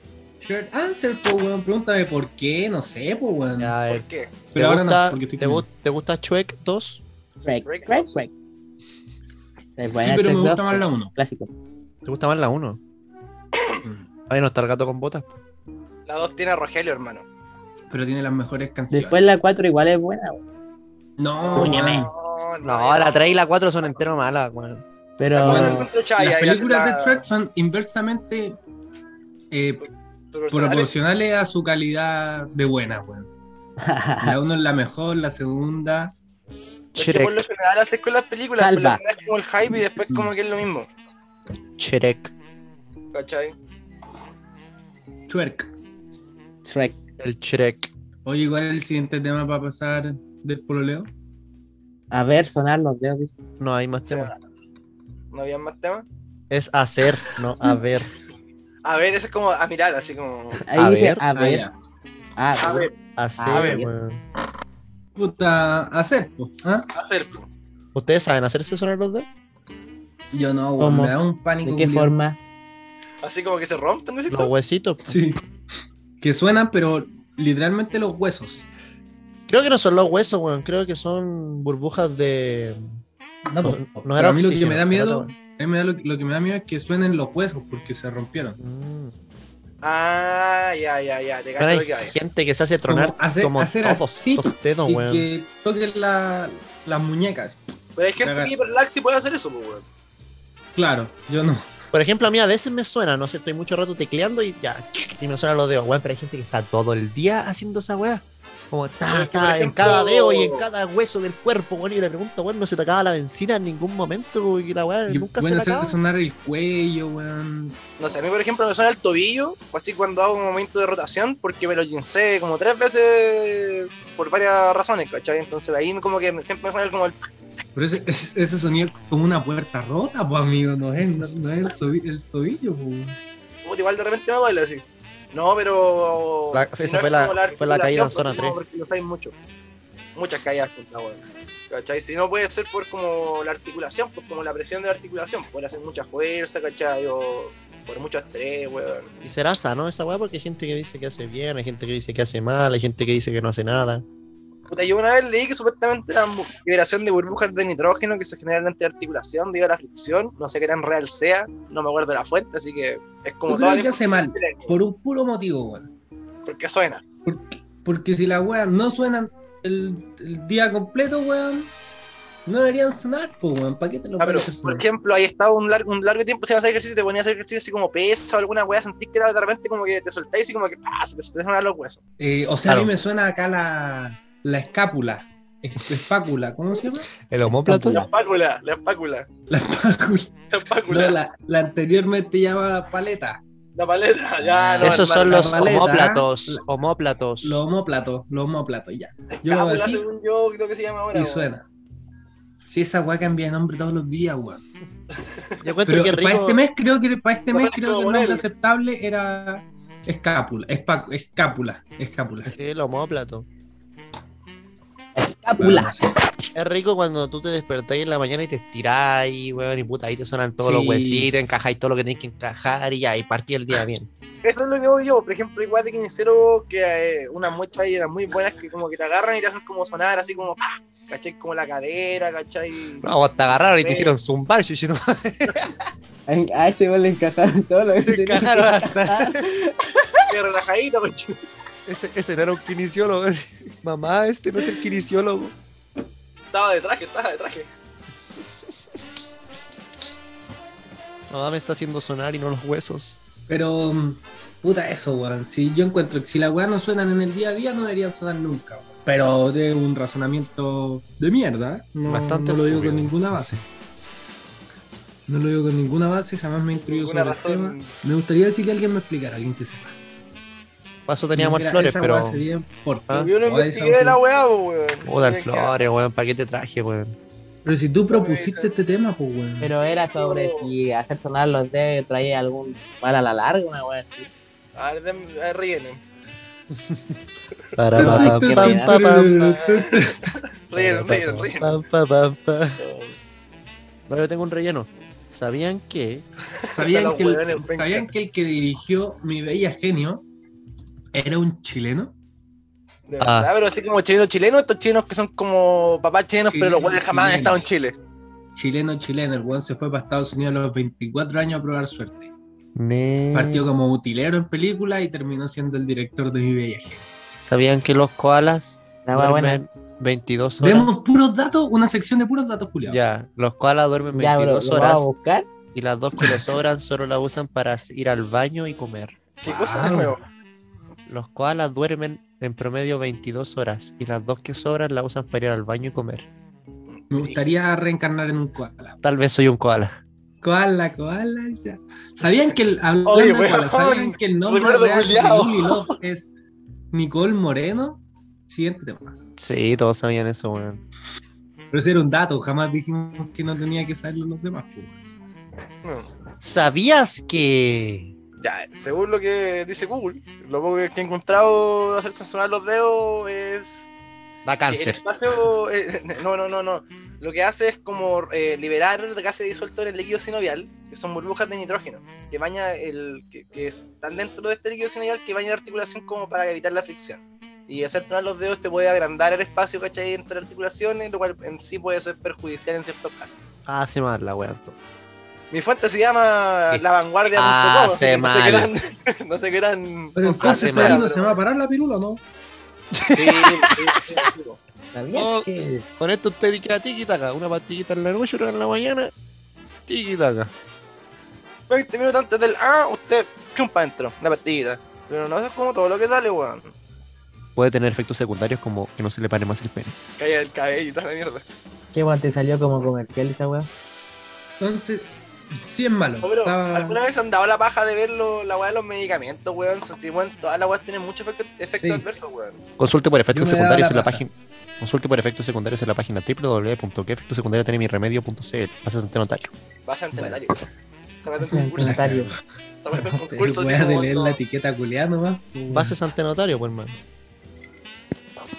Speaker 8: Short answer, po, weón. Pregúntame por qué, no sé, po, weón.
Speaker 3: Ya, a
Speaker 4: ¿Por
Speaker 3: ver.
Speaker 4: qué?
Speaker 3: ¿Te,
Speaker 8: Pero ahora
Speaker 3: gusta,
Speaker 8: no, porque estoy
Speaker 3: te,
Speaker 8: comiendo.
Speaker 3: gu- ¿Te gusta Chuek 2?
Speaker 7: Break,
Speaker 4: Break
Speaker 7: break,
Speaker 4: dos.
Speaker 7: break. Es
Speaker 8: Sí,
Speaker 7: buena
Speaker 8: pero me
Speaker 7: tres,
Speaker 8: gusta
Speaker 7: dos,
Speaker 8: más la 1.
Speaker 7: Clásico.
Speaker 3: ¿Te gusta más la 1? Ahí no está el gato con botas.
Speaker 4: La dos tiene a Rogelio, hermano.
Speaker 8: Pero tiene las mejores canciones.
Speaker 7: Después la 4 igual es buena, weón.
Speaker 8: No,
Speaker 7: Óñame.
Speaker 8: weón.
Speaker 3: No, la 3 y la 4 son entero malas, weón.
Speaker 7: Pero
Speaker 4: La cuatro
Speaker 8: Bueno,
Speaker 4: encuentro chaya,
Speaker 8: Las
Speaker 4: y la-
Speaker 8: películas de
Speaker 4: la-
Speaker 8: Shrek son inversamente eh,
Speaker 4: Proporcionales.
Speaker 8: proporcionales a su calidad de buena, weón. La 1 es la mejor, la segunda.
Speaker 4: Es que por lo general haces con las películas, por lo
Speaker 7: Salva.
Speaker 4: general es como el hype y después como que es lo mismo.
Speaker 3: Cherek.
Speaker 4: ¿Cachai?
Speaker 8: Shrek.
Speaker 7: Shrek.
Speaker 3: El Cherek.
Speaker 8: Oye, ¿cuál es el siguiente tema para pasar del pololeo?
Speaker 7: A ver, sonar los dedos. dice.
Speaker 3: No hay más temas.
Speaker 4: ¿No había más temas?
Speaker 3: Es hacer, no a ver.
Speaker 4: A ver, eso es como a mirar, así como.
Speaker 7: Ahí
Speaker 3: A
Speaker 7: dice,
Speaker 3: ver.
Speaker 7: a ver.
Speaker 8: Ah, ya.
Speaker 7: Ah,
Speaker 4: A ver,
Speaker 3: Hacer,
Speaker 7: A ver.
Speaker 3: weón.
Speaker 8: Puta, hacer, po, ¿ah?
Speaker 4: hacer.
Speaker 3: ¿Ustedes saben hacerse sonar los dedos?
Speaker 8: Yo no, weón,
Speaker 7: ¿Cómo?
Speaker 8: me da un pánico.
Speaker 7: ¿de qué
Speaker 8: culiao.
Speaker 7: forma?
Speaker 4: Así como que se rompen, decís
Speaker 3: Los
Speaker 4: tú.
Speaker 3: huesitos.
Speaker 8: Sí. Que suenan, pero literalmente los huesos.
Speaker 3: Creo que no son los huesos, weón. Creo que son burbujas de.
Speaker 8: Ah, No,
Speaker 3: No,
Speaker 8: po,
Speaker 3: no
Speaker 8: pero
Speaker 3: era
Speaker 8: a mí lo que
Speaker 3: oxígeno,
Speaker 8: me da
Speaker 3: era
Speaker 8: miedo,
Speaker 3: otra
Speaker 8: a mí me da lo, lo que me da miedo es que suenen los huesos porque se rompieron.
Speaker 3: Mm.
Speaker 4: Ah, ya, ya, ya. Te
Speaker 3: Bueno,
Speaker 4: cacho
Speaker 3: hay
Speaker 4: lo que hay.
Speaker 3: gente que se hace tronar
Speaker 8: Como hacer-
Speaker 3: como
Speaker 8: hacer
Speaker 3: todos
Speaker 8: así,
Speaker 3: los dedos,
Speaker 8: y
Speaker 3: weón.
Speaker 8: que toquen la- las muñecas.
Speaker 4: Pero hay gente
Speaker 8: Cagar.
Speaker 4: que hiperlaxi puede hacer eso, pues, weón.
Speaker 8: Claro, yo no.
Speaker 3: Por ejemplo, a mí a veces me suena, no sé, estoy mucho rato tecleando y ya, y me suenan los dedos, weón, pero hay gente que está todo el día haciendo esa weá. Como
Speaker 4: Pero
Speaker 3: ta,
Speaker 4: es que,
Speaker 3: ta,
Speaker 4: por
Speaker 3: en
Speaker 4: ejemplo-
Speaker 3: cada dedo y en cada hueso del cuerpo, weón, y le pregunto, weón, no se te acaba la benzina en ningún momento, como que la weá
Speaker 8: Yo-
Speaker 3: nunca se
Speaker 8: bueno,
Speaker 3: la
Speaker 8: hacer
Speaker 3: acaba.
Speaker 8: sonar el cuello, weón.
Speaker 4: No sé, a mí, por ejemplo, me suena el tobillo, o así cuando hago un momento de rotación, porque me lo gincé como tres veces por varias razones, ¿cachai? Entonces ahí como que me- siempre me suena como el.
Speaker 8: Pero ese, ese ese sonido es como una puerta rota, pues amigo, no es, no, no es el, sobi- el tobillo, pues, weón.
Speaker 4: Puta, igual de repente me duele así. No, pero.
Speaker 3: La-
Speaker 4: si
Speaker 3: esa
Speaker 4: no
Speaker 3: fue
Speaker 4: es
Speaker 3: la-
Speaker 4: como
Speaker 3: fue la caída en
Speaker 4: articulación,
Speaker 3: zona
Speaker 4: porque
Speaker 3: tres.
Speaker 4: No, porque los hay mucho. Muchas caídas contra weón. ¿Cachai? Si no puede ser por como la articulación, pues como la presión de la articulación. pues, Puede hacer mucha fuerza, ¿cachai? O por mucho estrés, weón.
Speaker 3: Y será sano esa weá porque hay gente que dice que hace bien, hay gente que dice que hace mal, hay gente que dice que no hace nada.
Speaker 4: Puta, yo una vez leí que supuestamente la mu- liberación de burbujas de nitrógeno que se generan ante la articulación, debido a la fricción, no sé qué tan real sea, no me acuerdo de la fuente, así que es como
Speaker 8: Yo creo
Speaker 4: toda la
Speaker 8: que hace
Speaker 4: información que
Speaker 8: Por un puro motivo, weón.
Speaker 4: tengo, Porque suena.
Speaker 8: Porque, porque si las weas no suenan el, el día completo, weón, no deberían sonar, pues, weón. ¿Para qué te lo
Speaker 4: Ah, pero,
Speaker 8: pones a
Speaker 4: por
Speaker 8: sonar?
Speaker 4: ejemplo, ahí estaba un largo, un largo tiempo sin hacer ejercicio, te ponías a hacer ejercicio así como pesa o alguna weá, sentís que era de repente como que te soltáis y como que ¡pah! se te, se te sonan los huesos.
Speaker 8: Eh, o sea, a
Speaker 3: Claro.
Speaker 8: mí me suena acá la, la escápula. Es- Espácula, ¿cómo se llama?
Speaker 3: El homóplato.
Speaker 4: La espácula, la espácula,
Speaker 8: La espácula.
Speaker 4: la
Speaker 8: No,
Speaker 4: espácula, la,
Speaker 8: la, la anteriormente llamaba paleta.
Speaker 4: paleta, ya, no.
Speaker 3: Esos son
Speaker 8: la
Speaker 3: los
Speaker 8: paleta,
Speaker 3: homóplatos,
Speaker 8: la-
Speaker 3: homóplatos.
Speaker 8: Los homóplatos, los homóplatos, ya. Yo lo hago
Speaker 4: Cápula,
Speaker 8: así
Speaker 4: según yo, creo que se llama ahora.
Speaker 8: y
Speaker 4: weón.
Speaker 8: suena. Si esa weá cambia de nombre todos los días, weón.
Speaker 3: Yo encuentro
Speaker 8: Pero
Speaker 3: que
Speaker 8: para
Speaker 3: rico.
Speaker 8: este mes creo que para este
Speaker 4: No
Speaker 8: mes
Speaker 4: sabes
Speaker 8: creo
Speaker 4: cómo
Speaker 8: que el nombre
Speaker 4: ponerle.
Speaker 8: aceptable era Escápula, espa- escápula, escápula.
Speaker 3: El homóplato.
Speaker 8: Escápula.
Speaker 3: Es rico cuando tú te despertáis en la mañana y te estiráis, weón, y puta, ahí te suenan todos los
Speaker 6: Sí.
Speaker 3: huesitos, encajáis todo lo que tenéis que encajar y ya, y partí el día bien.
Speaker 6: Eso es lo que veo yo, por ejemplo, igual de Quincero, que eh, unas muestras ahí eran muy buenas que como que te agarran y te hacen como sonar, así como, ¡pah! ¿cachai? Como la cadera, ¿cachai?
Speaker 3: No, vos te agarraron y te
Speaker 6: Sí.
Speaker 3: hicieron zumbar, chuchito.
Speaker 7: A, a ese gol le encajaron todo lo que tenía que
Speaker 3: encajaron
Speaker 7: encajar.
Speaker 6: Qué relajadito,
Speaker 3: Ese, ese no era un kinesiólogo. Mamá, este no es el kinesiólogo.
Speaker 6: Estaba de traje, estaba de traje.
Speaker 3: Mamá me está haciendo sonar y no los huesos.
Speaker 8: Pero, mm, puta eso, weón. Si yo encuentro que si las weas no suenan en el día a día, no deberían sonar nunca, weón. Pero de un razonamiento de mierda, ¿eh? no,
Speaker 3: Bastante
Speaker 8: no lo digo
Speaker 3: estúpido.
Speaker 8: con ninguna base. No lo digo con ninguna base, jamás me he instruido sobre
Speaker 6: Ninguna
Speaker 8: el tema.
Speaker 6: razón.
Speaker 8: Me gustaría decir que alguien me explicara, alguien que sepa.
Speaker 3: Paso teníamos
Speaker 8: Mira,
Speaker 3: el flores,
Speaker 8: esa
Speaker 3: pero.
Speaker 8: wea sería importante.
Speaker 3: Ah.
Speaker 6: Yo no
Speaker 8: Joder,
Speaker 6: investigué
Speaker 8: esa
Speaker 6: la
Speaker 8: wea-
Speaker 6: weá, po, weón.
Speaker 3: Puta, el flores, weón, ¿para qué te traje, weón?
Speaker 8: Pero si tú propusiste este tema, pues weón.
Speaker 7: Pero era sobre si hacer sonar los dedos traía algún mal a la larga, una wea así.
Speaker 6: A ver, dem- a ver, rellenen.
Speaker 3: Para,
Speaker 7: Pero
Speaker 3: para,
Speaker 7: tú-
Speaker 3: pam, pa, pam, pa.
Speaker 6: Rellenen, rellenen, rellenen.
Speaker 3: Pam, pa, pam, pa. No, yo tengo un relleno. ¿Sabían que
Speaker 8: ¿Sabían,
Speaker 6: Los
Speaker 8: que el,
Speaker 6: hueones, venga.
Speaker 8: ¿Sabían que el que dirigió Mi Bella Genio era un chileno?
Speaker 6: De
Speaker 3: Ah.
Speaker 6: verdad, pero así como chileno chileno, estos chinos que son como papás chilenos, pero los
Speaker 8: Chileno,
Speaker 6: weones jamás han
Speaker 8: chileno.
Speaker 6: estado en Chile.
Speaker 8: Chileno, chileno. El weón se fue para Estados Unidos a los 24 años a probar suerte.
Speaker 6: Mm.
Speaker 3: Ne-
Speaker 8: Partió como utilero en películas y terminó siendo el director de Mi Bella Genio.
Speaker 3: ¿Sabían que los koalas
Speaker 7: Una wea buena.
Speaker 3: duermen 22 horas?
Speaker 8: Demos puros datos, una sección de puros datos, Julián.
Speaker 3: Ya, los koalas duermen
Speaker 7: Ya, bro,
Speaker 3: 22
Speaker 7: lo vas
Speaker 3: horas
Speaker 7: a buscar.
Speaker 3: y las dos que les sobran solo la usan para ir al baño y comer.
Speaker 6: ¿Qué cosa de nuevo?
Speaker 3: Los koalas duermen en promedio 22 horas y las dos que sobran la usan para ir al baño y comer.
Speaker 8: Me gustaría reencarnar en un koala.
Speaker 3: Tal vez soy un koala.
Speaker 8: Koala, koala, ya. ¿Sabían que el, hablando
Speaker 6: Oye,
Speaker 8: de
Speaker 6: weón,
Speaker 8: koala, ¿sabían que el nombre
Speaker 6: recuerdo
Speaker 8: real de
Speaker 6: culiao.
Speaker 8: Lily Love es Nicole Moreno? Siguiente tema.
Speaker 3: Sí, todos sabían eso, weón.
Speaker 8: Pero ese era un dato, jamás dijimos que no tenía que salir los demás. pues.
Speaker 6: No.
Speaker 3: ¿Sabías que
Speaker 6: Ya, según lo que dice Google, lo poco que he encontrado de hacerse sonar los dedos es.
Speaker 3: da
Speaker 6: que El
Speaker 3: cáncer?
Speaker 6: espacio. eh, no, no, no, no. Lo que hace es como eh, liberar gases disueltos en el líquido sinovial, que son burbujas de nitrógeno, que baña el. que, que están dentro de este líquido sinovial que baña la articulación como para evitar la fricción. Y hacer sonar los dedos te puede agrandar el espacio, ¿cachai? Entre articulaciones, lo cual en sí puede ser perjudicial en ciertos casos.
Speaker 3: Hace mal la weón.
Speaker 6: Mi fuente se llama
Speaker 3: Sí.
Speaker 6: lavanguardia.com.
Speaker 3: Ah,
Speaker 6: así que
Speaker 3: sé
Speaker 6: no sé qué
Speaker 3: mal.
Speaker 6: tan- No sé qué tan.
Speaker 8: Pero entonces
Speaker 3: Hace
Speaker 8: ahí
Speaker 3: mal,
Speaker 8: no se va a parar la pirula, ¿no?
Speaker 6: Sí, sí, sí, sí, po.
Speaker 7: ¿Sabías
Speaker 3: Oh.
Speaker 7: que
Speaker 3: Con esto usted queda tiki-taka. Una pastillita en la noche, una en la mañana. Tiki-taka.
Speaker 6: 20 minutos antes del ah, usted chumpa adentro, la pastillita. Pero no eso es como todo lo que sale, weón.
Speaker 3: Puede tener efectos secundarios como que no se le pare más el pene.
Speaker 6: Calla el cabello y toda la mierda.
Speaker 7: qué guay te salió como comercial esa wea?
Speaker 8: Entonces, sí es malo.
Speaker 6: No, pero
Speaker 8: Estaba-
Speaker 6: ¿alguna vez han dado la paja de ver lo- la weá de los medicamentos, weón? Sentí, weón, todas las weas tienen muchos efectos efectos
Speaker 8: Sí.
Speaker 6: adversos, weón.
Speaker 3: Consulte por efectos
Speaker 8: Yo me daba
Speaker 3: secundarios
Speaker 8: la
Speaker 3: en la
Speaker 8: paja.
Speaker 3: página. Consulte por efectos secundarios en la página www.queefectosecundariosdenemirremedio.cl. Haces ante notario.
Speaker 6: Vas a entender,
Speaker 8: Bueno.
Speaker 6: weón. Sácate un concurso,
Speaker 7: Comentario.
Speaker 6: sácate
Speaker 8: Te
Speaker 6: un concurso. así
Speaker 8: voy de
Speaker 6: como
Speaker 8: leer
Speaker 6: cuando-
Speaker 8: la etiqueta culiada nomás. pues.
Speaker 3: Bases ante notario, pues, hermano.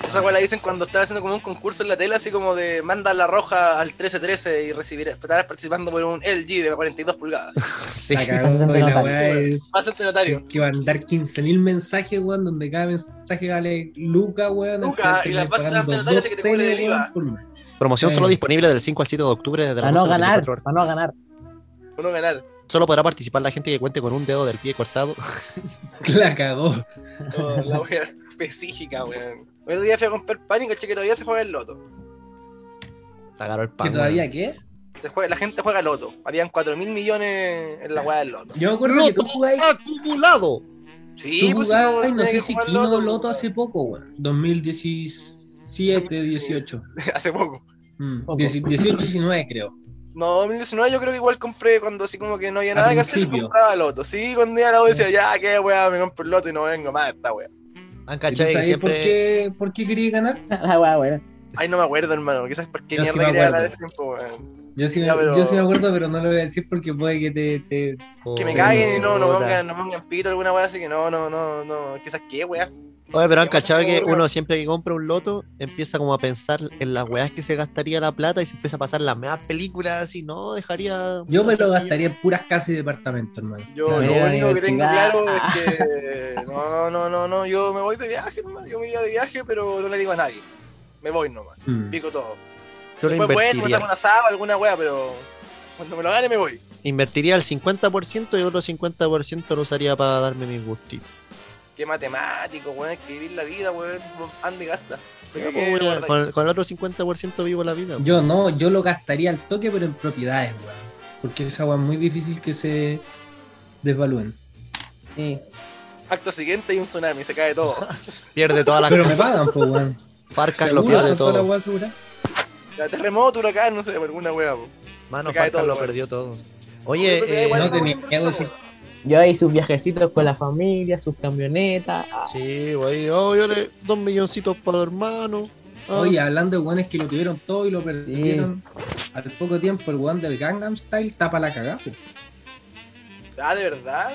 Speaker 6: Esa weá la dicen cuando están haciendo como un concurso en la tele, así como de manda la roja al 1313 y recibirás, estarás participando por un LG de 42 pulgadas.
Speaker 3: Sí.
Speaker 8: La cagó
Speaker 7: Bases
Speaker 8: y la
Speaker 7: antinatarios.
Speaker 8: weá es
Speaker 6: Vas a ser notario.
Speaker 8: que van a dar 15.000 mensajes, weón, donde cada mensaje vale Luca, weón.
Speaker 6: Luca,
Speaker 8: entonces
Speaker 6: y las
Speaker 8: estás
Speaker 6: bases
Speaker 8: pagando
Speaker 6: antinatarias
Speaker 8: dos
Speaker 6: que te cubren el
Speaker 8: teles,
Speaker 6: IVA.
Speaker 8: weón, por mes.
Speaker 3: Promoción
Speaker 8: Sí.
Speaker 3: solo disponible del 5 al 7 de octubre desde la
Speaker 7: Para no
Speaker 3: once a las
Speaker 7: ganar,
Speaker 3: 24 horas.
Speaker 7: para no ganar.
Speaker 6: Uno ganar.
Speaker 3: Solo podrá participar la gente que cuente con un dedo del pie cortado.
Speaker 8: La cagó.
Speaker 6: Oh, la wea específica, weón. El otro día fui a comprar pan y caché que todavía se juega el loto.
Speaker 3: Agarró el pan.
Speaker 8: ¿Que todavía qué?
Speaker 6: Se juega, la gente juega loto. Habían 4 mil millones en la weá del loto.
Speaker 8: Yo me acuerdo que tú jugabas,
Speaker 3: acumulado.
Speaker 6: ah, Sí,
Speaker 8: tú
Speaker 6: pues
Speaker 8: jugabas,
Speaker 6: uno
Speaker 8: no
Speaker 6: tiene
Speaker 8: sé
Speaker 6: que
Speaker 8: si
Speaker 6: jugar pues.
Speaker 8: Kino Loto, hace poco, weón. 2017, 18.
Speaker 6: Hace poco.
Speaker 8: Mm,
Speaker 7: Poco.
Speaker 8: 18, 19 creo.
Speaker 6: No, 2019 yo creo que igual compré cuando así como que no había
Speaker 8: Al
Speaker 6: nada que hacer,
Speaker 8: principio.
Speaker 6: compraba loto. Sí, cuando iba a la U decía, ya, qué weá, me compro el loto y no vengo más a esta weá.
Speaker 3: ¿Han
Speaker 8: Ah, ¿Y tú
Speaker 3: cachado que
Speaker 8: sabes por,
Speaker 3: siempre-
Speaker 8: qué, por qué quería ganar?
Speaker 7: La wea buena.
Speaker 6: Ay, no me acuerdo, hermano. Quizás por qué
Speaker 8: Yo sí
Speaker 6: mierda
Speaker 8: me
Speaker 6: quería
Speaker 8: acuerdo.
Speaker 6: ganar ese tiempo, weón.
Speaker 8: Yo sí,
Speaker 6: Ya, pero-
Speaker 8: yo sí me acuerdo, pero no lo voy a decir porque puede que te. te-
Speaker 6: Que me
Speaker 8: te-
Speaker 6: caguen y no, no me
Speaker 8: Oh, puta.
Speaker 6: pongan, no me pongan pito alguna weá, así que no, no, no, no, quizás qué weá.
Speaker 3: Oye, pero han cachado que
Speaker 6: Bueno.
Speaker 3: uno siempre que compra un loto empieza como a pensar en las weas que se gastaría la plata y se empieza a pasar las meas películas así, no, dejaría.
Speaker 8: Yo me lo gastaría en puras casas y departamentos, hermano.
Speaker 6: Yo
Speaker 8: La
Speaker 6: lo
Speaker 8: media
Speaker 6: único que tengo
Speaker 8: universidad.
Speaker 6: claro es que no, no, no, no, no, yo me voy de viaje, nomás, yo me iría de viaje, pero no le digo a nadie. Me voy nomás,
Speaker 8: Mm.
Speaker 6: pico todo.
Speaker 3: Yo lo
Speaker 6: Después bueno,
Speaker 3: invertiría.
Speaker 6: montarme un asado, alguna weá, pero cuando me lo gane me voy.
Speaker 3: Invertiría el 50% y otro 50% lo usaría para darme mis gustitos.
Speaker 6: Qué matemático, weón, hay que vivir la vida, weón, ande y gasta. Me
Speaker 3: Ya,
Speaker 6: cagué,
Speaker 3: pues,
Speaker 6: lo
Speaker 3: bueno,
Speaker 6: guardáis.
Speaker 3: Con, con el otro 50% vivo la vida.
Speaker 8: Yo no, yo lo gastaría al toque, pero en propiedades, weón. Porque esa weón es muy difícil que se desvalúen.
Speaker 7: Sí.
Speaker 6: Acto siguiente hay un tsunami, se cae todo.
Speaker 3: Pierde todas las
Speaker 8: Pero me
Speaker 3: casas.
Speaker 8: pagan, pues, weón.
Speaker 3: Farcas lo
Speaker 8: Seguro,
Speaker 3: pierde
Speaker 8: toda la
Speaker 3: todo.
Speaker 8: weá segura.
Speaker 6: Ya, terremoto, huracán, no sé, alguna weá, po.
Speaker 3: Mano,
Speaker 6: se cae
Speaker 3: Farcas
Speaker 6: todo,
Speaker 3: lo
Speaker 6: weón.
Speaker 3: perdió todo.
Speaker 6: Yo creo que
Speaker 3: Oye, eh,
Speaker 6: igual
Speaker 8: no
Speaker 6: me voy
Speaker 8: tenía
Speaker 6: a invertir
Speaker 8: miedo,
Speaker 6: esa
Speaker 8: sí.
Speaker 6: weá.
Speaker 7: Yo ahí sus viajecitos con la familia, sus camionetas. ah,
Speaker 3: sí, güey. Oh, yo le dos milloncitos para los hermanos. Ah,
Speaker 8: Oye, hablando de weones que lo tuvieron todo y lo perdieron. Al poco tiempo, el weón del Gangnam Style tapa la cagada. pues.
Speaker 6: Ah, de verdad.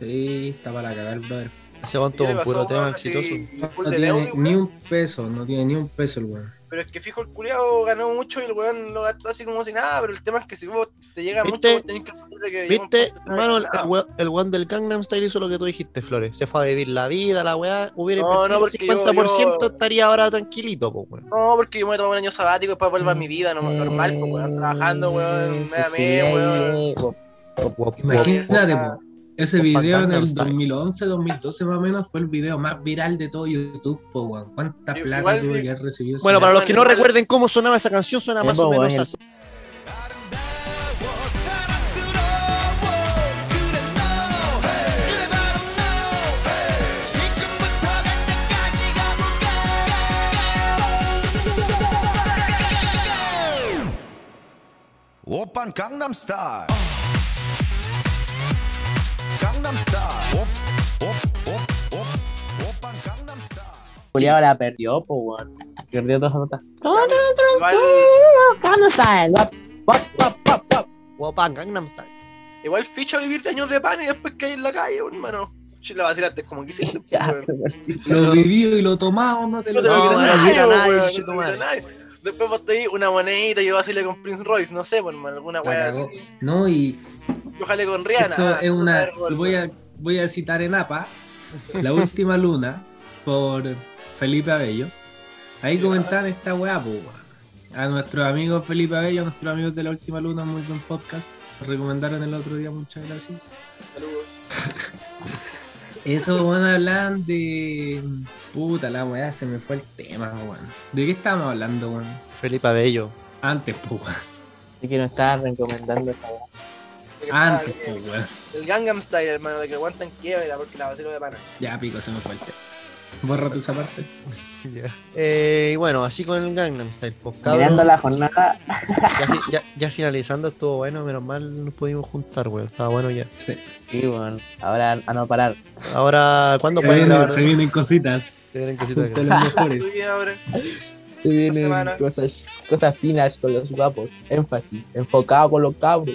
Speaker 8: Sí, tapa la cagada, el brother.
Speaker 3: ese weón
Speaker 6: ¿Y qué
Speaker 3: tuvo
Speaker 6: le
Speaker 3: un
Speaker 6: pasó,
Speaker 3: puro tema
Speaker 6: weón, así,
Speaker 3: exitoso.
Speaker 8: No
Speaker 6: full de
Speaker 8: tiene
Speaker 6: deuda,
Speaker 8: ni
Speaker 6: weón?
Speaker 8: un peso, no tiene ni un peso el weón.
Speaker 6: Pero es que fijo, el culiao ganó mucho y el weón lo gastó así como si nada, pero el tema es que si vos te llega
Speaker 3: ¿Viste?
Speaker 6: mucho, vos tenés que asumir de que... llega un
Speaker 3: ¿Viste,
Speaker 6: punto que no
Speaker 3: hermano? El,
Speaker 6: hay nada.
Speaker 3: el we- el weón del Gangnam Style hizo lo que tú dijiste, Flores. Se fue a vivir la vida, la weá. Hubiera
Speaker 6: No,
Speaker 3: invertido
Speaker 6: no,
Speaker 3: el
Speaker 6: porque yo-
Speaker 3: 50%,
Speaker 6: yo-
Speaker 3: estaría ahora tranquilito, po, weón.
Speaker 6: No, porque yo me voy a tomar un año sabático y después vuelvo a mi vida no, normal, pues, weón, trabajando, weón, me amé, weón.
Speaker 7: eh, po.
Speaker 8: Imagínate,
Speaker 6: Ah.
Speaker 8: po, ese
Speaker 3: Opa,
Speaker 8: video en
Speaker 3: Gangnam
Speaker 8: el
Speaker 3: Style.
Speaker 8: 2011, 2012 más o menos fue el video más viral de todo YouTube, po, weón. ¿Cuánta
Speaker 6: Yo-
Speaker 8: plata
Speaker 6: igual
Speaker 8: tuvo
Speaker 6: vi-
Speaker 8: que haber recibido? ese
Speaker 3: Bueno, para
Speaker 8: video?
Speaker 3: los que no recuerden cómo sonaba esa canción, suena
Speaker 7: Eh,
Speaker 3: más
Speaker 7: po,
Speaker 3: o
Speaker 7: weón,
Speaker 3: menos
Speaker 7: el-
Speaker 3: así.
Speaker 4: 오빤 강남 스타일 강남 스타일 오오오오 오빤 강남 스타일
Speaker 7: Juliado la perdió, po, weón. Perdió todas las notas. Todo
Speaker 6: Igual,
Speaker 7: tranquilo, ¿Cómo estás? Guap, guap, guap, guap, guap.
Speaker 3: Guapán, Gangnam Style.
Speaker 6: igual ficha vivir de años de pan y después caer en la calle, weón, hermano. Si la vacilaste como quisiste, pues,
Speaker 7: Ya,
Speaker 6: weón.
Speaker 7: se me-
Speaker 8: Lo vivido y lo tomado, no te lo
Speaker 6: No te
Speaker 3: No,
Speaker 6: lo
Speaker 3: no lo
Speaker 6: quita nadie,
Speaker 3: quita
Speaker 6: weón,
Speaker 3: nadie,
Speaker 6: no te
Speaker 3: chico,
Speaker 6: lo
Speaker 3: madre.
Speaker 6: quita nadie. Después vos te di una monedita y yo vacilé con Prince Royce, no sé, por hermano, alguna
Speaker 8: La
Speaker 6: weá
Speaker 8: cagó.
Speaker 6: así.
Speaker 8: No, y
Speaker 6: Yo jalé con Rihanna.
Speaker 8: esto
Speaker 6: ah,
Speaker 8: es
Speaker 6: puta,
Speaker 8: una.
Speaker 6: hermano.
Speaker 8: Voy a, voy a citar en APA, La última luna, por Felipe Abello. Ahí
Speaker 6: Ya.
Speaker 8: comentan esta weá, po, weón. A nuestro amigo Felipe Abello, a nuestros amigos de La última luna, muy buen podcast. Nos recomendaron el otro día, muchas gracias.
Speaker 6: Saludos.
Speaker 8: Eso, weón, hablan de. Puta la weá, se me fue el tema, weón. ¿De qué estábamos hablando, weón?
Speaker 3: Felipe Abello.
Speaker 8: Antes, po, weón.
Speaker 7: Así que no estaba recomendando esa weón.
Speaker 6: De que estaba
Speaker 8: Antes, po,
Speaker 6: bien.
Speaker 8: weón.
Speaker 6: El Gangnam Style, hermano, de que aguantan quiebra porque la vacilo de pana.
Speaker 8: Ya, pico, se me fue el tema. Bórrate esa parte.
Speaker 3: Eh, y bueno, así con el Gangnam Style. Pues, cabrón,
Speaker 7: Mirando la jornada,
Speaker 3: ya, fi- ya- ya finalizando, estuvo bueno. Menos mal nos pudimos juntar, weón. Estaba bueno ya.
Speaker 7: sí, weón. Ahora a no parar.
Speaker 3: Ahora, ¿cuándo
Speaker 8: Se
Speaker 3: pueden
Speaker 8: vienen,
Speaker 3: grabar?
Speaker 8: se vienen cositas.
Speaker 3: Se vienen cositas
Speaker 8: Junto a
Speaker 3: gratis.
Speaker 8: los
Speaker 6: Estoy
Speaker 8: mejores.
Speaker 6: bien ahora.
Speaker 7: Se vienen
Speaker 6: semanas.
Speaker 7: cosas, cosas finas con los guapos. Énfasis. Enfocado con los cabros.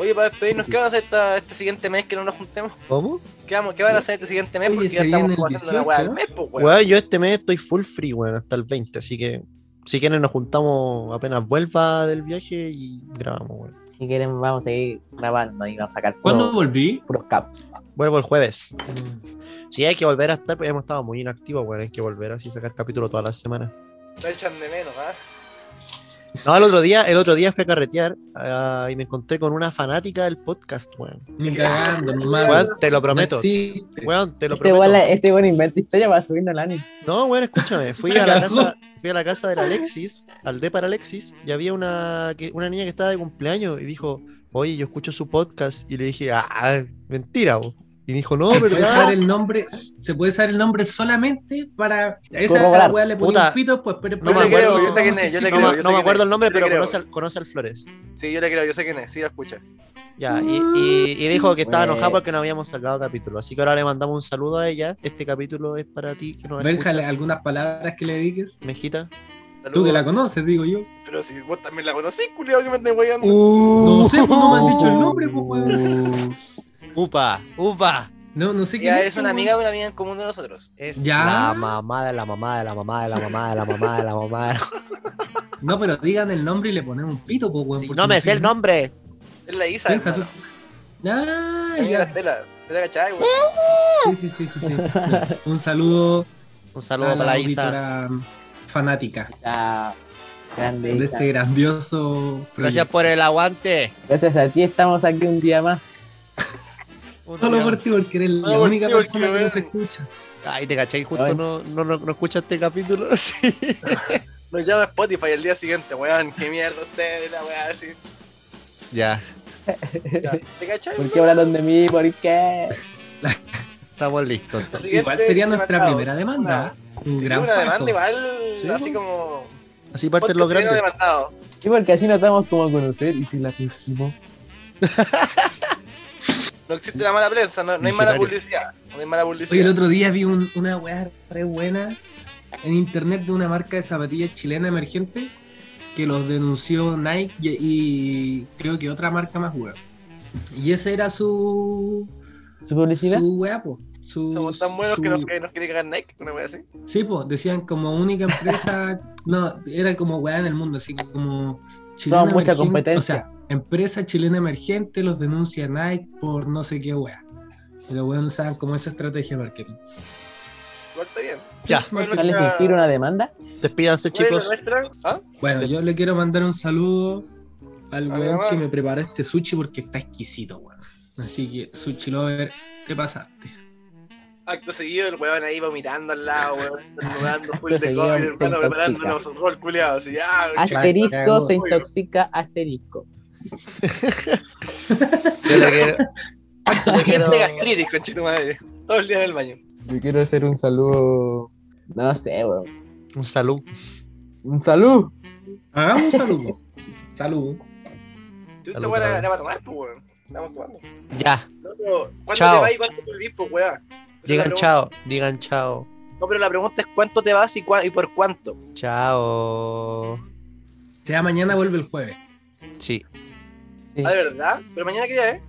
Speaker 6: Oye, para despedirnos, ¿qué van a hacer esta, este siguiente mes que no nos juntemos?
Speaker 3: ¿Cómo?
Speaker 6: ¿Qué, vamos, ¿Qué van a hacer este siguiente mes?
Speaker 8: Oye,
Speaker 6: Porque
Speaker 8: se
Speaker 6: ya
Speaker 8: viene
Speaker 6: estamos
Speaker 8: el
Speaker 6: jugando la weá
Speaker 8: 18,
Speaker 6: del mes, pues, weón.
Speaker 3: Weón, yo este mes estoy full free, weón, hasta el 20. Así que, si quieren, nos juntamos apenas vuelva del viaje y grabamos, weón.
Speaker 7: Si quieren, vamos a seguir grabando y vamos a sacar
Speaker 8: ¿Cuándo
Speaker 7: puros,
Speaker 8: volví?
Speaker 7: puros caps.
Speaker 3: Vuelvo el jueves.
Speaker 7: Mm.
Speaker 3: Sí, hay que volver a estar, porque hemos estado muy inactivos, weón. Hay que volver así, sacar capítulo todas las semanas.
Speaker 6: La echan de menos, ¿ah?
Speaker 3: No, el otro día, el otro día fui a carretear ah, y me encontré con una fanática del podcast, weón.
Speaker 8: Ni cagando, hermano.
Speaker 3: Weón, te lo prometo.
Speaker 8: Sí.
Speaker 3: Weón, te lo
Speaker 7: Este weón
Speaker 3: prometo.
Speaker 7: la- este weón inventa historia para subirnos al anime.
Speaker 3: No, bueno, escúchame, fui a la casa, fui a la casa del Alexis, al de para Alexis, y había una, que- una niña que estaba de cumpleaños y dijo, oye, yo escucho su podcast, y le dije, ah, mentira, vos. Y me dijo, no,
Speaker 8: ¿Se puede saber
Speaker 3: ¿verdad?
Speaker 8: el nombre? ¿Se puede saber el nombre solamente para. a
Speaker 7: Puedo
Speaker 8: Esa
Speaker 7: cobrar.
Speaker 8: weá le ponía
Speaker 3: Puta.
Speaker 8: un pito, pues, pero.
Speaker 3: No
Speaker 6: yo
Speaker 3: me
Speaker 6: le creo,
Speaker 3: acuerdo.
Speaker 6: yo sé quién es, yo le
Speaker 3: No,
Speaker 6: creo.
Speaker 3: me- no me
Speaker 6: yo sé quién
Speaker 3: acuerdo
Speaker 6: es,
Speaker 3: el nombre,
Speaker 6: yo le
Speaker 3: pero
Speaker 6: creo.
Speaker 3: conoce, al- conoce al Flores.
Speaker 6: Sí, yo le creo, yo sé quién es, sí, la escucha.
Speaker 3: Ya, y, y-
Speaker 8: Ah,
Speaker 3: y dijo que estaba enojada
Speaker 7: Bueno.
Speaker 3: porque no habíamos sacado capítulo. Así que ahora le mandamos un saludo a ella. Este capítulo es para ti, que nos
Speaker 8: Benja,
Speaker 3: escuchas.
Speaker 8: algunas palabras que le dediques.
Speaker 3: Mejita.
Speaker 8: Tú que la conoces, digo yo.
Speaker 2: Pero si vos también la conocés, culiado, que me andes guayando.
Speaker 8: no sé, pues no me han dicho el nombre, pues, weón.
Speaker 3: Uh. Upa, upa.
Speaker 8: No, no sé pues, qué.
Speaker 2: Ya es una amiga de una amiga en común de nosotros.
Speaker 3: Es
Speaker 8: Ya.
Speaker 3: la mamá de la mamá de la mamá de la mamá de la mamá de la mamá. de la-
Speaker 8: No, pero digan el nombre y le ponemos un pito, pues, weón.
Speaker 3: Si
Speaker 8: porque
Speaker 3: no me sé
Speaker 8: sé
Speaker 3: el nombre.
Speaker 2: Es la Isa,
Speaker 8: Deja
Speaker 2: hermano.
Speaker 8: Ah,
Speaker 2: Amiga de
Speaker 8: ya.
Speaker 2: la Estela. ¿Te la cachai, güey?
Speaker 8: Sí, sí, sí, sí. sí. Ya. Un saludo.
Speaker 3: Un saludo Ah, para la Isa.
Speaker 8: auditora fanática
Speaker 7: Ah, grande.
Speaker 8: de
Speaker 7: Isa.
Speaker 8: este grandioso
Speaker 3: Gracias
Speaker 8: proyecto.
Speaker 3: por el aguante.
Speaker 7: Gracias a ti estamos aquí un día más.
Speaker 3: Un
Speaker 8: Solo
Speaker 3: día-
Speaker 8: por ti, porque eres la
Speaker 2: Solo por
Speaker 8: única
Speaker 2: ti, porque
Speaker 8: persona que
Speaker 2: me
Speaker 8: nos
Speaker 2: ven.
Speaker 8: escucha.
Speaker 3: Ay, te caché, justo
Speaker 7: Ay.
Speaker 3: no, no, no, no escuchaste el capítulo. Sí.
Speaker 2: Nos llama Spotify el día siguiente, weón. Qué mierda ustedes, la weá así.
Speaker 3: Ya,
Speaker 2: Ya, ¿Te cachai?
Speaker 7: ¿Por qué hablaron de mí? ¿Por qué?
Speaker 3: estamos listos. entonces.
Speaker 2: Siguiente
Speaker 8: Igual sería nuestra
Speaker 2: demandado.
Speaker 8: primera demanda. ¿eh? Un
Speaker 2: Sí,
Speaker 8: gran
Speaker 2: una
Speaker 8: paso.
Speaker 2: demanda igual,
Speaker 3: Sí,
Speaker 2: así
Speaker 3: güey.
Speaker 2: como.
Speaker 3: Así parten
Speaker 2: podcast
Speaker 3: los
Speaker 2: chileno
Speaker 3: grandes.
Speaker 2: demandado.
Speaker 7: Sí, porque así nos estamos como a conocer y si la fingimos.
Speaker 2: No existe la mala prensa, no, no hay mala
Speaker 3: Millonario.
Speaker 2: publicidad. No hay mala publicidad.
Speaker 8: Oye, el otro día vi un- una weá re buena en internet de una marca de zapatillas chilena emergente que los denunció Nike y, y creo que otra marca más weá. Y ese era su.
Speaker 7: ¿Su publicidad?
Speaker 8: Su weá, po. Su,
Speaker 2: Somos tan buenos que
Speaker 8: su-
Speaker 2: nos, que nos quiere cagar Nike, una wea así.
Speaker 8: Sí, pues, decían como única empresa, no, era como weá en el mundo, así como chilena
Speaker 7: Somos mucha
Speaker 8: emergente,
Speaker 7: competencia.
Speaker 8: O sea, empresa chilena emergente los denuncia Nike por no sé qué weá. Y los weones usaban como esa estrategia de marketing.
Speaker 2: Igual está bien.
Speaker 3: Ya,
Speaker 2: Bueno,
Speaker 7: ¿No les
Speaker 2: nuestra-
Speaker 7: inspira una demanda?
Speaker 3: despídanse,
Speaker 2: bueno,
Speaker 3: chicos.
Speaker 2: nuestra- ¿Ah?
Speaker 8: Bueno, yo le quiero mandar un saludo al
Speaker 2: A
Speaker 8: weón
Speaker 2: ver.
Speaker 8: que me preparó este sushi porque está exquisito, weón. Así que, sushi lover, te pasaste.
Speaker 2: Acto seguido, el weón ahí vomitando al lado, weón, estornudando, full
Speaker 7: Acto
Speaker 2: de
Speaker 7: seguido,
Speaker 2: COVID,
Speaker 7: se
Speaker 2: hermano,
Speaker 7: intoxica.
Speaker 2: preparándonos un rol culiado, así, ah,
Speaker 7: Asterisco se
Speaker 2: Muy bien.
Speaker 7: intoxica, asterisco.
Speaker 3: Yo le quiero, yo le quiero-
Speaker 2: de gastritis, conchito madre. Todo el día en el baño.
Speaker 7: Yo quiero hacer un saludo. No sé, weón.
Speaker 3: un saludo.
Speaker 7: Un saludo.
Speaker 8: Hagamos un saludo. Saludo.
Speaker 2: Tú esta
Speaker 3: Salud,
Speaker 2: weá la-
Speaker 3: cabrón.
Speaker 2: la va a tomar, pues, weón. Estamos tomando.
Speaker 3: Ya,
Speaker 2: Loco, ¿Cuándo
Speaker 3: Chao.
Speaker 2: te vas y cuándo te volvís, pues, weón? Esa es la
Speaker 3: digan
Speaker 2: pregunta.
Speaker 3: chao, digan chao.
Speaker 2: No, pero la pregunta es cuánto te vas y, cua- y por cuánto.
Speaker 3: Chao.
Speaker 8: Sea mañana vuelve el jueves.
Speaker 3: Sí,
Speaker 2: Ah, de verdad. Pero mañana qué día, ¿eh?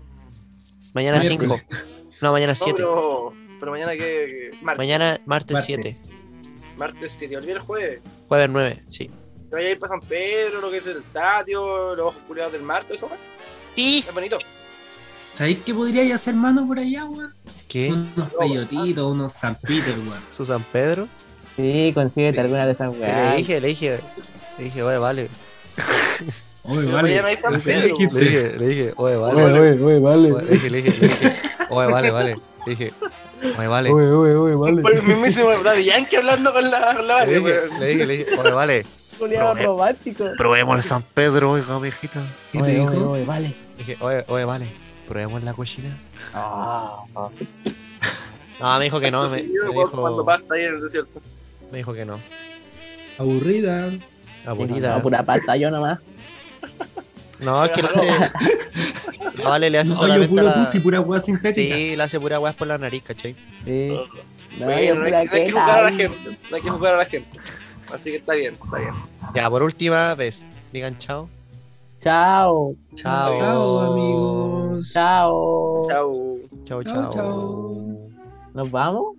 Speaker 3: mañana
Speaker 8: Miércoles.
Speaker 3: 5. No, mañana
Speaker 2: No,
Speaker 3: 7.
Speaker 2: pero, pero mañana qué. qué- Martes.
Speaker 3: Mañana martes
Speaker 8: Martes.
Speaker 3: 7,
Speaker 2: Martes 7, volví el jueves.
Speaker 3: jueves 9, sí.
Speaker 2: Te vayas a ir para San Pedro, lo que es el Tatio, los ojos culiados del Marte, eso, weón.
Speaker 3: ¿Y
Speaker 2: Es bonito.
Speaker 8: ¿Sabéis qué podríais hacer, mano, por allá, weón?
Speaker 3: qué?
Speaker 8: Unos peyotitos, unos zampitos, weón.
Speaker 3: ¿Su San Pedro?
Speaker 7: Sí, consíguete alguna de esas
Speaker 3: Le
Speaker 7: weas.
Speaker 3: dije, le dije, le dije, oye, vale.
Speaker 8: Oye,
Speaker 2: Pero
Speaker 8: vale.
Speaker 2: mañana hay San
Speaker 8: No sé,
Speaker 2: Pedro,
Speaker 8: dijiste.
Speaker 3: Le dije, le dije, oye, vale.
Speaker 2: Oye,
Speaker 3: vale. Le dije, le dije, le dije, oye, vale, vale. Le dije, oye, vale.
Speaker 2: Por el mismísimo Daddy Yankee hablando con la, con la
Speaker 3: Le
Speaker 2: Barbie,
Speaker 3: dije,
Speaker 2: weón.
Speaker 3: le dije, le dije, oye, vale.
Speaker 7: Culeado
Speaker 3: Pero-
Speaker 7: romántico.
Speaker 3: Probemos el San Pedro, oiga, ovejita.
Speaker 8: ¿Qué te dijo?
Speaker 7: vale.
Speaker 3: Le dije, oye, oye, vale. Probemos la cochina.
Speaker 7: Ah,
Speaker 3: No, me dijo que no, me,
Speaker 2: Sí, weón,
Speaker 3: me
Speaker 2: Cuando
Speaker 3: dijo,
Speaker 2: pasta ahí en el desierto.
Speaker 3: me dijo que no.
Speaker 8: Aburrida.
Speaker 3: Aburrida.
Speaker 7: pura pata yo nomás.
Speaker 3: No, es que la hace. La vale le hace
Speaker 8: No, yo
Speaker 3: solamente
Speaker 8: puro
Speaker 3: la-
Speaker 8: pussy, pura weá sintética.
Speaker 3: Sí, la hace pura weas por la nariz, ¿cachai?
Speaker 7: Sí. No,
Speaker 2: Bueno,
Speaker 7: yo
Speaker 2: no hay,
Speaker 7: pura
Speaker 2: no hay que
Speaker 7: queja.
Speaker 2: jugar a la gente. No hay que jugar a la gente. Así que está bien, está bien.
Speaker 3: Ya, por última vez, digan chao.
Speaker 7: Chao.
Speaker 3: Chao.
Speaker 8: Chao, amigos.
Speaker 7: Chao.
Speaker 2: Chao.
Speaker 3: Chao,
Speaker 8: Chao,
Speaker 3: chao.
Speaker 8: chao.
Speaker 7: ¿Nos vamos?